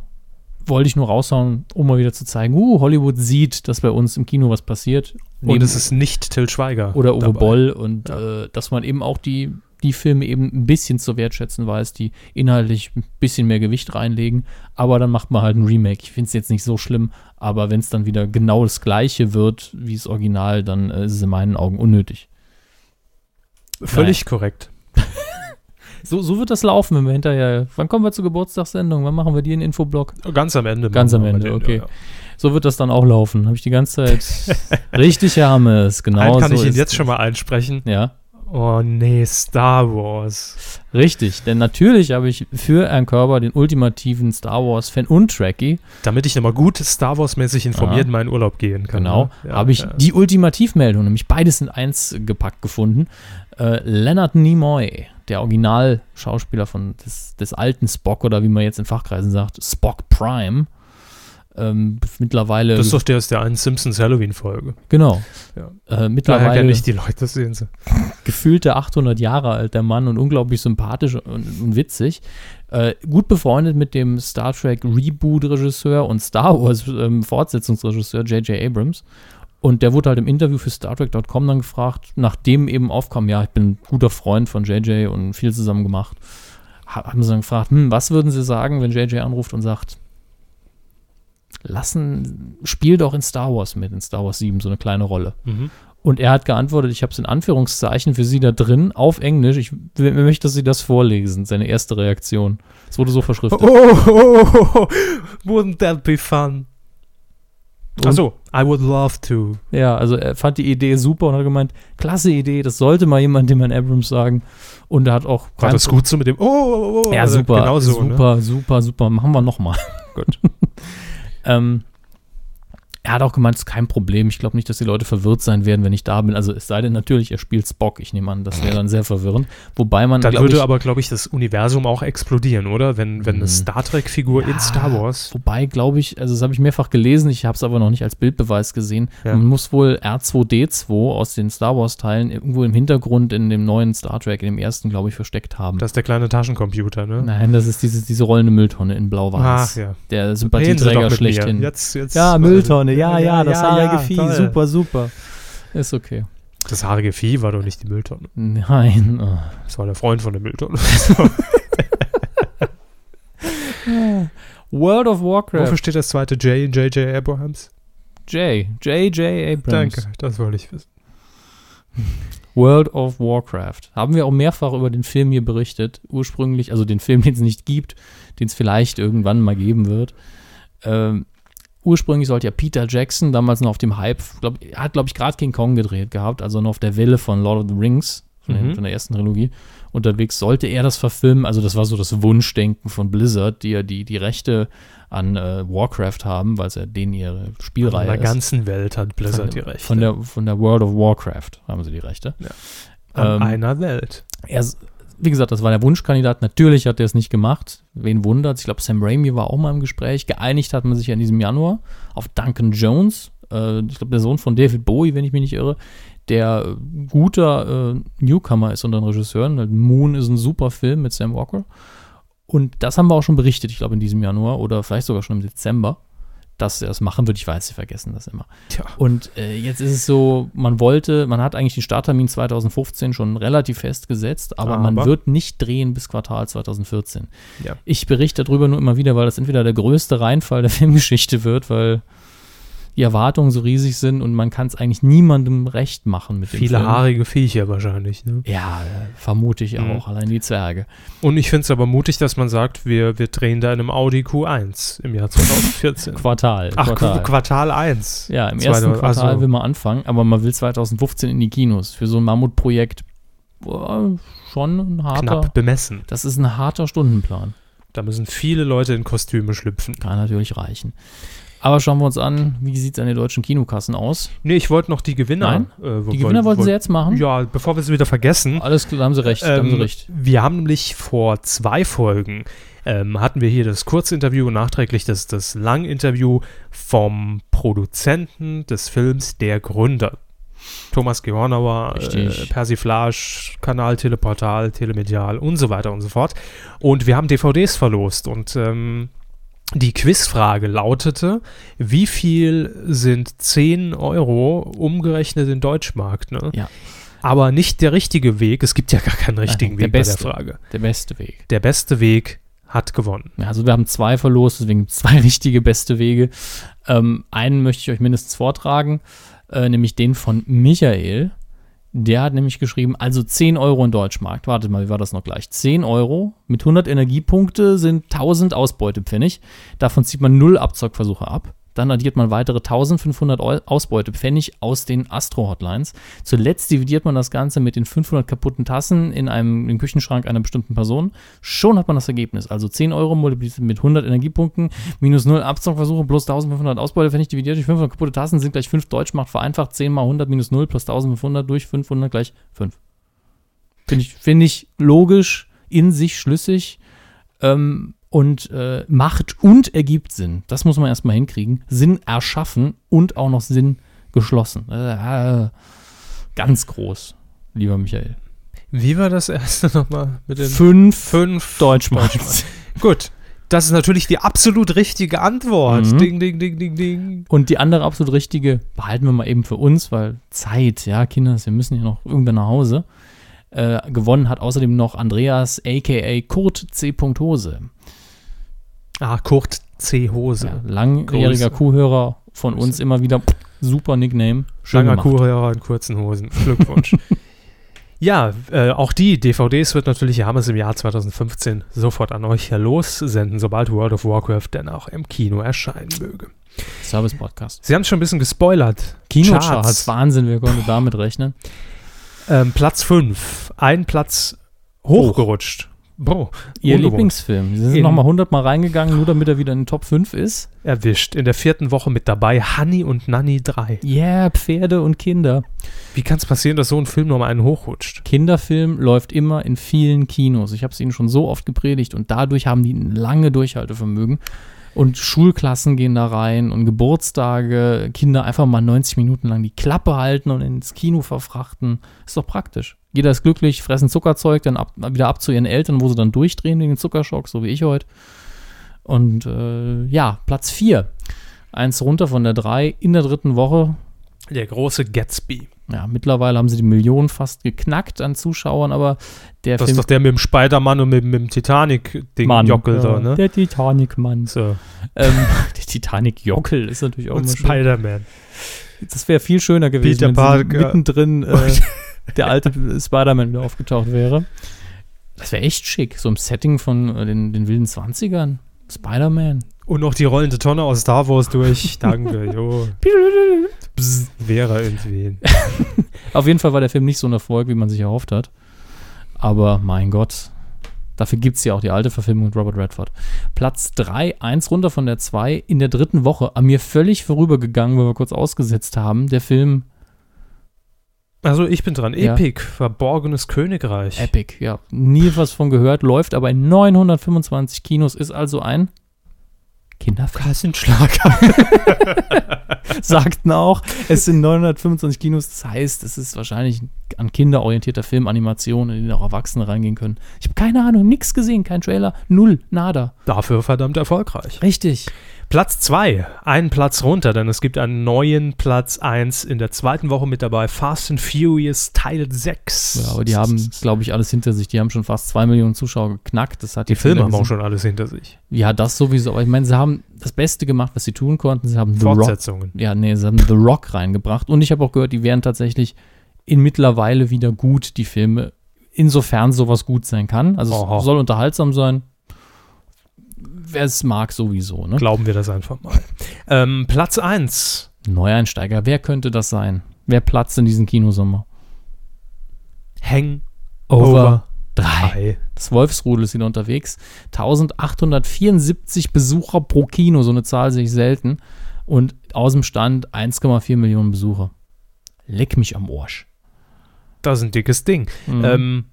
B: Wollte ich nur raushauen, um mal wieder zu zeigen, uh, Hollywood sieht, dass bei uns im Kino was passiert.
A: Und
B: Neben-
A: es ist nicht Till Schweiger.
B: oder Uwe
A: dabei.
B: Boll und äh, dass man eben auch die, die Filme eben ein bisschen zu wertschätzen weiß, die inhaltlich ein bisschen mehr Gewicht reinlegen, aber dann macht man halt ein Remake. Ich finde es jetzt nicht so schlimm, aber wenn es dann wieder genau das gleiche wird wie das Original, dann äh, ist es in meinen Augen unnötig.
A: Völlig korrekt.
B: So, so wird das laufen, wenn wir hinterher. Wann kommen wir zur Geburtstagssendung? Wann machen wir die in den Infoblog?
A: Ganz am Ende.
B: Ganz
A: machen
B: am
A: wir
B: Ende,
A: den,
B: okay.
A: ja.
B: So wird das dann auch laufen. Habe ich die ganze Zeit. Richtig, Hermes, genau.
A: Einen kann
B: so
A: ich Ihnen
B: ist
A: jetzt
B: es.
A: schon mal einsprechen.
B: Ja.
A: Oh nee, Star Wars.
B: Richtig, denn natürlich habe ich für Herrn Körber den ultimativen Star Wars-Fan und Trekkie,
A: Damit ich nochmal gut Star Wars-mäßig informiert in meinen Urlaub gehen kann.
B: genau,
A: ne? Ja,
B: habe ich
A: ja.
B: die Ultimativmeldung, nämlich beides in eins äh, gepackt gefunden. Äh, Leonard Nimoy, der Originalschauspieler von des, des alten Spock oder wie man jetzt in Fachkreisen sagt, Spock Prime, ähm, mittlerweile,
A: Das ist doch der aus der einen Simpsons Halloween-Folge.
B: genau,
A: Ja.
B: äh,
A: Daher
B: mittlerweile
A: kenne ich die Leute, sehen sie.
B: gefühlte 800 Jahre alt, der Mann, und unglaublich sympathisch und, und witzig. Äh, gut befreundet mit dem Star ähm, Trek Reboot-Regisseur und Star Wars-Fortsetzungsregisseur J.J. Abrams. Und der wurde halt im Interview für StarTrek.com dann gefragt, nachdem eben aufkam, ja, ich bin ein guter Freund von JJ und viel zusammen gemacht, ha- haben sie dann gefragt, hm, was würden sie sagen, wenn JJ anruft und sagt, lassen, spiel doch in Star Wars mit, in Star Wars 7 so eine kleine Rolle.
A: Mhm.
B: Und er hat geantwortet, ich habe es in Anführungszeichen für sie da drin, auf Englisch, ich w- möchte, dass sie das vorlesen, seine erste Reaktion. Es wurde so verschriftet.
A: Oh, oh, oh, oh, wouldn't that be fun?
B: Und-
A: Achso, I would love to.
B: Ja, also er fand die Idee super und hat gemeint, klasse Idee, das sollte mal jemand dem Herrn Abrams sagen. Und er hat auch
A: War das gut so mit dem? Oh, oh, oh, oh
B: Ja, super,
A: Genau so, ne?
B: super, super, super. Machen wir nochmal.
A: Gut.
B: ähm, er hat auch gemeint, es ist kein Problem. Ich glaube nicht, dass die Leute verwirrt sein werden, wenn ich da bin. Also es sei denn natürlich, er spielt Spock. Ich nehme an, das wäre dann sehr verwirrend. Wobei man,
A: Dann
B: glaub
A: würde
B: ich, Mhm.
A: aber, glaube ich, das Universum auch explodieren, oder? Wenn, wenn eine Star Trek-Figur in Star Wars.
B: Wobei, glaube ich, also das habe ich mehrfach gelesen, ich habe es aber noch nicht als Bildbeweis gesehen.
A: Ja.
B: Man muss wohl R2D2 aus den Star Wars-Teilen irgendwo im Hintergrund in dem neuen Star Trek, in dem ersten, glaube ich, versteckt haben.
A: Das ist der kleine Taschencomputer, ne?
B: Nein, das ist diese, diese rollende Mülltonne in Blau-Weiß.
A: Ach, ja.
B: Der
A: Reden Sie doch
B: Sympathieträger
A: mit mir.
B: schlechthin.
A: Jetzt, jetzt,
B: Ja, Mülltonne, ja, ja, das haarige Vieh,
A: toll.
B: super, super. Ist okay.
A: Das haarige Vieh war doch nicht die Mülltonne.
B: Nein. oh.
A: Das war der Freund von der Mülltonne.
B: World of
A: Wofür
B: Warcraft.
A: steht das zweite J in J.J. Abrahams?
B: J. J. J. Abrams.
A: Danke, das wollte ich wissen.
B: World of Warcraft. Haben wir auch mehrfach über den Film hier berichtet. Ursprünglich, also den Film, den es nicht gibt, den es vielleicht irgendwann mal geben wird. Ähm, ursprünglich sollte ja Peter Jackson damals noch auf dem Hype, glaub, er hat, glaube ich, gerade King Kong gedreht gehabt, also noch auf der Welle von Lord of the Rings, von, den,
A: Mhm.
B: von der ersten Trilogie, unterwegs. Sollte er das verfilmen? Also, das war so das Wunschdenken von Blizzard, die ja die, die Rechte an äh, Warcraft haben, weil es ja denen ihre Spielreihe
A: In der
B: ist.
A: ganzen Welt hat Blizzard die Rechte.
B: Von der, von der World of Warcraft haben sie die Rechte.
A: Ja.
B: Ähm,
A: An einer Welt.
B: er, s- wie gesagt, das war der Wunschkandidat. Natürlich hat er es nicht gemacht. Wen wundert? Ich glaube, Sam Raimi war auch mal im Gespräch. Geeinigt hat man sich ja in diesem Januar auf Duncan Jones. Äh, ich glaube, der Sohn von David Bowie, wenn ich mich nicht irre, der äh, guter äh, Newcomer ist unter den Regisseuren. Halt, Moon ist ein super Film mit Sam Walker. Und das haben wir auch schon berichtet, ich glaube, in diesem Januar oder vielleicht sogar schon im Dezember, dass er das machen wird. Ich weiß, sie vergessen das immer.
A: Tja.
B: Und äh, jetzt ist es so, man wollte, man hat eigentlich den Starttermin 2015 schon relativ festgesetzt, aber, man
A: Aber?
B: wird nicht drehen bis Quartal 2014.
A: Ja.
B: Ich berichte darüber nur immer wieder, weil das entweder der größte Reinfall der Filmgeschichte wird, weil die Erwartungen so riesig sind und man kann es eigentlich niemandem recht machen mit dem
A: Viele
B: Film.
A: haarige Viecher wahrscheinlich. Ne?
B: Ja, äh, vermute ich
A: Mhm.
B: auch, allein die Zwerge.
A: Und ich finde es aber mutig, dass man sagt, wir, wir drehen da in einem Audi Q1 im Jahr 2014.
B: Quartal.
A: Ach,
B: Quartal.
A: Quartal, Quartal 1.
B: Ja, im
A: Zweite-
B: ersten Quartal
A: also-
B: will man anfangen, aber man will 2015 in die Kinos für so ein Mammutprojekt. Boah, schon ein harter.
A: Knapp bemessen.
B: Das ist ein harter Stundenplan.
A: Da müssen viele Leute in Kostüme schlüpfen.
B: Kann natürlich reichen. Aber schauen wir uns an, wie sieht es an den deutschen Kinokassen aus?
A: Nee, ich wollte noch die Gewinner.
B: Nein,
A: äh, wo-
B: Die Gewinner wollten sie jetzt machen?
A: Ja, bevor wir es wieder vergessen.
B: Alles klar, da haben sie recht, da haben sie
A: Ähm,
B: recht.
A: Wir haben nämlich vor zwei Folgen ähm, hatten wir hier das Kurzinterview und nachträglich das, das Langinterview vom Produzenten des Films Der Gründer. Thomas Gehornauer, äh,
B: Richtig.
A: Persiflage, Kanal, Teleportal, Telemedial und so weiter und so fort. Und wir haben DVDs verlost und ähm, die Quizfrage lautete, wie viel sind 10 Euro umgerechnet in Deutschmark? Ne?
B: Ja.
A: Aber nicht der richtige Weg. Es gibt ja gar keinen richtigen
B: der
A: Weg bei der
B: beste.
A: Frage.
B: Der beste Weg.
A: Der beste Weg hat gewonnen.
B: Ja, also wir haben zwei verlost, deswegen gibt's zwei richtige beste Wege. Ähm, einen möchte ich euch mindestens vortragen, äh, nämlich den von Michael. Der hat nämlich geschrieben, also 10 Euro in Deutschmarkt. Wartet mal, wie war das noch gleich? 10 Euro mit 100 Energiepunkte sind 1000 Ausbeutepfennig. Davon zieht man null Abzockversuche ab. Dann addiert man weitere 1500 Eu- Ausbeutepfennig aus den Astro-Hotlines. Zuletzt dividiert man das Ganze mit den 500 kaputten Tassen in einem im Küchenschrank einer bestimmten Person. Schon hat man das Ergebnis. Also 10 Euro multipliziert mit 100 Energiepunkten, minus 0 Abzockversuche, plus 1500 Ausbeutepfennig dividiert durch 500 kaputte Tassen sind gleich 5 Deutschmark vereinfacht. 10 mal 100 minus 0 plus 1500 durch 500 gleich 5. Finde ich, finde ich logisch, in sich schlüssig ähm, und äh, macht und ergibt Sinn. Das muss man erstmal hinkriegen. Sinn erschaffen und auch noch Sinn geschlossen. Äh, ganz groß, lieber Michael.
A: Wie war das erste nochmal mit den
B: Fünf
A: fünf
B: Deutschmarks.
A: Gut, Das ist natürlich die absolut richtige Antwort.
B: Mhm.
A: Ding, ding, ding, ding, ding.
B: Und die andere absolut richtige behalten wir mal eben für uns, weil Zeit, ja, Kinder, wir müssen ja noch irgendwann nach Hause. Äh, gewonnen hat außerdem noch Andreas, aka Kurt C. Hose.
A: Ah, Kurt C. Hose.
B: Ja,
A: Grüße.
B: langjähriger Kuhhörer von uns immer wieder. Super Nickname. Schön
A: Langer
B: gemacht.
A: Kuhhörer in kurzen Hosen. Glückwunsch. ja, äh, auch die DVDs wird natürlich Hermes im Jahr 2015 sofort an euch herlossenden, sobald World of Warcraft denn auch im Kino erscheinen möge.
B: Service-Podcast.
A: Sie haben es schon ein bisschen gespoilert.
B: Kinocharts.
A: Charts.
B: Wahnsinn, wir konnten damit rechnen.
A: Ähm, Platz 5. Ein Platz hochgerutscht. Boah,
B: Ihr
A: ungewohnt.
B: Lieblingsfilm. Sie sind
A: In-
B: nochmal 100 Mal reingegangen, nur damit er wieder in den Top 5 ist.
A: Erwischt. In der vierten Woche mit dabei Honey und Nanny 3.
B: Yeah, Pferde und Kinder.
A: Wie kann es passieren, dass so ein Film nochmal einen hochrutscht?
B: Kinderfilm läuft immer in vielen Kinos. Ich habe es ihnen schon so oft gepredigt und dadurch haben die ein lange Durchhaltevermögen. Und Schulklassen gehen da rein und Geburtstage, Kinder einfach mal 90 Minuten lang die Klappe halten und ins Kino verfrachten. Ist doch praktisch. Jeder ist glücklich, fressen Zuckerzeug, dann ab, wieder ab zu ihren Eltern, wo sie dann durchdrehen wegen dem Zuckerschock, so wie ich heute. Und äh, ja, Platz 4. Eins runter von der 3 in der dritten Woche.
A: Der große Gatsby.
B: Ja, mittlerweile haben sie die Millionen fast geknackt an Zuschauern, aber der
A: Das ist
B: Film
A: doch der mit dem Spider-Man und mit, mit dem Titanic-Ding
B: Mann,
A: Jockel da,
B: ja,
A: ne?
B: Der Titanic-Mann.
A: So.
B: ähm, der Titanic-Jockel ist natürlich auch
A: Und
B: immer schön.
A: Spider-Man.
B: Das wäre viel schöner gewesen,
A: Peter
B: wenn sie
A: Parker.
B: mittendrin äh, der alte Spider-Man wieder aufgetaucht wäre. Das wäre echt schick, so im Setting von äh, den, den wilden 20ern. Spider-Man.
A: Und noch die rollende Tonne aus Star Wars durch. Danke, jo. Psst, Wäre irgendwie.
B: Auf jeden Fall war der Film nicht so ein Erfolg, wie man sich erhofft hat. Aber mein Gott, dafür gibt es ja auch die alte Verfilmung mit Robert Redford. Platz 3, 1 runter von der 2 in der dritten Woche. An mir völlig vorübergegangen, weil wir kurz ausgesetzt haben. Der Film
A: Also ich bin dran.
B: Ja.
A: Epic, verborgenes Königreich.
B: Epic, ja, nie was von gehört, läuft aber in 925 Kinos, ist also ein Kinderfilm.
A: Kassenschlager.
B: Sagten auch, es sind 925 Kinos, das heißt, es ist wahrscheinlich ein an Kinder orientierter Film, Animation, in den auch Erwachsene reingehen können. Ich habe keine Ahnung, nix gesehen, kein Trailer, null, nada.
A: Dafür verdammt erfolgreich.
B: Richtig.
A: Platz 2, einen Platz runter, denn es gibt einen neuen Platz 1 in der zweiten Woche mit dabei. Fast and Furious Teil 6.
B: Ja, aber die haben, glaube ich, alles hinter sich. Die haben schon fast zwei Millionen Zuschauer geknackt. Das hat
A: Die Filme haben auch
B: gesehen.
A: schon alles hinter sich.
B: Ja, das sowieso. Aber ich meine, sie haben das Beste gemacht, was sie tun konnten. Sie haben The Rock
A: Fortsetzungen.
B: ja, nee, sie haben The Rock reingebracht. Und ich habe auch gehört, die wären tatsächlich in mittlerweile wieder gut, die Filme. Insofern sowas gut sein kann. Also
A: Aha.
B: es soll unterhaltsam sein. Wer es mag, sowieso. Ne?
A: Glauben wir das einfach mal. Ähm, Platz 1,
B: Neueinsteiger, wer könnte das sein? Wer platzt in diesem Kinosommer?
A: Hangover
B: 3.
A: 3.
B: Das Wolfsrudel ist wieder unterwegs. 1874 Besucher pro Kino, so eine Zahl sehe ich selten. Und aus dem Stand 1,4 Millionen Besucher. Leck mich am Arsch.
A: Das ist ein dickes Ding.
B: Mhm.
A: Ähm,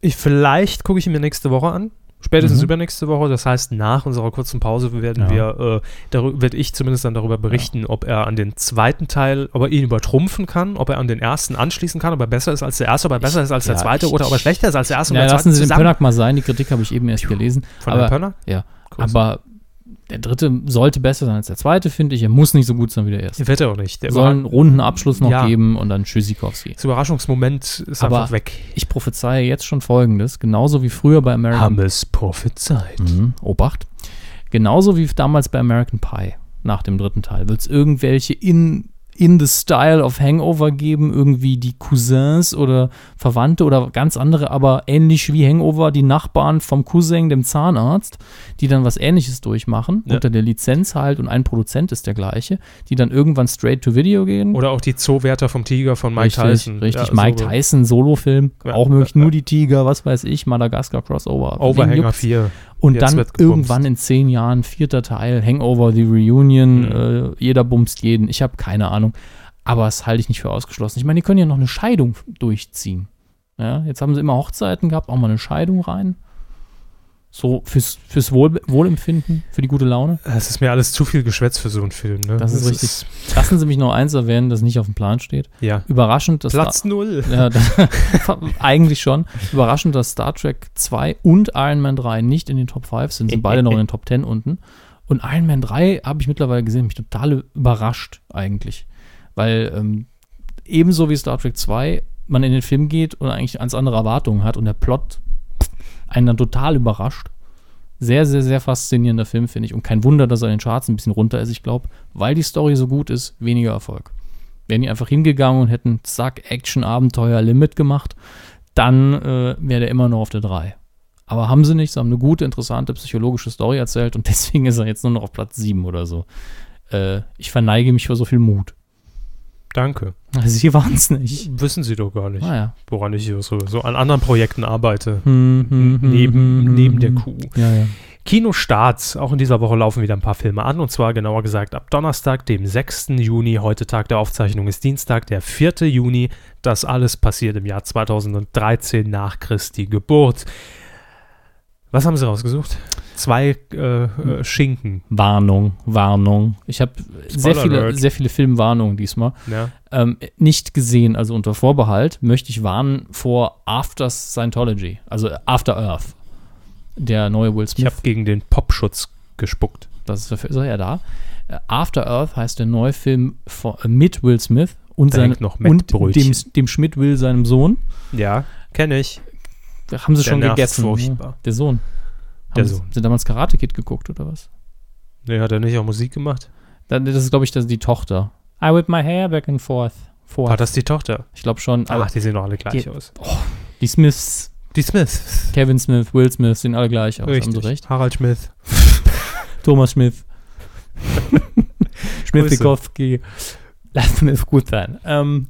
A: ich, vielleicht gucke ich ihn mir nächste Woche an. Spätestens
B: Mhm.
A: übernächste Woche. Das heißt, nach unserer kurzen Pause werden
B: Ja.
A: wir, äh, darü- werde ich zumindest dann darüber berichten, ob er an den zweiten Teil, ob er ihn übertrumpfen kann, ob er an den ersten anschließen kann, ob er besser ist als der erste, ob er besser ist als der
B: ja,
A: zweite
B: ich-
A: oder ob er schlechter ist als der erste und
B: Ja,
A: der
B: lassen
A: zweite
B: Sie den
A: zusammen.
B: Pönnack mal sein. Die Kritik habe ich eben erst gelesen.
A: Von
B: aber,
A: dem Pönner?
B: Ja,
A: Grüße.
B: aber der dritte sollte besser sein als der zweite, finde ich. Er muss nicht so gut sein wie der erste.
A: Wird er auch nicht. Der
B: Er soll einen runden Abschluss noch
A: Ja.
B: geben und dann Tschüssikowski.
A: Das Überraschungsmoment ist
B: Aber-
A: einfach weg.
B: Ich prophezeie jetzt schon Folgendes, genauso wie früher bei American
A: Hammes prophezeit.
B: Mhm, Obacht. Genauso wie damals bei American Pie nach dem dritten Teil. Wird es irgendwelche in, in the style of Hangover geben? Irgendwie die Cousins oder Verwandte oder ganz andere, aber ähnlich wie Hangover, die Nachbarn vom Cousin, dem Zahnarzt, die dann was ähnliches durchmachen,
A: Ja.
B: unter der Lizenz halt und ein Produzent ist der gleiche, die dann irgendwann straight to Video gehen.
A: Oder auch die Zoowärter vom Tiger von Mike
B: richtig,
A: Tyson.
B: Richtig,
A: Ja,
B: Mike
A: so-
B: Tyson, Solofilm,
A: Ja,
B: auch
A: ja,
B: möglich,
A: ja.
B: nur die Tiger, was weiß ich, Madagaskar Crossover. Wen
A: Overhanger
B: juckt's?
A: 4.
B: Und
A: Jetzt
B: dann
A: wird gebumst.
B: irgendwann in zehn Jahren, vierter Teil, Hangover, The Reunion,
A: Mhm.
B: äh, jeder bumst jeden. Ich habe keine Ahnung. Aber das halte ich nicht für ausgeschlossen. Ich meine, die können ja noch eine Scheidung durchziehen. Ja, jetzt haben sie immer Hochzeiten gehabt, auch mal eine Scheidung rein. So fürs, fürs Wohl, Wohlempfinden, für die gute Laune.
A: Es ist mir alles zu viel Geschwätz für so einen Film. Ne?
B: Das ist
A: Es
B: richtig. Lassen Sie mich noch eins erwähnen, das nicht auf dem Plan steht.
A: ja.
B: Überraschend, dass
A: Platz null.
B: Ja, das, eigentlich schon. Überraschend, dass Star Trek 2 und Iron Man 3 nicht in den Top 5 sind, sind beide noch in den Top 10 unten. Und Iron Man 3 habe ich mittlerweile gesehen, mich total überrascht eigentlich. Weil ähm, ebenso wie Star Trek 2 man in den Film geht und eigentlich ganz andere Erwartungen hat und der Plot einen dann total überrascht. Sehr, sehr, sehr faszinierender Film, finde ich. Und kein Wunder, dass er in den Charts ein bisschen runter ist. Ich glaube, weil die Story so gut ist, weniger Erfolg. Wären die einfach hingegangen und hätten, zack, Action, Abenteuer, Limit gemacht, dann äh, wäre der immer noch auf der 3. Aber haben sie nicht, sie haben eine gute, interessante psychologische Story erzählt und deswegen ist er jetzt nur noch auf Platz 7 oder so. Äh, ich verneige mich für so viel Mut.
A: Danke.
B: Also hier waren es nicht.
A: Wissen Sie doch gar nicht,
B: Naja.
A: woran ich hier so, so an anderen Projekten arbeite.
B: Hm, hm, hm,
A: neben,
B: hm,
A: neben
B: hm,
A: der
B: hm.
A: Kuh.
B: Ja, ja.
A: Kinostarts. Auch in dieser Woche laufen wieder ein paar Filme an. Und zwar genauer gesagt ab Donnerstag, dem 6. Juni. Heute Tag der Aufzeichnung ist Dienstag, der 4. Juni. Das alles passiert im Jahr 2013 nach Christi Geburt. Was haben Sie rausgesucht? Zwei äh, äh, Schinken.
B: Warnung, Warnung. Ich habe sehr
A: Spoiler
B: viele,
A: alert.
B: sehr viele Filmwarnungen diesmal.
A: Ne?
B: ähm, nicht gesehen, also unter Vorbehalt, möchte ich warnen vor After Scientology, also After Earth. Der neue Will
A: Ich
B: Smith,
A: habe gegen den Popschutz gespuckt.
B: das ist, dafür ist er ja da. Äh, After Earth heißt der neue Film von, äh, mit Will Smith und,
A: Da
B: seinem-
A: hängt noch
B: und
A: Mettbrötchen.
B: dem, dem Schmidt Will, seinem Sohn.
A: Ja, kenne ich.
B: Da haben sie
A: Der
B: schon
A: nervt
B: gegessen.
A: furchtbar.
B: ne? Der Sohn.
A: Der
B: haben sie-
A: Sohn.
B: Haben sie damals Karate Kid geguckt oder was?
A: Ne, hat er nicht auch Musik gemacht?
B: Dann- Das ist, glaube ich, das die Tochter. I whip my hair back and forth.
A: War
B: forth.
A: das die Tochter?
B: Ich glaube schon. aber
A: Ach, die sehen doch alle gleich
B: Die-
A: aus.
B: die Smiths
A: Die Smiths.
B: Kevin Smith, Will Smith sehen alle gleich aus, haben sie recht.
A: Harald Smith.
B: Thomas Smith.
A: Grüße.
B: Schmidtikowski. Lassen wir es gut sein. Ähm,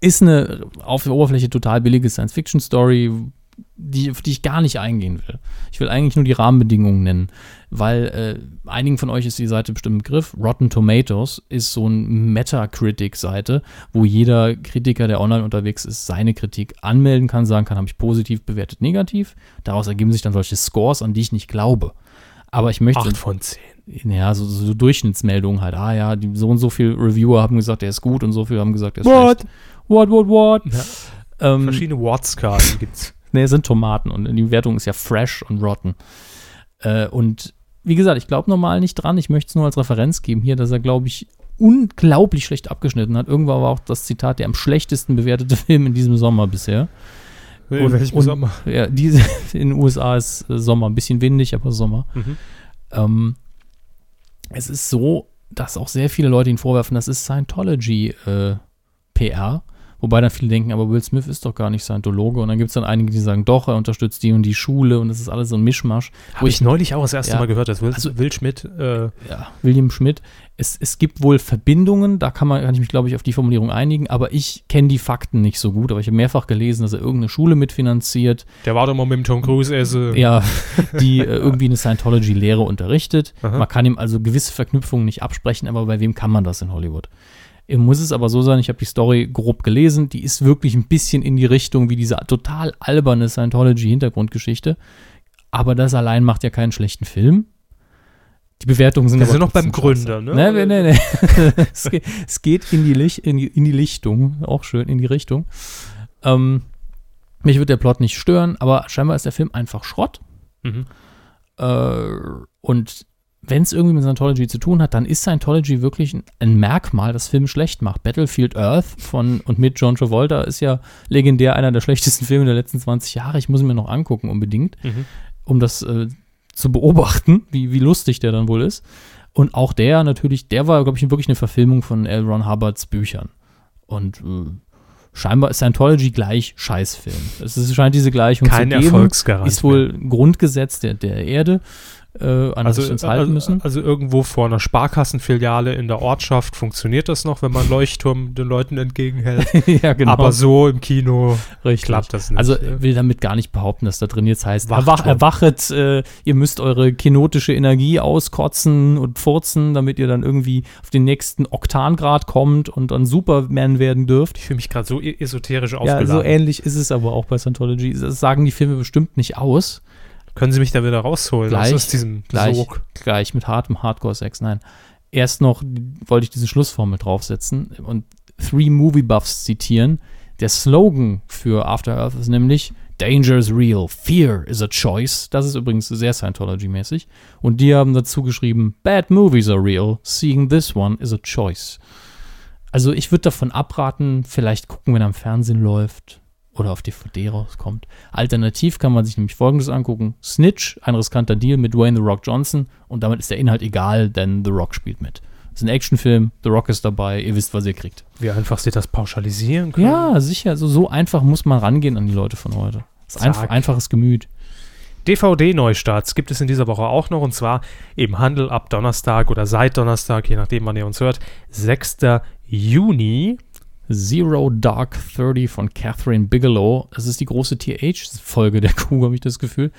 B: ist eine auf der Oberfläche total billige Science-Fiction-Story, die, auf die ich gar nicht eingehen will. Ich will eigentlich nur die Rahmenbedingungen nennen, weil äh, einigen von euch ist die Seite bestimmt im Griff. Rotten Tomatoes ist so eine Metacritic-Seite, wo jeder Kritiker, der online unterwegs ist, seine Kritik anmelden kann, sagen kann, habe ich positiv bewertet, negativ. Daraus ergeben sich dann solche Scores, an die ich nicht glaube. Aber ich möchte
A: Acht von zehn.
B: ja, so, so Durchschnittsmeldungen halt. Ah ja, die, so und so viel Reviewer haben gesagt, der ist gut und so viel haben gesagt, der ist
A: What?
B: schlecht. What, what, what? Ähm,
A: Verschiedene Watts-Skalen gibt's.
B: nee, es sind Tomaten und die Bewertung ist ja fresh und rotten. Äh, und wie gesagt, ich glaube normal nicht dran. Ich möchte es nur als Referenz geben hier, dass er, glaube ich, unglaublich schlecht abgeschnitten hat. Irgendwann war auch das Zitat der am schlechtesten bewertete Film in diesem Sommer bisher.
A: In welchem
B: und,
A: Sommer?
B: Ja, diese, in den USA ist äh, Sommer, ein bisschen windig, aber Sommer.
A: Mhm.
B: Ähm, es ist so, dass auch sehr viele Leute ihn vorwerfen, das ist Scientology-PR. Wobei dann viele denken, aber Will Smith ist doch gar nicht Scientologe. Und dann gibt es dann einige, die sagen, doch, er unterstützt die und die Schule und das ist alles so ein Mischmasch.
A: Habe ich neulich auch das erste
B: Ja.
A: Mal gehört, dass Will,
B: Also-
A: Will Schmidt äh,
B: ja, William Schmidt. Es, es gibt wohl Verbindungen, da kann, man, kann ich mich, glaube ich, auf die Formulierung einigen, aber ich kenne die Fakten nicht so gut. Aber ich habe mehrfach gelesen, dass er irgendeine Schule mitfinanziert,
A: der war doch mal mit dem Tom Cruise esse.
B: ja, die äh, irgendwie eine Scientology-Lehre unterrichtet.
A: Aha.
B: Man kann ihm also gewisse Verknüpfungen nicht absprechen, aber bei wem kann man das in Hollywood? Ihm muss es aber so sein, ich habe die Story grob gelesen, die ist wirklich ein bisschen in die Richtung wie diese total alberne Scientology-Hintergrundgeschichte. Aber das allein macht ja keinen schlechten Film. Die Bewertungen sind
A: Wir
B: aber
A: sind noch beim
B: trotzdem scheiße.
A: Gründer, ne?
B: Nee, nee, nee. nee. ne. es, geht, es geht in die, Licht, in, die, in die Lichtung, auch schön, in die Richtung. Ähm, mich wird der Plot nicht stören, aber scheinbar ist der Film einfach Schrott.
A: Mhm.
B: Äh, und wenn es irgendwie mit Scientology zu tun hat, dann ist Scientology wirklich ein, ein Merkmal, das Film schlecht macht. Battlefield Earth von und mit John Travolta ist ja legendär einer der schlechtesten Filme der letzten 20 Jahre. Ich muss ihn mir noch angucken unbedingt,
A: Mhm.
B: um das äh, zu beobachten, wie, wie lustig der dann wohl ist. Und auch der natürlich, der war, glaube ich, wirklich eine Verfilmung von L. Ron Hubbards Büchern. Und äh, scheinbar ist Scientology gleich Scheißfilm. Es ist, scheint diese Gleichung
A: Kein
B: zu geben.
A: Erfolgsgarant.
B: Ist wohl ein Grundgesetz der, der Erde, äh, an das wir uns halten müssen.
A: also irgendwo vor einer Sparkassenfiliale in der Ortschaft funktioniert das noch, wenn man Leuchtturm den Leuten entgegenhält.
B: ja, genau.
A: äh, Aber so im Kino
B: Richtig.
A: klappt das nicht.
B: Also
A: ne?
B: äh, will damit gar nicht behaupten, dass da drin jetzt heißt,
A: Wachturm.
B: erwach, erwachet, äh, ihr müsst eure kinotische Energie auskotzen und furzen, damit ihr dann irgendwie auf den nächsten Oktangrad kommt und dann Superman werden dürft.
A: ich fühle mich gerade so e- esoterisch
B: Ja,
A: aufgeladen.
B: so ähnlich ist es aber auch bei Scientology. Das sagen die Filme bestimmt nicht aus.
A: Können Sie mich da wieder rausholen
B: Gleich,
A: aus diesem
B: gleich,
A: Sog?
B: gleich mit hartem Hardcore-Sex, nein. Erst noch wollte ich diese Schlussformel draufsetzen und Three Movie Buffs zitieren. Der Slogan für After Earth ist nämlich Danger is real, fear is a choice. Das ist übrigens sehr Scientology-mäßig. Und die haben dazu geschrieben, Bad movies are real, seeing this one is a choice. Also ich würde davon abraten, vielleicht gucken, wenn er am Fernsehen läuft oder auf DVD rauskommt. Alternativ kann man sich nämlich Folgendes angucken. Snitch, ein riskanter Deal mit Dwayne The Rock Johnson und damit ist der Inhalt egal, denn The Rock spielt mit. Es ist ein Actionfilm, The Rock ist dabei, ihr wisst, was ihr kriegt.
A: Wie einfach Sie das pauschalisieren können?
B: Ja, sicher, so, so einfach muss man rangehen an die Leute von heute. Das ist
A: Zack.
B: einfach, einfaches Gemüt.
A: DVD-Neustarts gibt es in dieser Woche auch noch und zwar im Handel ab Donnerstag oder seit Donnerstag, je nachdem, wann ihr uns hört, 6. Juni.
B: Zero Dark Thirty von Catherine Bigelow. Das ist die große TH-Folge der Kuh, habe ich das Gefühl.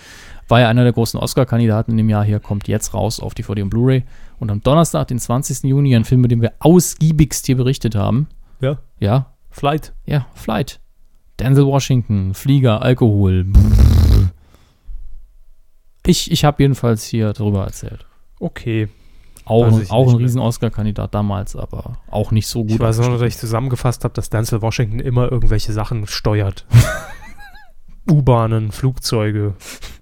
B: War ja einer der großen Oscar-Kandidaten in dem Jahr hier, kommt jetzt raus auf DVD und Blu-ray. Und am Donnerstag, den 20. Juni, ein Film, über den wir ausgiebigst hier berichtet haben.
A: Ja.
B: Ja,
A: Flight.
B: ja, Flight. Denzel Washington, Flieger, Alkohol. Brrr. Ich, ich habe jedenfalls hier drüber erzählt.
A: Okay.
B: Auch,
A: Weiß ich
B: auch
A: nicht
B: ein
A: mehr.
B: riesen Oscar-Kandidat damals, aber auch nicht so gut.
A: Ich weiß nur, noch, dass ich zusammengefasst habe, dass Denzel Washington immer irgendwelche Sachen steuert. U-Bahnen, Flugzeuge,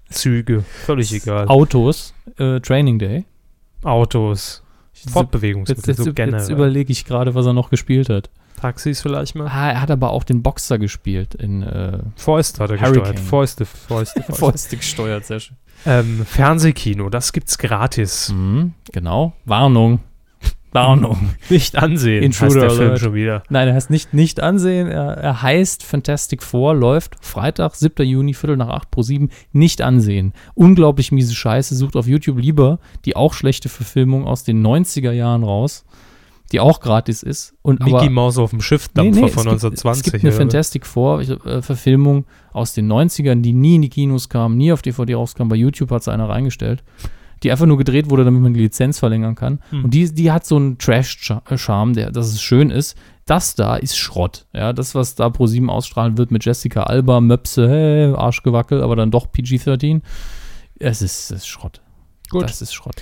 A: Züge, völlig egal.
B: Autos, äh, Training Day.
A: Autos,
B: Jetzt,
A: Fortbewegungsmittel,
B: jetzt,
A: so
B: jetzt
A: generell.
B: überlege ich gerade, was er noch gespielt hat.
A: Taxis vielleicht mal.
B: Ah, er hat aber auch den Boxer gespielt in äh,
A: Fäuste hat er
B: Hurricane.
A: gesteuert. Fäuste, Fäuste, Fäuste.
B: Fäuste gesteuert, sehr schön.
A: ähm, Fernsehkino, das gibt's gratis.
B: Mhm, genau. Warnung. Warnung.
A: Nicht ansehen,
B: Intruder
A: heißt der Film
B: Alert.
A: schon wieder.
B: Nein, er heißt nicht nicht ansehen. Er, er heißt Fantastic Four, läuft Freitag, 7. Juni, Viertel nach 8 pro 7. Nicht ansehen. Unglaublich miese Scheiße. Sucht auf YouTube lieber die auch schlechte Verfilmung aus den 90er Jahren raus, die auch gratis ist. Und aber,
A: Mickey Mouse auf dem Schiffdampfer
B: Nee, nee,
A: von
B: es gibt-
A: 1920.
B: Es gibt eine
A: oder?
B: Fantastic Four-Verfilmung aus den 90ern, die nie in die Kinos kam, nie auf DVD rauskam. Bei YouTube hat sie einer reingestellt, die einfach nur gedreht wurde, damit man die Lizenz verlängern kann.
A: Hm.
B: Und die, die hat so einen Trash-Charme, der, dass es schön ist. Das da ist Schrott. Ja, das, was da pro 7 ausstrahlen wird mit Jessica Alba, Möpse, hey, Arschgewackel, aber dann doch PG-13. Es ist, es ist Schrott.
A: Gut.
B: Das ist Schrott.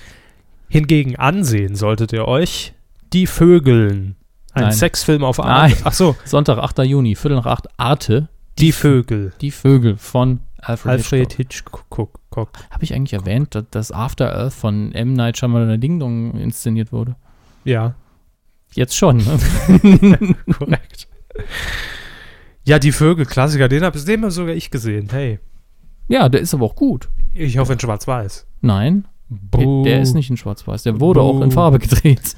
A: Hingegen ansehen solltet ihr euch Die Vögeln. Ein
B: Nein.
A: Sexfilm auf Arte.
B: Nein.
A: Ach so,
B: Sonntag, 8. Juni, Viertel nach 8, Arte,
A: Die Vögel.
B: die Vögel von Alfred, Hitchcock.
A: Alfred Hitchcock.
B: Habe ich eigentlich erwähnt, dass das After Earth von M. Night Shyamalan Ding Dong inszeniert wurde?
A: Ja,
B: Jetzt schon, ne?
A: korrekt. ja, Die Vögel, Klassiker, den habe den hab sogar ich gesehen. Hey,
B: Ja, der ist aber auch gut.
A: ich hoffe in schwarz-weiß.
B: Nein, der, der ist nicht in Schwarz-Weiß. Der wurde
A: Buh.
B: auch in Farbe gedreht.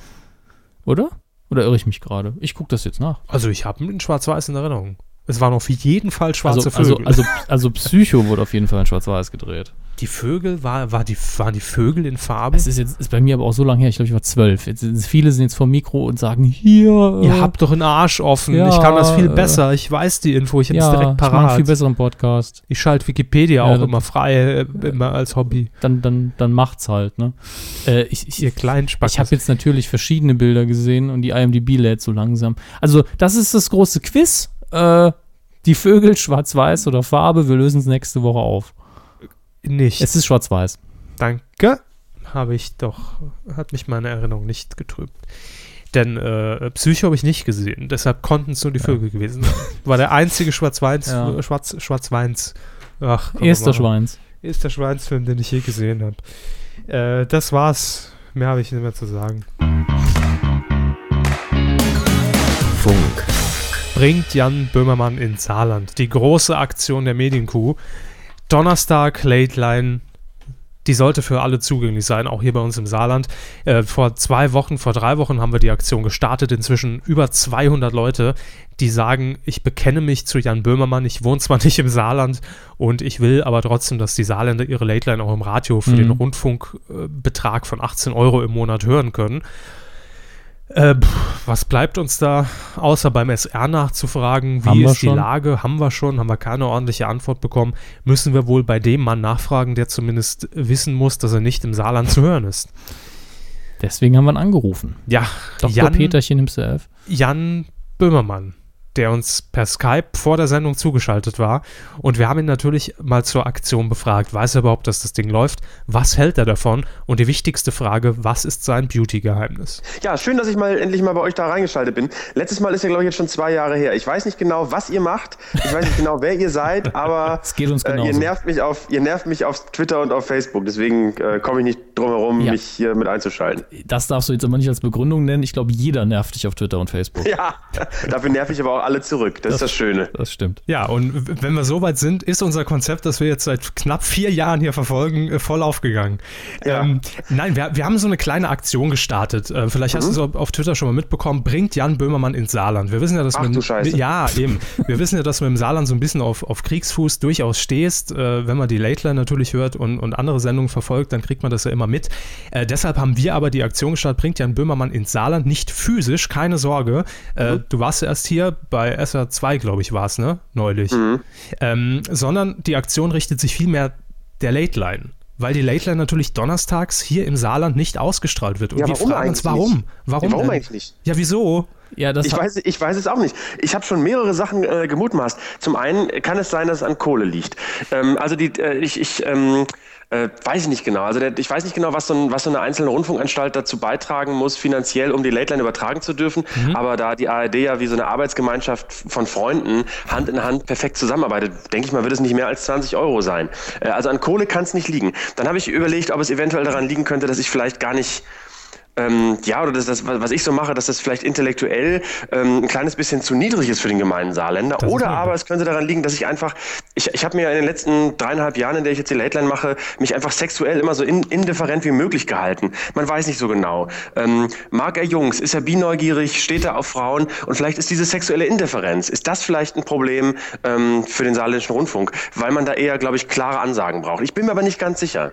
B: Oder? Oder irre ich mich gerade? Ich gucke das jetzt nach.
A: Also ich habe ihn in schwarz-weiß in Erinnerung. Es waren auf jeden Fall schwarze
B: also,
A: Vögel.
B: Also, also, also Psycho wurde auf jeden Fall in Schwarz-Weiß gedreht.
A: die Vögel, war, war die, waren die Vögel in Farbe?
B: Es ist jetzt ist bei mir aber auch so lange her. Ich glaube, ich war zwölf. Jetzt, sind- viele sind jetzt vor Mikro und sagen, hier.
A: Ihr habt doch einen Arsch offen.
B: Ja,
A: ich kann das viel
B: äh,
A: besser. Ich weiß die Info. Ich habe es
B: ja,
A: direkt
B: direkt Ich mach einen
A: parat.
B: viel
A: Ich,
B: besseren Podcast.
A: schalte Wikipedia
B: Ja,
A: auch
B: das-
A: immer frei, äh, immer als Hobby.
B: Dann, dann, dann macht's halt, ne? Äh, ich, ich,
A: Ihr kleinen
B: Ich habe
A: Spacken.
B: jetzt natürlich verschiedene Bilder gesehen und die IMDb lädt so langsam. Also, das ist das große Quiz. Äh, die Vögel, schwarz-weiß oder Farbe, wir lösen es nächste Woche auf.
A: nicht.
B: Es ist schwarz-weiß.
A: Danke. Habe ich doch, hat mich meine Erinnerung nicht getrübt. Denn äh, Psycho habe ich nicht gesehen, deshalb konnten es nur die Vögel gewesen sein. War der einzige Schwarz-Weins,
B: Ja.
A: Schwarz, Schwarz-Weins, ach, komm,
B: Erster
A: Mann.
B: Schweins.
A: erster Schweinsfilm, den ich je gesehen habe. Äh, das war's. Mehr habe ich nicht mehr zu sagen.
C: Funk,
A: bringt Jan Böhmermann ins Saarland. Die große Aktion der Medienkuh. Donnerstag, Late Line. Die sollte für alle zugänglich sein, auch hier bei uns im Saarland. Äh, vor zwei Wochen, vor drei Wochen haben wir die Aktion gestartet. Inzwischen über 200 Leute, die sagen, ich bekenne mich zu Jan Böhmermann. Ich wohne zwar nicht im Saarland und ich will aber trotzdem, dass die Saarländer ihre Late Line auch im Radio für
B: Mhm.
A: den Rundfunkbetrag von 18 Euro im Monat hören können. Äh, pff, was bleibt uns da, außer beim SR nachzufragen,
B: Haben
A: wie
B: wir
A: ist die
B: schon?
A: Lage? Haben wir schon, haben wir keine ordentliche Antwort bekommen. Müssen wir wohl bei dem Mann nachfragen, der zumindest wissen muss, dass er nicht im Saarland zu hören ist.
B: Deswegen haben wir ihn angerufen.
A: Ja,
B: Dr.
A: Jan,
B: Peterchen himself.
A: Jan Böhmermann. der uns per Skype vor der Sendung zugeschaltet war. Und wir haben ihn natürlich mal zur Aktion befragt. Weiß er überhaupt, dass das Ding läuft? Was hält er davon? Und die wichtigste Frage, was ist sein Beauty-Geheimnis?
E: Ja, schön, dass ich mal endlich mal bei euch da reingeschaltet bin. Letztes Mal ist ja, glaube ich, jetzt schon zwei Jahre her. Ich weiß nicht genau, was ihr macht. Ich weiß nicht genau, wer ihr seid, aber
B: Es geht uns
E: äh, ihr,
B: genauso.
E: nervt mich auf, ihr nervt mich auf Twitter und auf Facebook. Deswegen äh, komme ich nicht drum herum,
B: Ja.
E: mich hier mit einzuschalten.
B: Das darfst du jetzt aber nicht als Begründung nennen. Ich glaube, jeder nervt dich auf Twitter und Facebook.
E: Ja, dafür nerv ich aber auch alle zurück. Das, ist das Schöne.
B: Das stimmt.
A: Ja, und w- wenn wir so weit sind, ist unser Konzept, das wir jetzt seit knapp vier Jahren hier verfolgen, äh, voll aufgegangen.
E: Ja.
A: Ähm, nein, wir, wir haben so eine kleine Aktion gestartet. Äh, vielleicht
E: Mhm.
A: hast du es auf- auf Twitter schon mal mitbekommen. Bringt Jan Böhmermann ins Saarland. Wir wissen ja, dass
E: Ach
A: wir-
E: du Scheiße.
A: Ja, eben. Wir wissen ja, dass du im Saarland so ein bisschen auf, auf Kriegsfuß durchaus stehst. Äh, wenn man die Late Line natürlich hört und, und andere Sendungen verfolgt, dann kriegt man das ja immer mit. Äh, deshalb haben wir aber die Aktion gestartet, bringt Jan Böhmermann ins Saarland. Nicht physisch, keine Sorge.
E: Mhm.
A: Äh, Du warst ja erst hier bei SR2, glaube ich, war es, ne? Neulich.
E: Mhm.
A: Ähm, sondern die Aktion richtet sich vielmehr der Late Line. Weil die Late Line natürlich donnerstags hier im Saarland nicht ausgestrahlt wird. Und
E: Ja,
A: wir
E: warum
A: fragen uns,
E: eigentlich
A: warum?
E: nicht?
A: Warum,
E: Ja, warum
A: denn?
E: eigentlich nicht?
A: Ja, wieso?
B: Ja, das
E: Ich weiß, ich weiß es auch nicht. Ich habe schon mehrere Sachen äh, gemutmaßt. Zum einen kann es sein, dass es an Kohle liegt. Ähm, also die, äh, ich, ich ähm, äh, weiß ich nicht genau. Also der, ich weiß nicht genau, was so, ein, was so eine einzelne Rundfunkanstalt dazu beitragen muss, finanziell, um die Late Line übertragen zu dürfen. Aber da die ARD ja wie so eine Arbeitsgemeinschaft von Freunden Hand in Hand perfekt zusammenarbeitet, denke ich mal, wird es nicht mehr als 20 Euro sein. Äh, also an Kohle kann es nicht liegen. Dann habe ich überlegt, ob es eventuell daran liegen könnte, dass ich vielleicht gar nicht ähm, ja, oder dass das, was ich so mache, dass das vielleicht intellektuell ähm, ein kleines bisschen zu niedrig ist für den gemeinen Saarländer.
A: ist
E: Oder
A: möglich.
E: aber es könnte daran liegen, dass ich einfach, ich, ich habe mir in den letzten dreieinhalb Jahren, in der ich jetzt die Late Line mache, mich einfach sexuell immer so in, indifferent wie möglich gehalten. Man weiß nicht so genau. Ähm, mag er Jungs? Ist er bineugierig? Steht er auf Frauen? Und vielleicht ist diese sexuelle Indifferenz, ist das vielleicht ein Problem ähm, für den saarländischen Rundfunk? Weil man da eher, glaube ich, klare Ansagen braucht. Ich bin mir aber nicht ganz sicher.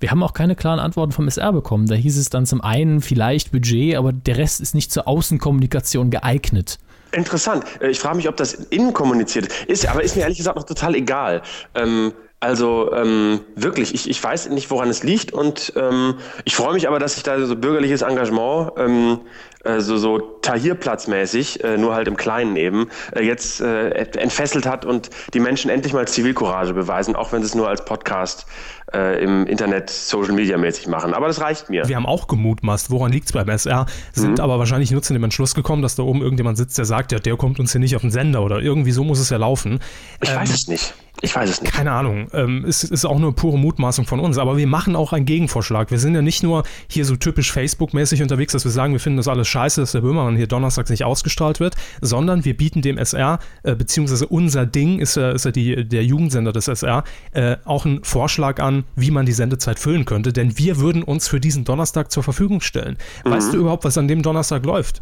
B: Wir haben auch keine klaren Antworten vom SR bekommen. Da hieß es dann zum einen vielleicht Budget, aber der Rest ist nicht zur Außenkommunikation geeignet.
E: Interessant. Äh, Ich frage mich, ob das innen kommuniziert ist, aber ist mir ehrlich gesagt noch total egal. Ähm, also ähm, wirklich, ich, ich weiß nicht, woran es liegt und ähm, ich freue mich aber, dass ich da so bürgerliches Engagement, ähm, äh, so, so Tahirplatzmäßig, äh, nur halt im Kleinen eben, äh, jetzt äh, entfesselt hat und die Menschen endlich mal Zivilcourage beweisen, auch wenn sie es nur als Podcast äh, im Internet, Social Media mäßig machen. Aber das reicht mir.
A: Wir haben auch gemutmaßt, woran liegt es beim SR, sind aber wahrscheinlich nur zu dem Entschluss gekommen, dass da oben irgendjemand sitzt, der sagt, ja, der kommt uns hier nicht auf den Sender oder irgendwie so muss es ja laufen.
E: Ich weiß es nicht. Ich weiß es nicht.
A: Keine Ahnung, ähm, es ist auch nur pure Mutmaßung von uns, aber wir machen auch einen Gegenvorschlag. Wir sind ja nicht nur hier so typisch Facebook-mäßig unterwegs, dass wir sagen, wir finden das alles scheiße, dass der Böhmermann hier donnerstags nicht ausgestrahlt wird, sondern wir bieten dem SR, äh, beziehungsweise unser Ding ist ja, ist ja die, der Jugendsender des SR, äh, auch einen Vorschlag an, wie man die Sendezeit füllen könnte, denn wir würden uns für diesen Donnerstag zur Verfügung stellen.
E: Mhm.
A: Weißt du überhaupt, was an dem Donnerstag läuft?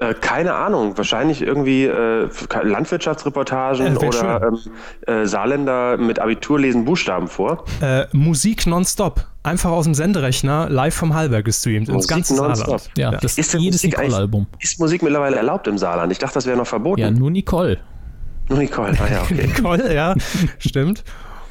E: Äh, keine Ahnung, wahrscheinlich irgendwie äh, Landwirtschaftsreportagen
A: Äh, wär
E: oder ähm, äh, Saarländer mit Abitur lesen Buchstaben vor.
A: Äh, Musik nonstop, einfach aus dem Senderechner, live vom Hallberg gestreamt, ins
E: Musik
A: ganze
E: nonstop.
A: Saarland.
B: Ja, das ist
E: denn
B: jedes
E: Musik
B: Nicole-Album.
E: eigentlich- Ist Musik mittlerweile erlaubt im Saarland? Ich dachte, das wäre noch verboten.
B: Ja, nur Nicole.
E: Nur Nicole, ah, ja, okay.
A: Nicole, ja, stimmt.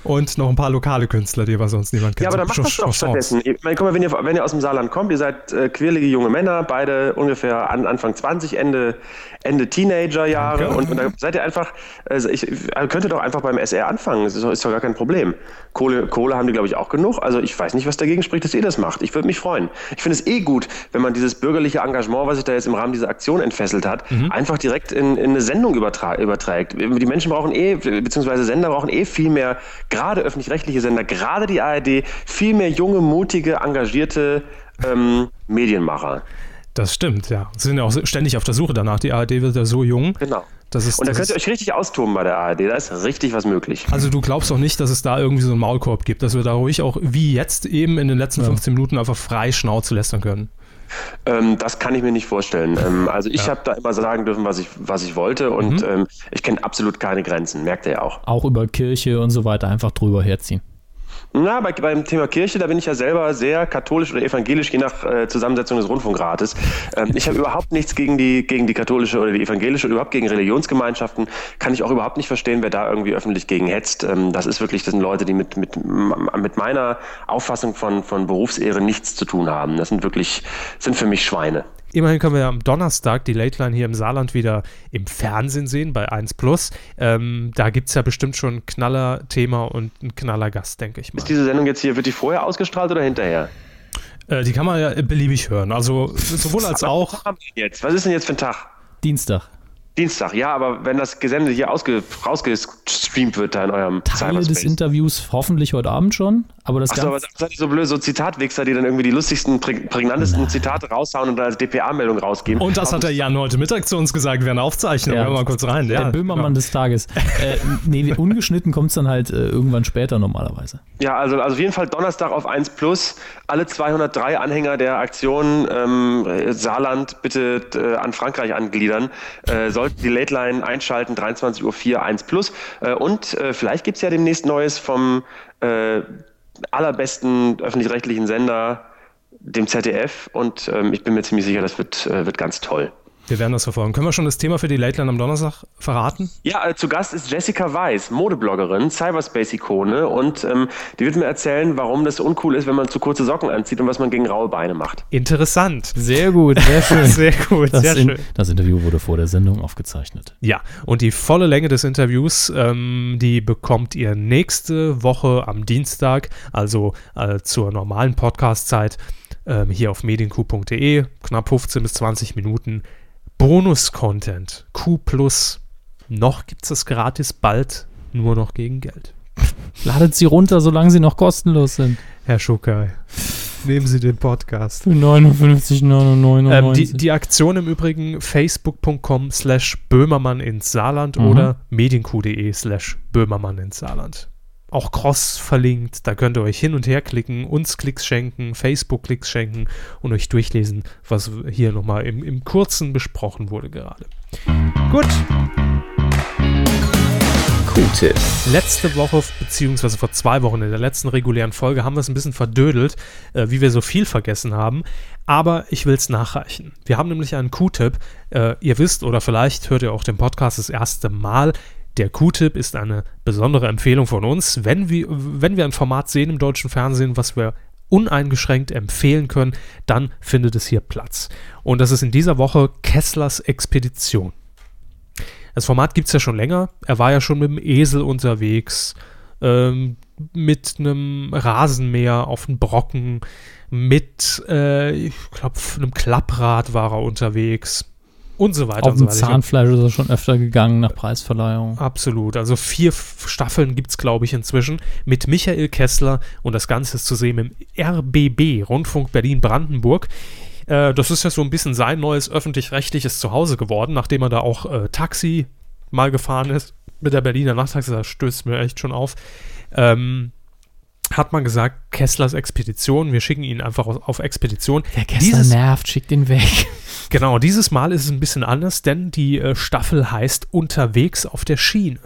A: Und noch ein paar lokale Künstler, die aber sonst niemand kennt.
E: Ja, aber dann macht
A: Sch-
E: das doch
A: Chansons.
E: stattdessen. Ich meine, guck mal, wenn ihr, wenn ihr aus dem Saarland kommt, ihr seid äh, quirlige junge Männer, beide ungefähr an, Anfang 20, Ende, Ende Teenagerjahre und, und da seid ihr einfach, also ich, ihr könntet doch einfach beim SR anfangen, das ist doch, ist doch gar kein Problem. Kohle, Kohle haben die, glaube ich, auch genug, also ich weiß nicht, was dagegen spricht, dass ihr das macht. Ich würde mich freuen. Ich finde es eh gut, wenn man dieses bürgerliche Engagement, was sich da jetzt im Rahmen dieser Aktion entfesselt hat,
A: Mhm.
E: einfach direkt in, in eine Sendung übertra überträgt. Die Menschen brauchen eh, beziehungsweise Sender brauchen eh viel mehr, gerade öffentlich-rechtliche Sender, gerade die ARD, viel mehr junge, mutige, engagierte ähm, Medienmacher.
A: Das stimmt, ja. Sie sind ja auch so- ständig auf der Suche danach. Die ARD wird ja so jung.
E: Genau.
A: Das ist,
E: Und da
A: das
E: könnt ihr
A: ist,
E: euch richtig austoben bei der ARD, da ist richtig was möglich.
A: also du glaubst doch nicht, dass es da irgendwie so einen Maulkorb gibt, dass wir da ruhig auch wie jetzt eben in den letzten 15 Minuten einfach frei Schnauze lästern können.
E: Ähm, das kann ich mir nicht vorstellen. Ähm, also ich habe da immer sagen dürfen, was ich, was ich wollte und
A: Mhm.
E: ähm, ich kenne absolut keine Grenzen, merkt ihr ja auch.
B: Auch über Kirche und so weiter einfach drüber herziehen.
E: Na, bei, beim Thema Kirche, da bin ich ja selber sehr katholisch oder evangelisch, je nach äh, Zusammensetzung des Rundfunkrates. Ähm, ich habe überhaupt nichts gegen die, gegen die katholische oder die evangelische oder überhaupt gegen Religionsgemeinschaften. Kann ich auch überhaupt nicht verstehen, wer da irgendwie öffentlich gegen hetzt. Ähm, das ist wirklich, das sind Leute, die mit, mit, mit meiner Auffassung von, von Berufsehre nichts zu tun haben. Das sind wirklich, sind für mich Schweine.
A: Immerhin können wir ja am Donnerstag die Late Line hier im Saarland wieder im Fernsehen sehen bei 1 Plus. Ähm, da gibt es ja bestimmt schon ein Knaller-Thema und ein Knaller-Gast, denke ich mal.
E: Ist diese Sendung jetzt hier, wird die vorher ausgestrahlt oder hinterher?
A: Äh, die kann man ja beliebig hören. Also sowohl als auch.
E: Was haben wir denn jetzt? Was ist denn jetzt für ein Tag?
B: Dienstag.
E: Dienstag, ja, aber wenn das Gesende hier ausge, rausgestreamt wird da in eurem
B: Teile des
E: Cyberspace.
B: Interviews hoffentlich heute Abend schon, aber das
E: Achso, aber
B: Ganze.
E: seid ihr so blöd, so Zitatwichser, die dann irgendwie die lustigsten, präg- prägnantesten Zitate raushauen und dann als DPA-Meldung rausgeben.
A: Und das
E: Auf-
A: hat der Jan heute Mittag zu uns gesagt, während der Aufzeichnung.
B: Ja.
A: Hören wir mal kurz rein.
B: der Böhmermann des Tages. äh, nee, ungeschnitten kommt es dann halt äh, irgendwann später normalerweise.
E: Ja, also, also auf jeden Fall Donnerstag auf 1 Plus. Alle 203 Anhänger der Aktion ähm, äh, Saarland bitte äh, an Frankreich angliedern. Äh, sollten die Late Line einschalten, 23.04 Uhr 1 Plus. Äh, und äh, vielleicht gibt's ja demnächst Neues vom äh, allerbesten öffentlich-rechtlichen Sender, dem ZDF. Und ähm, ich bin mir ziemlich sicher, das wird, äh, wird ganz toll.
A: genau. Wir werden das verfolgen. Können wir schon das Thema für die Late Line am Donnerstag verraten?
E: Ja, äh, zu Gast ist Jessica Weiß, Modebloggerin, Cyberspace-Ikone und ähm, die wird mir erzählen, warum das uncool ist, wenn man zu kurze Socken anzieht und was man gegen raue Beine macht.
A: Interessant.
B: Sehr gut, sehr schön.
A: Sehr gut,
B: das,
A: sehr
B: in,
A: schön.
B: das Interview wurde vor der Sendung aufgezeichnet.
A: Ja, und die volle Länge des Interviews, ähm, die bekommt ihr nächste Woche am Dienstag, also äh, zur normalen Podcast-Zeit, ähm, hier auf medienq.de, knapp 15 bis 20 Minuten Bonus-Content, Q+. Noch gibt es das gratis, bald nur noch gegen Geld.
B: Ladet sie runter, solange sie noch kostenlos sind.
A: Herr Schokay, nehmen Sie den Podcast.
B: Für 59,99.
A: Ähm, die, die Aktion im Übrigen facebook.com slash Böhmermann ins Saarland
B: Mhm.
A: oder medienq.de slash Böhmermann ins Saarland. Auch cross verlinkt, da könnt ihr euch hin und her klicken, uns Klicks schenken, Facebook Klicks schenken und euch durchlesen, was hier nochmal im, im Kurzen besprochen wurde gerade. Gut,
C: Q-Tipp.
A: letzte Woche, beziehungsweise vor zwei Wochen in der letzten regulären Folge, haben wir es ein bisschen verdödelt, äh, wie wir so viel vergessen haben. Aber ich will es nachreichen. Wir haben nämlich einen Q-Tipp. Äh, ihr wisst, oder vielleicht hört ihr auch den Podcast das erste Mal. Der Q-Tipp ist eine besondere Empfehlung von uns. Wenn wir, wenn wir ein Format sehen im deutschen Fernsehen, was wir uneingeschränkt empfehlen können, dann findet es hier Platz. Und das ist in dieser Woche Kesslers Expedition. Das Format gibt es ja schon länger. Er war ja schon mit dem Esel unterwegs, ähm, mit einem Rasenmäher auf dem Brocken, mit, äh, ich glaube, einem Klapprad war er unterwegs und so weiter
B: auf
A: und so
B: dem
A: weiter. Ich
B: Zahnfleisch ist er schon öfter gegangen nach Preisverleihung.
A: Absolut. Also vier F- Staffeln gibt es, glaube ich, inzwischen mit Michael Kessler und das Ganze ist zu sehen im RBB, Rundfunk Berlin-Brandenburg. Äh, das ist ja so ein bisschen sein neues öffentlich-rechtliches Zuhause geworden, nachdem er da auch äh, Taxi mal gefahren ist mit der Berliner Nachttaxi. Das stößt mir echt schon auf. Ähm, hat man gesagt, Kesslers Expedition, wir schicken ihn einfach auf auf Expedition.
B: Der
A: Dieses-
B: nervt, schickt ihn weg.
A: Genau, dieses Mal ist es ein bisschen anders, denn die äh, Staffel heißt Unterwegs auf der Schiene.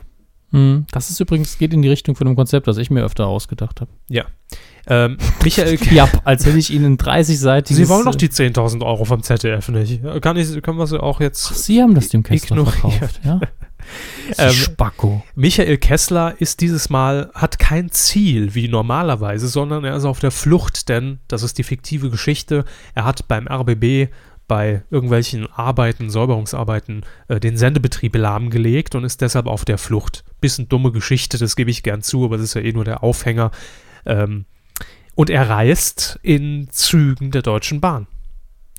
B: Hm, Das ist übrigens, geht in die Richtung von einem Konzept, das ich mir öfter ausgedacht habe.
A: Ja. Ähm, Michael Ke-
B: Ja, als hätte ich Ihnen 30-seitiges.
A: Sie wollen doch die 10.000 Euro vom ZDF nicht. Kann ich, können wir sie auch
B: Ach,
A: jetzt.
B: Sie haben das dem Kessler
A: Ignoriert.
B: verkauft, ja?
A: Ähm,
B: Spacko.
A: Michael Kessler ist dieses Mal, hat kein Ziel wie normalerweise, sondern er ist auf der Flucht, denn das ist die fiktive Geschichte. Er hat beim RBB bei irgendwelchen Arbeiten, Säuberungsarbeiten, äh, den Sendebetrieb lahmgelegt und ist deshalb auf der Flucht. Bisschen dumme Geschichte, das gebe ich gern zu, aber das ist ja eh nur der Aufhänger. Ähm, und er reist in Zügen der Deutschen Bahn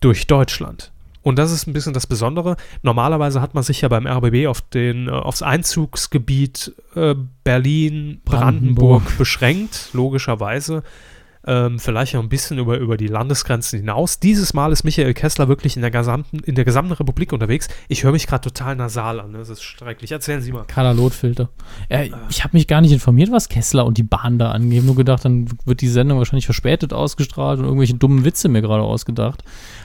A: durch Deutschland. Und das ist ein bisschen das Besondere. Normalerweise hat man sich ja beim RBB auf den, äh, aufs Einzugsgebiet äh, Berlin, Brandenburg,
B: Brandenburg.
A: beschränkt, logischerweise. Ähm, vielleicht noch ein bisschen über, über die Landesgrenzen hinaus. Dieses Mal ist Michael Kessler wirklich in der gesamten, in der gesamten Republik unterwegs. Ich höre mich gerade total nasal an. ne? Das ist schrecklich. Erzählen Sie mal.
B: Katalotfilter. Äh, ich habe mich gar nicht informiert, was Kessler und die Bahn da angeben. Nur gedacht, dann wird die Sendung wahrscheinlich verspätet ausgestrahlt und irgendwelche dummen Witze mir gerade ausgedacht.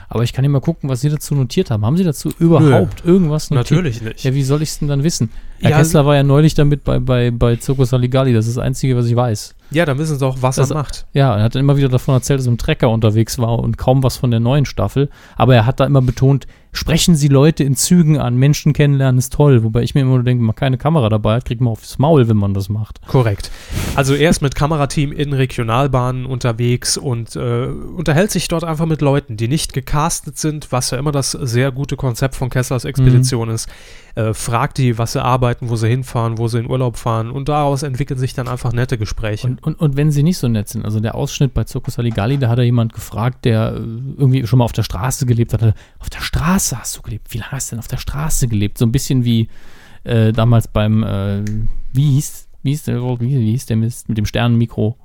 B: Aber ich kann ja mal gucken, was Sie dazu notiert haben. Haben Sie dazu überhaupt irgendwas notiert?
A: Natürlich nicht.
B: Ja, wie soll ich es denn dann wissen? Herr
A: Ja,
B: Kessler war ja neulich damit bei, bei, bei Zirkus Halligalli. Das ist das Einzige, was ich weiß.
A: Ja, dann wissen Sie auch, was
B: Das-
A: er macht.
B: Ja, er hat dann immer wieder davon erzählt, dass er im Trecker unterwegs war und kaum was von der neuen Staffel. Aber er hat da immer betont, sprechen Sie Leute in Zügen an, Menschen kennenlernen ist toll, wobei ich mir immer nur denke, wenn man keine Kamera dabei hat, kriegt man aufs Maul, wenn man das macht.
A: Korrekt. Also er ist mit Kamerateam in Regionalbahnen unterwegs und äh, unterhält sich dort einfach mit Leuten, die nicht gecastet sind, was ja immer das sehr gute Konzept von Kesslers
B: Mhm.
A: Expedition ist. Äh, fragt die, was sie arbeiten, wo sie hinfahren, wo sie in Urlaub fahren und daraus entwickeln sich dann einfach nette Gespräche.
B: Und, und, und wenn sie nicht so nett sind, also der Ausschnitt bei Zirkus Aligali, da hat er jemand gefragt, der äh, irgendwie schon mal auf der Straße gelebt hatte. Auf der Straße hast du gelebt? Wie lange hast du denn auf der Straße gelebt? So ein bisschen wie äh, damals beim, äh, wie hieß, wie hieß der, wie, wie hieß der Mist mit dem Sternenmikro?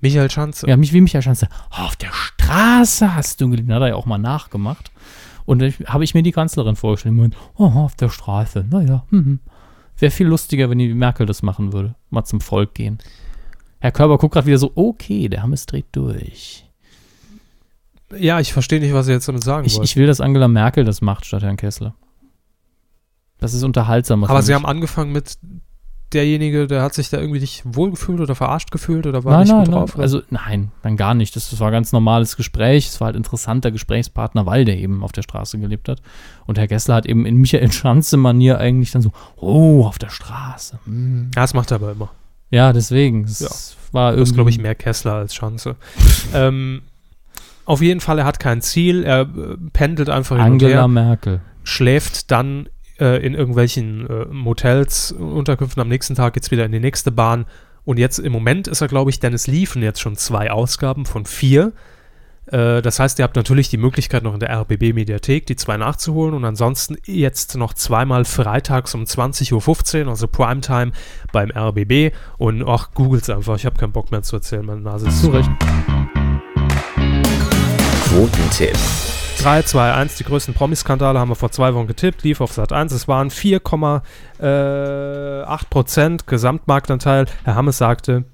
A: Michael Schanze.
B: Ja, mich wie Michael Schanze. Auf der Straße hast du gelebt. Hat er ja auch mal nachgemacht. Und dann habe ich mir die Kanzlerin vorgestellt. Und gemeint, oh, auf der Straße. Naja, hm. wäre viel lustiger, wenn die Merkel das machen würde. Mal zum Volk gehen. Herr Körber guckt gerade wieder so, okay, der Hammes dreht durch.
A: Ja, ich verstehe nicht, was ihr jetzt damit sagen
B: Ich,
A: wollt.
B: ich will, dass Angela Merkel das macht, statt Herrn Kessler. Das ist unterhaltsamer.
A: Aber
B: für
A: sie
B: mich.
A: haben angefangen mit derjenige, der hat sich da irgendwie nicht wohlgefühlt oder verarscht gefühlt oder war
B: nein,
A: nicht
B: nein,
A: gut
B: nein,
A: drauf. oder?
B: Also nein, dann gar nicht. Das, das war ein ganz normales Gespräch. Es war halt interessanter Gesprächspartner, weil der eben auf der Straße gelebt hat. Und Herr Gessler hat eben in Michael Schanze-Manier eigentlich dann so, oh, auf der Straße. hm.
A: ja, das macht er aber immer.
B: Ja, deswegen. Das war irgendwie.
A: Das ist, glaube ich, mehr Kessler als Schanze. ähm, auf jeden Fall, er hat kein Ziel, er äh, pendelt einfach hin und her.
B: Angela Merkel.
A: schläft dann äh, in irgendwelchen äh, Motels, Unterkünften. Am nächsten Tag geht's wieder in die nächste Bahn. Und jetzt im Moment ist er, glaube ich, denn es liefen jetzt schon zwei Ausgaben von vier. Äh, Das heißt, ihr habt natürlich die Möglichkeit, noch in der RBB-Mediathek die zwei nachzuholen und ansonsten jetzt noch zweimal freitags um 20.15 Uhr, also Primetime beim RBB. Und ach, googelt's einfach, ich habe keinen Bock mehr zu erzählen, meine Nase ist zu.
B: Zurecht.
C: Quotentipp.
A: 3, 2, 1, die größten Promiskandale haben wir vor zwei Wochen getippt, lief auf Sat 1. Es waren 4,8 Prozent Gesamtmarktanteil. Herr Hammes sagte,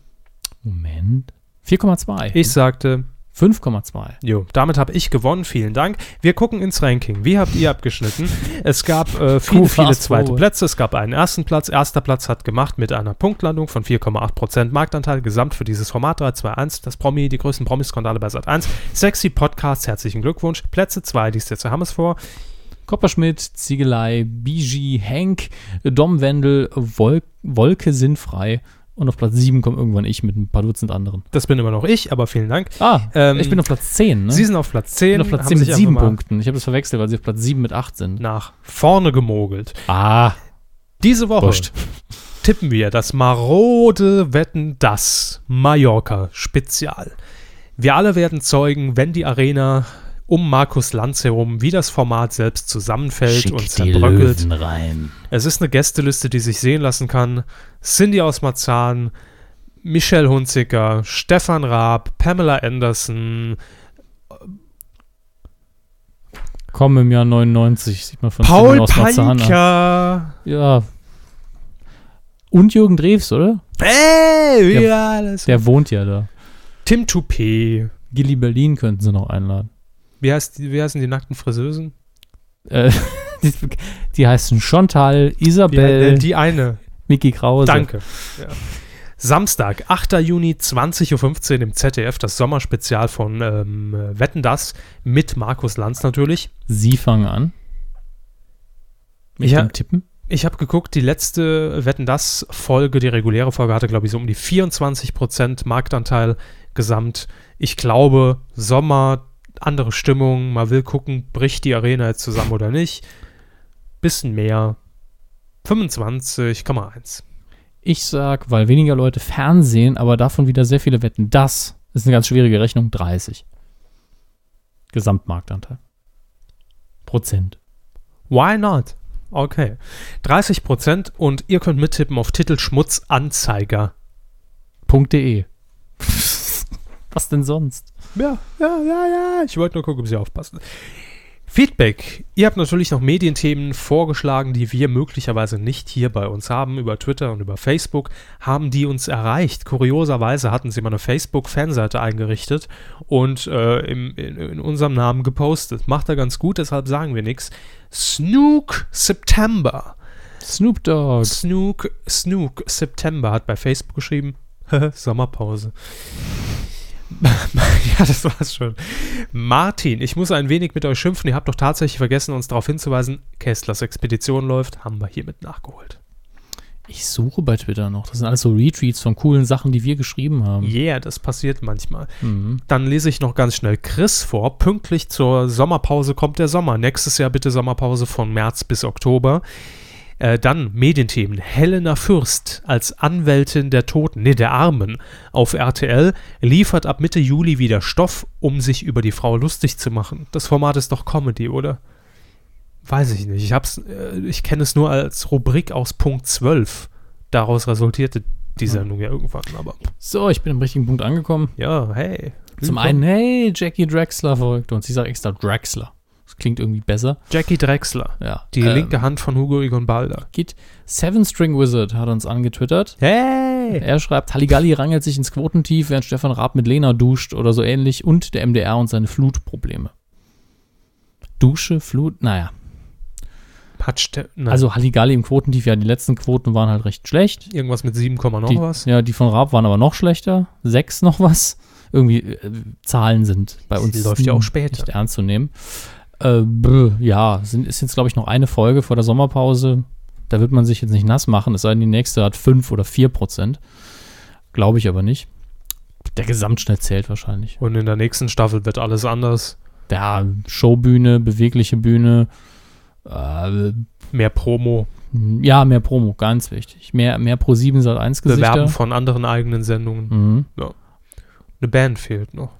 B: Moment. 4,2.
A: ich sagte,
B: 5,2.
A: jo, damit habe ich gewonnen, vielen Dank. Wir gucken ins Ranking. Wie habt ihr abgeschnitten? Es gab äh, viele,
B: Cool,
A: viele
B: fast
A: zweite
B: forward.
A: Plätze. Es gab einen ersten Platz. Erster Platz hat gemacht mit einer Punktlandung von 4,8 Prozent Marktanteil. Gesamt für dieses Format 3, 2, 1, das Promi, die größten Promiskandale bei Sat 1. Sexy Podcast, herzlichen Glückwunsch. Plätze 2, liest jetzt Herr Hammes vor.
B: Kopperschmidt, Ziegelei, Biji, Henk, Dom Wendel, Wolk, Wolke sinnfrei. Und auf Platz 7 kommt irgendwann ich mit ein paar Dutzend anderen.
A: Das bin immer noch ich, aber vielen Dank.
B: Ah,
A: Ähm,
B: ich bin auf Platz 10, ne?
A: Sie sind auf Platz 10,
B: ich bin auf Platz
A: haben
B: 10 mit
A: sich
B: 7
A: einfach mal
B: Punkten. Ich habe das verwechselt, weil sie auf Platz 7 mit 8 sind.
A: nach vorne gemogelt.
B: Ah,
A: Diese Woche
B: Wurscht.
A: tippen wir das marode Wetten das Mallorca Spezial. Wir alle werden Zeugen, wenn die Arena um Markus Lanz herum, wie das Format selbst zusammenfällt und zerbröckelt.
B: rein.
A: Es ist eine Gästeliste, die sich sehen lassen kann. Cindy aus Marzahn, Michelle Hunziker, Stefan Raab, Pamela Anderson,
B: Komm im Jahr 99, sieht man von
A: Paul
B: Simon Marzahn ne? an.
A: Panka.
B: Ja. Und Jürgen Drews, oder?
A: Ey,
B: Der-
A: ja, alles.
B: Der wohnt ja da.
A: Tim Toupet.
B: Gilly Berlin könnten sie noch einladen.
A: Wie, heißt, die- wie heißen die nackten Friseusen?
B: Äh, die, die heißen Chantal,
A: Wie, äh,
B: Isabel,
A: die eine.
B: Mickey Krause.
A: Danke. Ja. Samstag, 8. Juni, 20.15 Uhr im ZDF, das Sommerspezial von ähm, äh, Wetten das mit Markus Lanz natürlich.
B: Sie fangen an. Mit
A: Ja.
B: dem Tippen.
A: Ich habe geguckt, die letzte Wetten das Folge, die reguläre Folge, hatte, glaube ich, so um die 24% Marktanteil gesamt. Ich glaube, Sommer, andere Stimmung, man will gucken, bricht die Arena jetzt zusammen oder nicht. Bisschen mehr. 25,1.
B: Ich sag, weil weniger Leute Fernsehen, aber davon wieder sehr viele wetten. Das ist eine ganz schwierige Rechnung. 30. Gesamtmarktanteil. Prozent.
A: Why not? Okay. 30% und ihr könnt mittippen auf Titel Schmutzanzeiger.
B: .de. E. Was denn sonst?
A: Ja, ja, ja, ja. Ich wollte nur gucken, ob Sie aufpassen. Feedback. Ihr habt natürlich noch Medienthemen vorgeschlagen, die wir möglicherweise nicht hier bei uns haben. Über Twitter und über Facebook haben die uns erreicht. Kurioserweise hatten sie mal eine Facebook-Fanseite eingerichtet und äh, im, in, in unserem Namen gepostet. Macht er ganz gut, deshalb sagen wir nichts. Snook September.
B: Snoop Dogg.
A: Snook, Snook September hat bei Facebook geschrieben. Sommerpause. ja, das war's schon. Martin, ich muss ein wenig mit euch schimpfen. Ihr habt doch tatsächlich vergessen, uns darauf hinzuweisen. Kesslers Expedition läuft, haben wir hiermit nachgeholt.
B: Ich suche bei Twitter noch. Das sind alles so Retweets von coolen Sachen, die wir geschrieben haben.
A: Yeah, das passiert manchmal.
B: Ähm. Mhm.
A: Dann lese ich noch ganz schnell Chris vor. Pünktlich zur Sommerpause kommt der Sommer. Nächstes Jahr bitte Sommerpause von März bis Oktober. Äh, dann Medienthemen. Helena Fürst als Anwältin der Toten, nee, der Armen auf RTL liefert ab Mitte Juli wieder Stoff, um sich über die Frau lustig zu machen. Das Format ist doch Comedy, oder? Weiß ich nicht. Ich, hab's, äh, ich kenne es nur als Rubrik aus Punkt 12. Daraus resultierte die Sendung ja irgendwann, aber
B: So, ich bin am richtigen Punkt angekommen.
A: ja, hey.
B: Zum einen, hey, Jackie Drexler folgt uns. Ich sage extra Drexler. Das klingt irgendwie besser.
A: Jackie Drexler.
B: Ja.
A: Die
B: ähm,
A: linke Hand von Hugo Egon Balder.
B: Geht. Seven String Wizard hat uns angetwittert.
A: Hey!
B: Er schreibt, Halligalli rangelt sich ins Quotentief, während Stefan Raab mit Lena duscht oder so ähnlich und der MDR und seine Flutprobleme. Dusche, Flut, naja.
A: Patsch, also
B: Also Halligalli im Quotentief, ja, die letzten Quoten waren halt recht schlecht.
A: irgendwas mit 7, noch
B: die,
A: was.
B: Ja, die von Raab waren aber noch schlechter. Sechs noch was. Irgendwie äh, Zahlen sind bei
A: Die
B: uns.
A: läuft ja auch
B: später
A: später.
B: Nicht ernst zu nehmen. Äh, brr, ja, sind, ist jetzt, glaube ich, noch eine Folge vor der Sommerpause. Da wird man sich jetzt nicht nass machen, es sei denn, die nächste hat fünf oder vier Prozent. Glaube ich aber nicht. Der Gesamtschnitt zählt wahrscheinlich.
A: Und in der nächsten Staffel wird alles anders.
B: Ja, Showbühne, bewegliche Bühne. Äh,
A: Mehr Promo,
B: ja, mehr Promo, ganz wichtig. Mehr, mehr Pro 7 Sat 1 Gesichter.
A: Bewerben von anderen eigenen Sendungen.
B: Mhm.
A: Eine Band fehlt noch.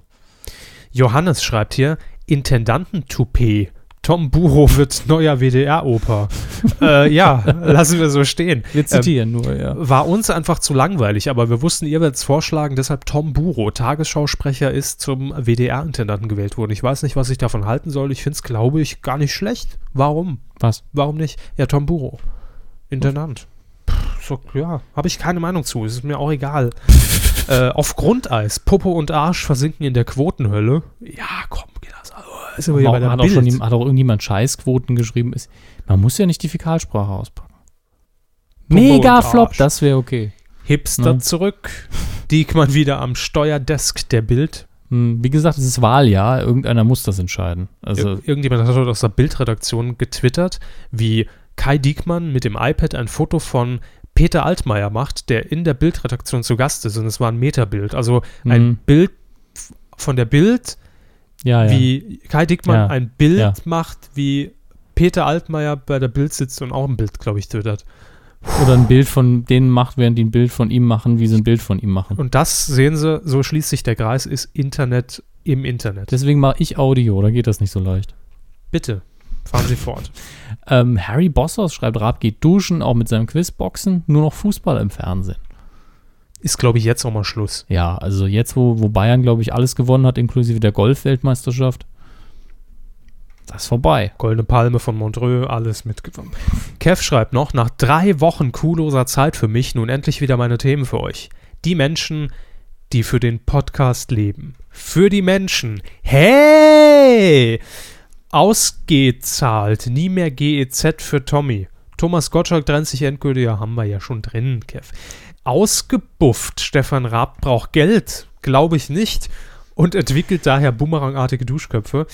A: Johannes schreibt hier: Intendanten-Toupet. Tom Buro wird neuer WDR-Oper. äh, ja, lassen wir so stehen.
B: Wir zitieren nur, ja.
A: War uns einfach zu langweilig, aber wir wussten, ihr werdet es vorschlagen, deshalb Tom Buro, Tagesschausprecher, ist zum WDR-Intendanten gewählt worden. Ich weiß nicht, was ich davon halten soll. Ich finde es, glaube ich, gar nicht schlecht. Warum?
B: Was?
A: Warum nicht? Ja, Tom Buro, Intendant. Pff, So, ja, habe ich keine Meinung zu. Ist mir auch egal. äh, auf Grundeis, Popo und Arsch versinken in der Quotenhölle. Ja, komm, geh das. Oh, Ist aber hier bei
B: Warum
A: der
B: hat, auch schon,
A: Bild.
B: jem- hat auch irgendjemand Scheißquoten geschrieben? Ist, man muss ja nicht die Fäkalsprache auspacken. Mega
A: und
B: Flop,
A: Arsch.
B: das wäre okay.
A: Hipster
B: Ne?
A: zurück. Diekmann wieder am Steuerdesk der Bild.
B: Hm, wie gesagt, es ist Wahljahr, irgendeiner muss das entscheiden. Also,
A: Ir irgendjemand hat heute aus der Bildredaktion getwittert, wie Kai Diekmann mit dem iPad ein Foto von Peter Altmaier macht, der in der Bildredaktion zu Gast ist. Und es war ein Metabild. Also ein
B: Mhm.
A: Bild f- von der Bild,
B: ja, ja.
A: wie Kai Diekmann
B: Ja.
A: ein Bild
B: Ja.
A: macht, wie Peter Altmaier bei der Bild sitzt und auch ein Bild, glaube ich, twittert.
B: Oder ein Bild von denen macht, während die ein Bild von ihm machen, wie sie ein Bild von ihm machen.
A: Und das sehen Sie, so schließt sich der Kreis, ist Internet im Internet.
B: Deswegen mache ich Audio, da geht das nicht so leicht.
A: Bitte, fahren Sie fort.
B: Ähm, Harry Bossos schreibt, Raab geht duschen, auch mit seinem Quizboxen, nur noch Fußball im Fernsehen.
A: Ist, glaube ich, jetzt auch mal Schluss.
B: Ja, also jetzt, wo, wo Bayern, glaube ich, alles gewonnen hat, inklusive der Golfweltmeisterschaft, das ist vorbei.
A: Goldene Palme von Montreux, alles mitgenommen. Kev schreibt noch, nach drei Wochen kuhloser Zeit für mich, nun endlich wieder meine Themen für euch. Die Menschen, die für den Podcast leben. Für die Menschen. Hey! Ausgezahlt, nie mehr GEZ für Tommy. Thomas Gottschalk trennt sich endgültig, ja, haben wir ja schon drin, Kev. Ausgebufft, Stefan Raab braucht Geld, glaube ich nicht, und entwickelt daher bumerangartige Duschköpfe.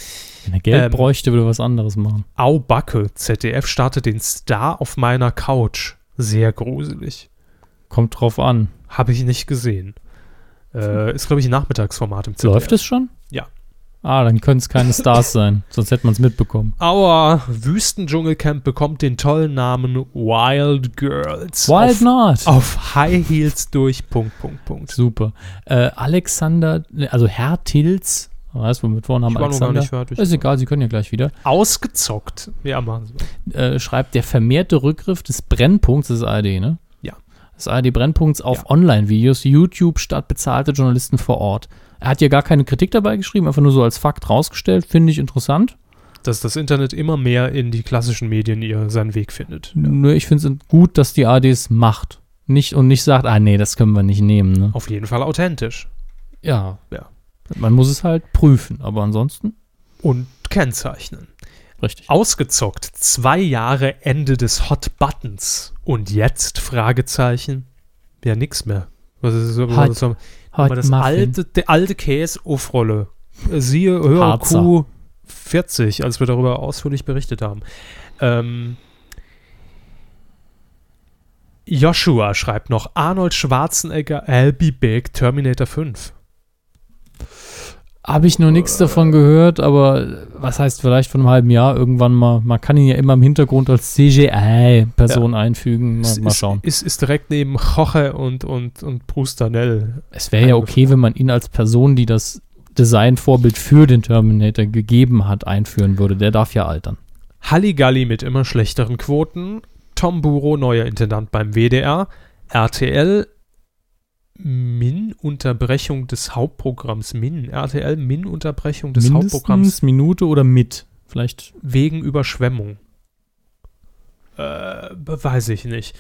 B: Wenn er Geld
A: Ähm,
B: bräuchte, würde er was anderes machen.
A: Au Backe, ZDF startet den Star auf meiner Couch. Sehr gruselig.
B: Kommt drauf an.
A: Habe ich nicht gesehen. Äh, ist, glaube ich, ein Nachmittagsformat im ZDF.
B: Hm. Läuft es schon?
A: Ja.
B: Ah, dann können es keine Stars sein. Sonst hätte man es mitbekommen.
A: Aua, Wüstendschungelcamp bekommt den tollen Namen Wild Girls.
B: Wild Not.
A: auf, Oh. auf High Heels durch, Punkt, Punkt, Punkt.
B: Super. Äh, Alexander, ne, also Herr Tilz, weißt du, mit Vornamen
A: Ich war noch gar
B: Alexander.
A: nicht fertig.
B: Ist egal, Sie können ja gleich wieder.
A: Ausgezockt. Ja, machen Sie. mal.
B: äh, schreibt, der vermehrte Rückgriff des Brennpunkts, das ist ARD, ne?
A: Ja.
B: Des ARD-Brennpunkts auf Online-Videos, YouTube statt bezahlte Journalisten vor Ort. Er hat ja gar keine Kritik dabei geschrieben, einfach nur so als Fakt rausgestellt, finde ich interessant.
A: Dass das Internet immer mehr in die klassischen Medien ihr seinen Weg findet.
B: Nur ich finde es gut, dass die ARD es macht. Nicht und nicht sagt, ah nee, das können wir nicht nehmen, ne?
A: Auf jeden Fall authentisch.
B: Ja.
A: Ja.
B: Man muss es halt prüfen, aber ansonsten,
A: Und kennzeichnen.
B: richtig.
A: Ausgezockt. Zwei Jahre Ende des Hot Buttons. Und jetzt? Fragezeichen. Ja, nix mehr. Was ist, was
B: Hot-
A: ist, was Aber das alte, der alte Käse auf Rolle. Siehe
B: Harzer.
A: Hörkuh 40, als wir darüber ausführlich berichtet haben. Ähm, Joshua schreibt noch, Arnold Schwarzenegger, I'll be back, Terminator 5.
B: Habe ich noch nichts davon gehört, aber äh, was heißt vielleicht von einem halben Jahr irgendwann mal? Man kann ihn ja immer im Hintergrund als CGI-Person einfügen. Mal,
A: Ist-
B: mal schauen.
A: Ist, ist, ist direkt neben Jorge und, und, und Bruce Danell.
B: Es wäre ja okay, wenn man ihn als Person, die das Designvorbild für den Terminator gegeben hat, einführen würde. Der darf ja altern.
A: Halligalli mit immer schlechteren Quoten, Tom Buro, neuer Intendant beim WDR, RTL, Min, Unterbrechung des Hauptprogramms, Min, RTL, Min, Unterbrechung des Hauptprogramms
B: Minute oder mit. Vielleicht
A: wegen Überschwemmung. Äh, be- weiß ich nicht.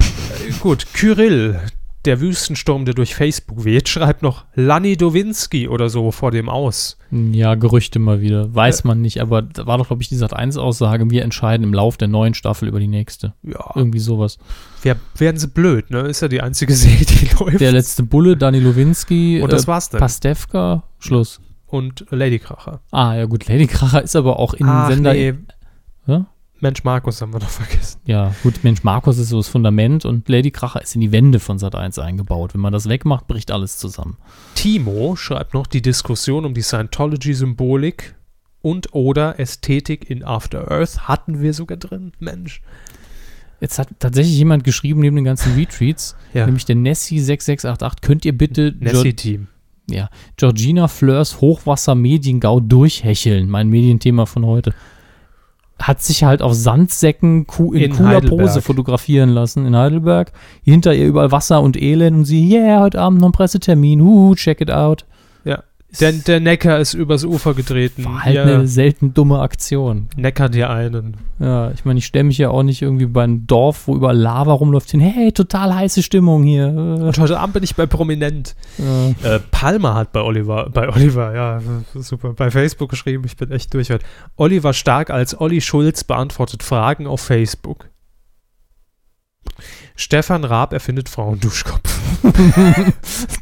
A: Äh, gut, Kyrill, der Wüstensturm, der durch Facebook weht, schreibt noch Lanny Dowinski oder so vor dem Aus.
B: Ja, Gerüchte mal wieder. Weiß
A: Äh.
B: man nicht, aber da war doch, glaube ich, die Sat1-Aussage, wir entscheiden im Lauf der neuen Staffel über die nächste.
A: Ja,
B: Irgendwie sowas.
A: wer, werden sie blöd, ne? Ist ja die einzige Serie, die läuft.
B: Der letzte Bulle, Dani Lowinski, äh,
A: Und das war's dann.
B: Pastewka, Schluss.
A: und Ladykracher.
B: Ah, ja gut, Lady Kracher ist aber auch in den
A: Ach,
B: Sender.
A: nee.
B: Ja?
A: E- Mensch, Markus haben wir noch vergessen.
B: Ja, gut, Mensch, Markus ist so das Fundament und Lady Kracher ist in die Wände von Sat1 eingebaut. Wenn man das wegmacht, bricht alles zusammen.
A: Timo schreibt noch die Diskussion um die Scientology-Symbolik und oder Ästhetik in After Earth hatten wir sogar drin. Mensch.
B: Jetzt hat tatsächlich jemand geschrieben, neben den ganzen Retweets,
A: Ja.
B: nämlich der Nessie6688, könnt ihr bitte Jo-
A: Nessie-Team.
B: Ja, Georgina Fleurs Hochwasser Mediengau durchhecheln, mein Medienthema von heute. Hat sich halt auf Sandsäcken ku- in,
A: In
B: cooler
A: Heidelberg.
B: Pose fotografieren lassen in Heidelberg. Hinter ihr überall Wasser und Elend und sie, yeah, heute Abend noch ein Pressetermin, uh, check it out.
A: Ja. Der, der Neckar ist übers Ufer getreten.
B: War halt
A: ja,
B: eine selten dumme Aktion.
A: Neckar dir einen.
B: Ja, ich meine, ich stelle mich ja auch nicht irgendwie bei einem Dorf, wo überall Lava rumläuft, hin, hey, total heiße Stimmung hier.
A: Und heute Abend bin ich bei Prominent.
B: Äh, äh.
A: Äh, Palmer hat bei Oliver, bei Oliver, ja, super, bei Facebook geschrieben, ich bin echt durch. heute. Oliver Stark als Olli Schulz beantwortet Fragen auf Facebook. Stefan Raab erfindet Frauenduschkopf.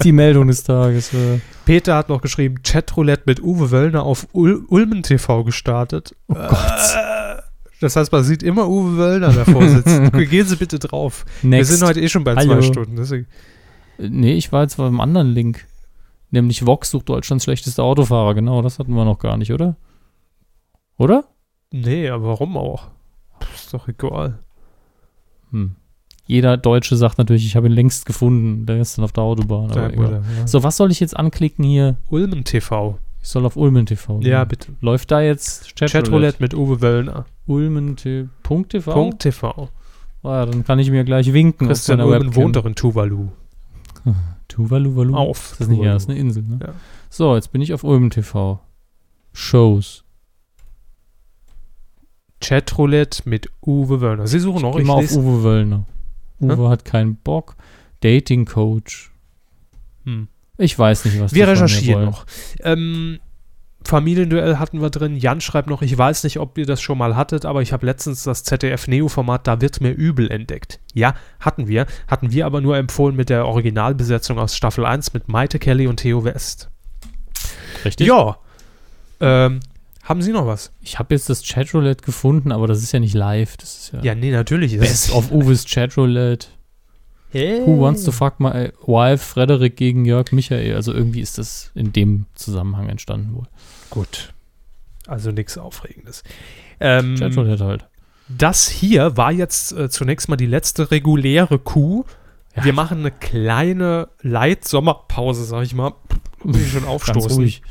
B: Die Meldung des Tages. Äh.
A: Peter hat noch geschrieben, Chatroulette mit Uwe Wöllner auf Ul Ulmen TV gestartet. Äh,
B: Oh Gott.
A: Das heißt, man sieht immer Uwe Wöllner davor sitzen. Gehen Sie bitte drauf.
B: Next.
A: Wir sind heute eh schon bei
B: Hallo.
A: zwei Stunden. Deswegen.
B: Äh, Nee, ich war jetzt bei einem anderen Link. Nämlich Vox sucht Deutschlands schlechteste Autofahrer. Genau, das hatten wir noch gar nicht, oder? Oder?
A: Nee, aber warum auch? Ist doch egal.
B: Hm. Jeder Deutsche sagt natürlich, ich habe ihn längst gefunden. Der ist dann auf der Autobahn. Aber
A: Dein
B: egal.
A: Bruder, ja.
B: So, was soll ich jetzt anklicken hier?
A: Ulmen TV.
B: Ich soll auf Ulmen TV. gehen.
A: Ja, bitte.
B: Läuft da jetzt
A: Chatroulette mit Uwe Wöllner.
B: Ulmen TV. Punkt TV?
A: Punkt TV.
B: Ah, dann kann ich mir gleich winken.
A: Christian
B: meiner
A: Ulmen
B: Webcam.
A: wohnt doch in Tuvalu.
B: Tuvalu, Valu.
A: Auf.
B: Ist das nicht,
A: Tuvalu.
B: ja, ist eine Insel, ne?
A: Ja.
B: So, jetzt bin ich auf Ulmen TV. Shows.
A: Chatroulette mit Uwe Wöllner. Sie suchen noch. Ich
B: Immer auf
A: lese-
B: Uwe Wöllner. Uwe hat keinen Bock. Dating Coach.
A: Hm.
B: Ich weiß nicht, was
A: Wir
B: die von mir
A: recherchieren
B: wollen.
A: noch. Ähm, Familienduell hatten wir drin. Jan schreibt noch, ich weiß nicht, ob ihr das schon mal hattet, aber ich habe letztens das ZDF-Neo-Format Da wird mir übel entdeckt. Ja, hatten wir. Hatten wir aber nur empfohlen mit der Originalbesetzung aus Staffel 1 mit Maite Kelly und Theo West.
B: Richtig?
A: ja. Ähm, haben Sie noch was?
B: Ich habe jetzt das Chatroulette gefunden, aber das ist ja nicht live. Das ist ja,
A: Ja, nee, natürlich. ist es-
B: Best of Uwe's Chatroulette.
A: Hey.
B: Who wants to fuck my wife? Frederik gegen Jörg Michael. Also irgendwie ist das in dem Zusammenhang entstanden wohl.
A: Gut. Also nichts Aufregendes. Ähm,
B: Chatroulette halt.
A: das hier war jetzt äh, zunächst mal die letzte reguläre Kuh.
B: Ja.
A: Wir machen eine kleine Light-Sommerpause, sag ich mal. Will ich schon
B: Ganz
A: aufstoßen.
B: ruhig.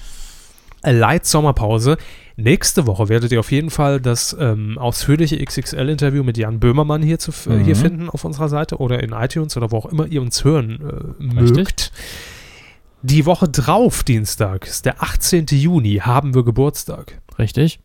A: Äh, Light-Sommerpause. Nächste Woche werdet ihr auf jeden Fall das ähm, ausführliche XXL-Interview mit Jan Böhmermann hier, zu, f- äh,
B: Mhm.
A: hier finden auf unserer Seite oder in iTunes oder wo auch immer ihr uns hören äh,
B: Richtig.
A: mögt. Die Woche drauf, Dienstag, ist der 18. Juni, haben wir Geburtstag.
B: Richtig?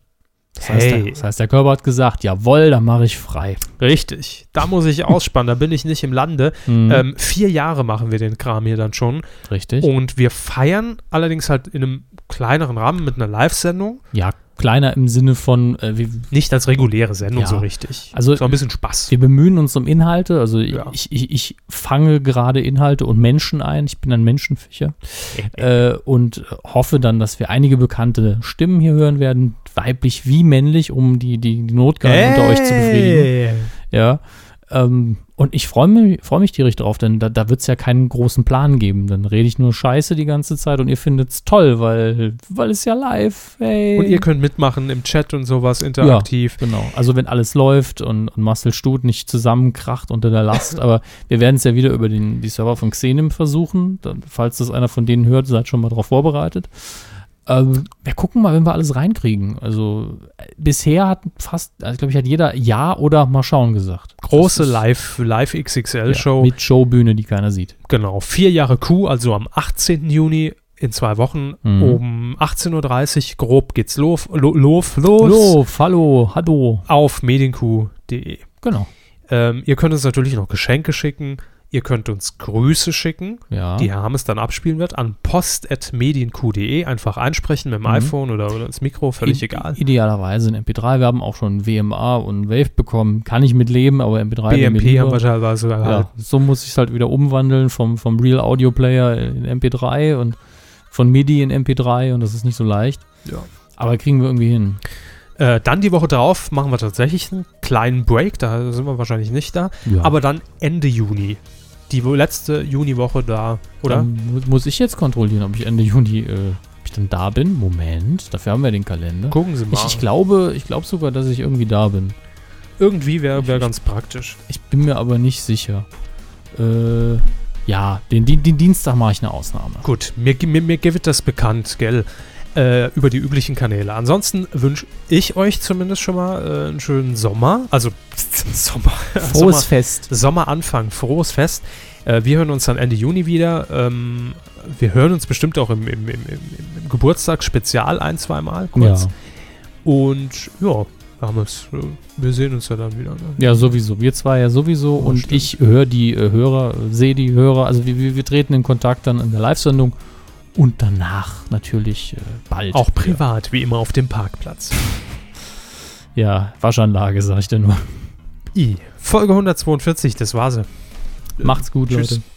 B: Das, heißt, der,
A: Hey.
B: das heißt, der Körper hat gesagt, jawohl, dann mache ich frei.
A: Richtig. Da muss ich ausspannen, da bin ich nicht im Lande.
B: Mhm.
A: Ähm, oh. vier Jahre machen wir den Kram hier dann schon.
B: Richtig?
A: Und wir feiern allerdings halt in einem kleineren Rahmen mit einer Live-Sendung.
B: Ja, kleiner im Sinne von, äh, wir,
A: Nicht als reguläre Sendung
B: Ja.
A: so richtig.
B: Also-
A: so ein bisschen Spaß.
B: wir bemühen uns um Inhalte. Also
A: Ja.
B: ich, ich, ich fange gerade Inhalte und Menschen ein. Ich bin ein Menschenfischer. äh, und hoffe dann, dass wir einige bekannte Stimmen hier hören werden, weiblich wie männlich, um die, die Notgeil unter euch zu befriedigen. Ja. Ähm, und ich freue mich, freu mich tierisch drauf, denn da, da wird es ja keinen großen Plan geben. Dann rede ich nur Scheiße die ganze Zeit und ihr findet es toll, weil, weil es ja live, hey.
A: Und ihr könnt mitmachen im Chat und sowas interaktiv.
B: Genau. Also wenn alles läuft und, und Marcel Stut nicht zusammenkracht unter der Last, aber wir werden es ja wieder über den, die Server von Xenim versuchen. Dann, falls das einer von denen hört, seid schon mal darauf vorbereitet. Ähm, wir gucken mal, wenn wir alles reinkriegen. Also äh, bisher hat fast, also glaube ich, hat jeder Ja oder mal schauen gesagt.
A: Große
B: Das ist-
A: Live, Live
B: Ja,
A: XXL-Show.
B: mit Showbühne, die keiner sieht.
A: genau. Vier Jahre Q, also am 18. Juni in zwei Wochen
B: Mhm.
A: um 18.30 Uhr grob geht's los. Lo, lof, los.
B: Hallo, hallo, hallo.
A: Auf medienq.de.
B: Genau.
A: Ähm, ihr könnt uns natürlich noch Geschenke schicken. Ihr könnt uns Grüße schicken,
B: Ja.
A: die Herr Hammes dann abspielen wird, an post.medienq.de. Einfach einsprechen mit dem iPhone oder, oder ins Mikro, völlig
B: I-
A: egal.
B: Idealerweise Mhm. in MP3. Wir haben auch schon WMA und Wave bekommen. Kann ich mitleben, aber MP3 wäre mir
A: BMP haben
B: lieber.
A: wir teilweise
B: Ja,
A: erhalten.
B: so muss ich es halt wieder umwandeln vom, vom Real Audio Player in MP3 und von MIDI in MP3 und das ist nicht so leicht.
A: Ja.
B: Aber kriegen wir irgendwie hin.
A: Äh, dann die Woche drauf machen wir tatsächlich einen kleinen Break, da sind wir wahrscheinlich nicht da. Aber dann Ende Juni. Die wo- letzte Juniwoche da, oder?
B: Dann mu- muss ich jetzt kontrollieren, ob ich Ende Juni, äh, ob ich dann da bin? Moment, dafür haben wir den Kalender.
A: Gucken Sie mal.
B: Ich, ich glaube, ich glaube sogar, dass ich irgendwie da bin.
A: Irgendwie wäre wär ganz praktisch.
B: Ich bin mir aber nicht sicher. Äh, ja, den, den, den Dienstag mache ich eine Ausnahme.
A: Gut, mir, mir, mir gibt das bekannt, gell? Äh, über die üblichen Kanäle. Ansonsten wünsche ich euch zumindest schon mal äh, einen schönen Sommer. Also Sommer. Sommer,
B: Frohes Fest.
A: Sommeranfang, frohes Fest. Äh, wir hören uns dann Ende Juni wieder. Ähm, wir hören uns bestimmt auch im, im, im, im, im Geburtstagsspezial ein, zweimal kurz.
B: Ja.
A: Und ja, wir haben es. äh, Wir sehen uns ja dann wieder. Ne?
B: ja, sowieso. Wir zwei ja sowieso. und
A: stimmt.
B: ich höre die äh, Hörer, äh, sehe die Hörer. Also wir, wir, wir treten in Kontakt dann in der Live-Sendung. Und danach natürlich äh, bald.
A: Auch privat, wie immer auf dem Parkplatz.
B: Ja, Waschanlage, sage ich dir nur.
A: I. Folge 142, das war's.
B: Macht's gut,
A: Tschüss.
B: Leute.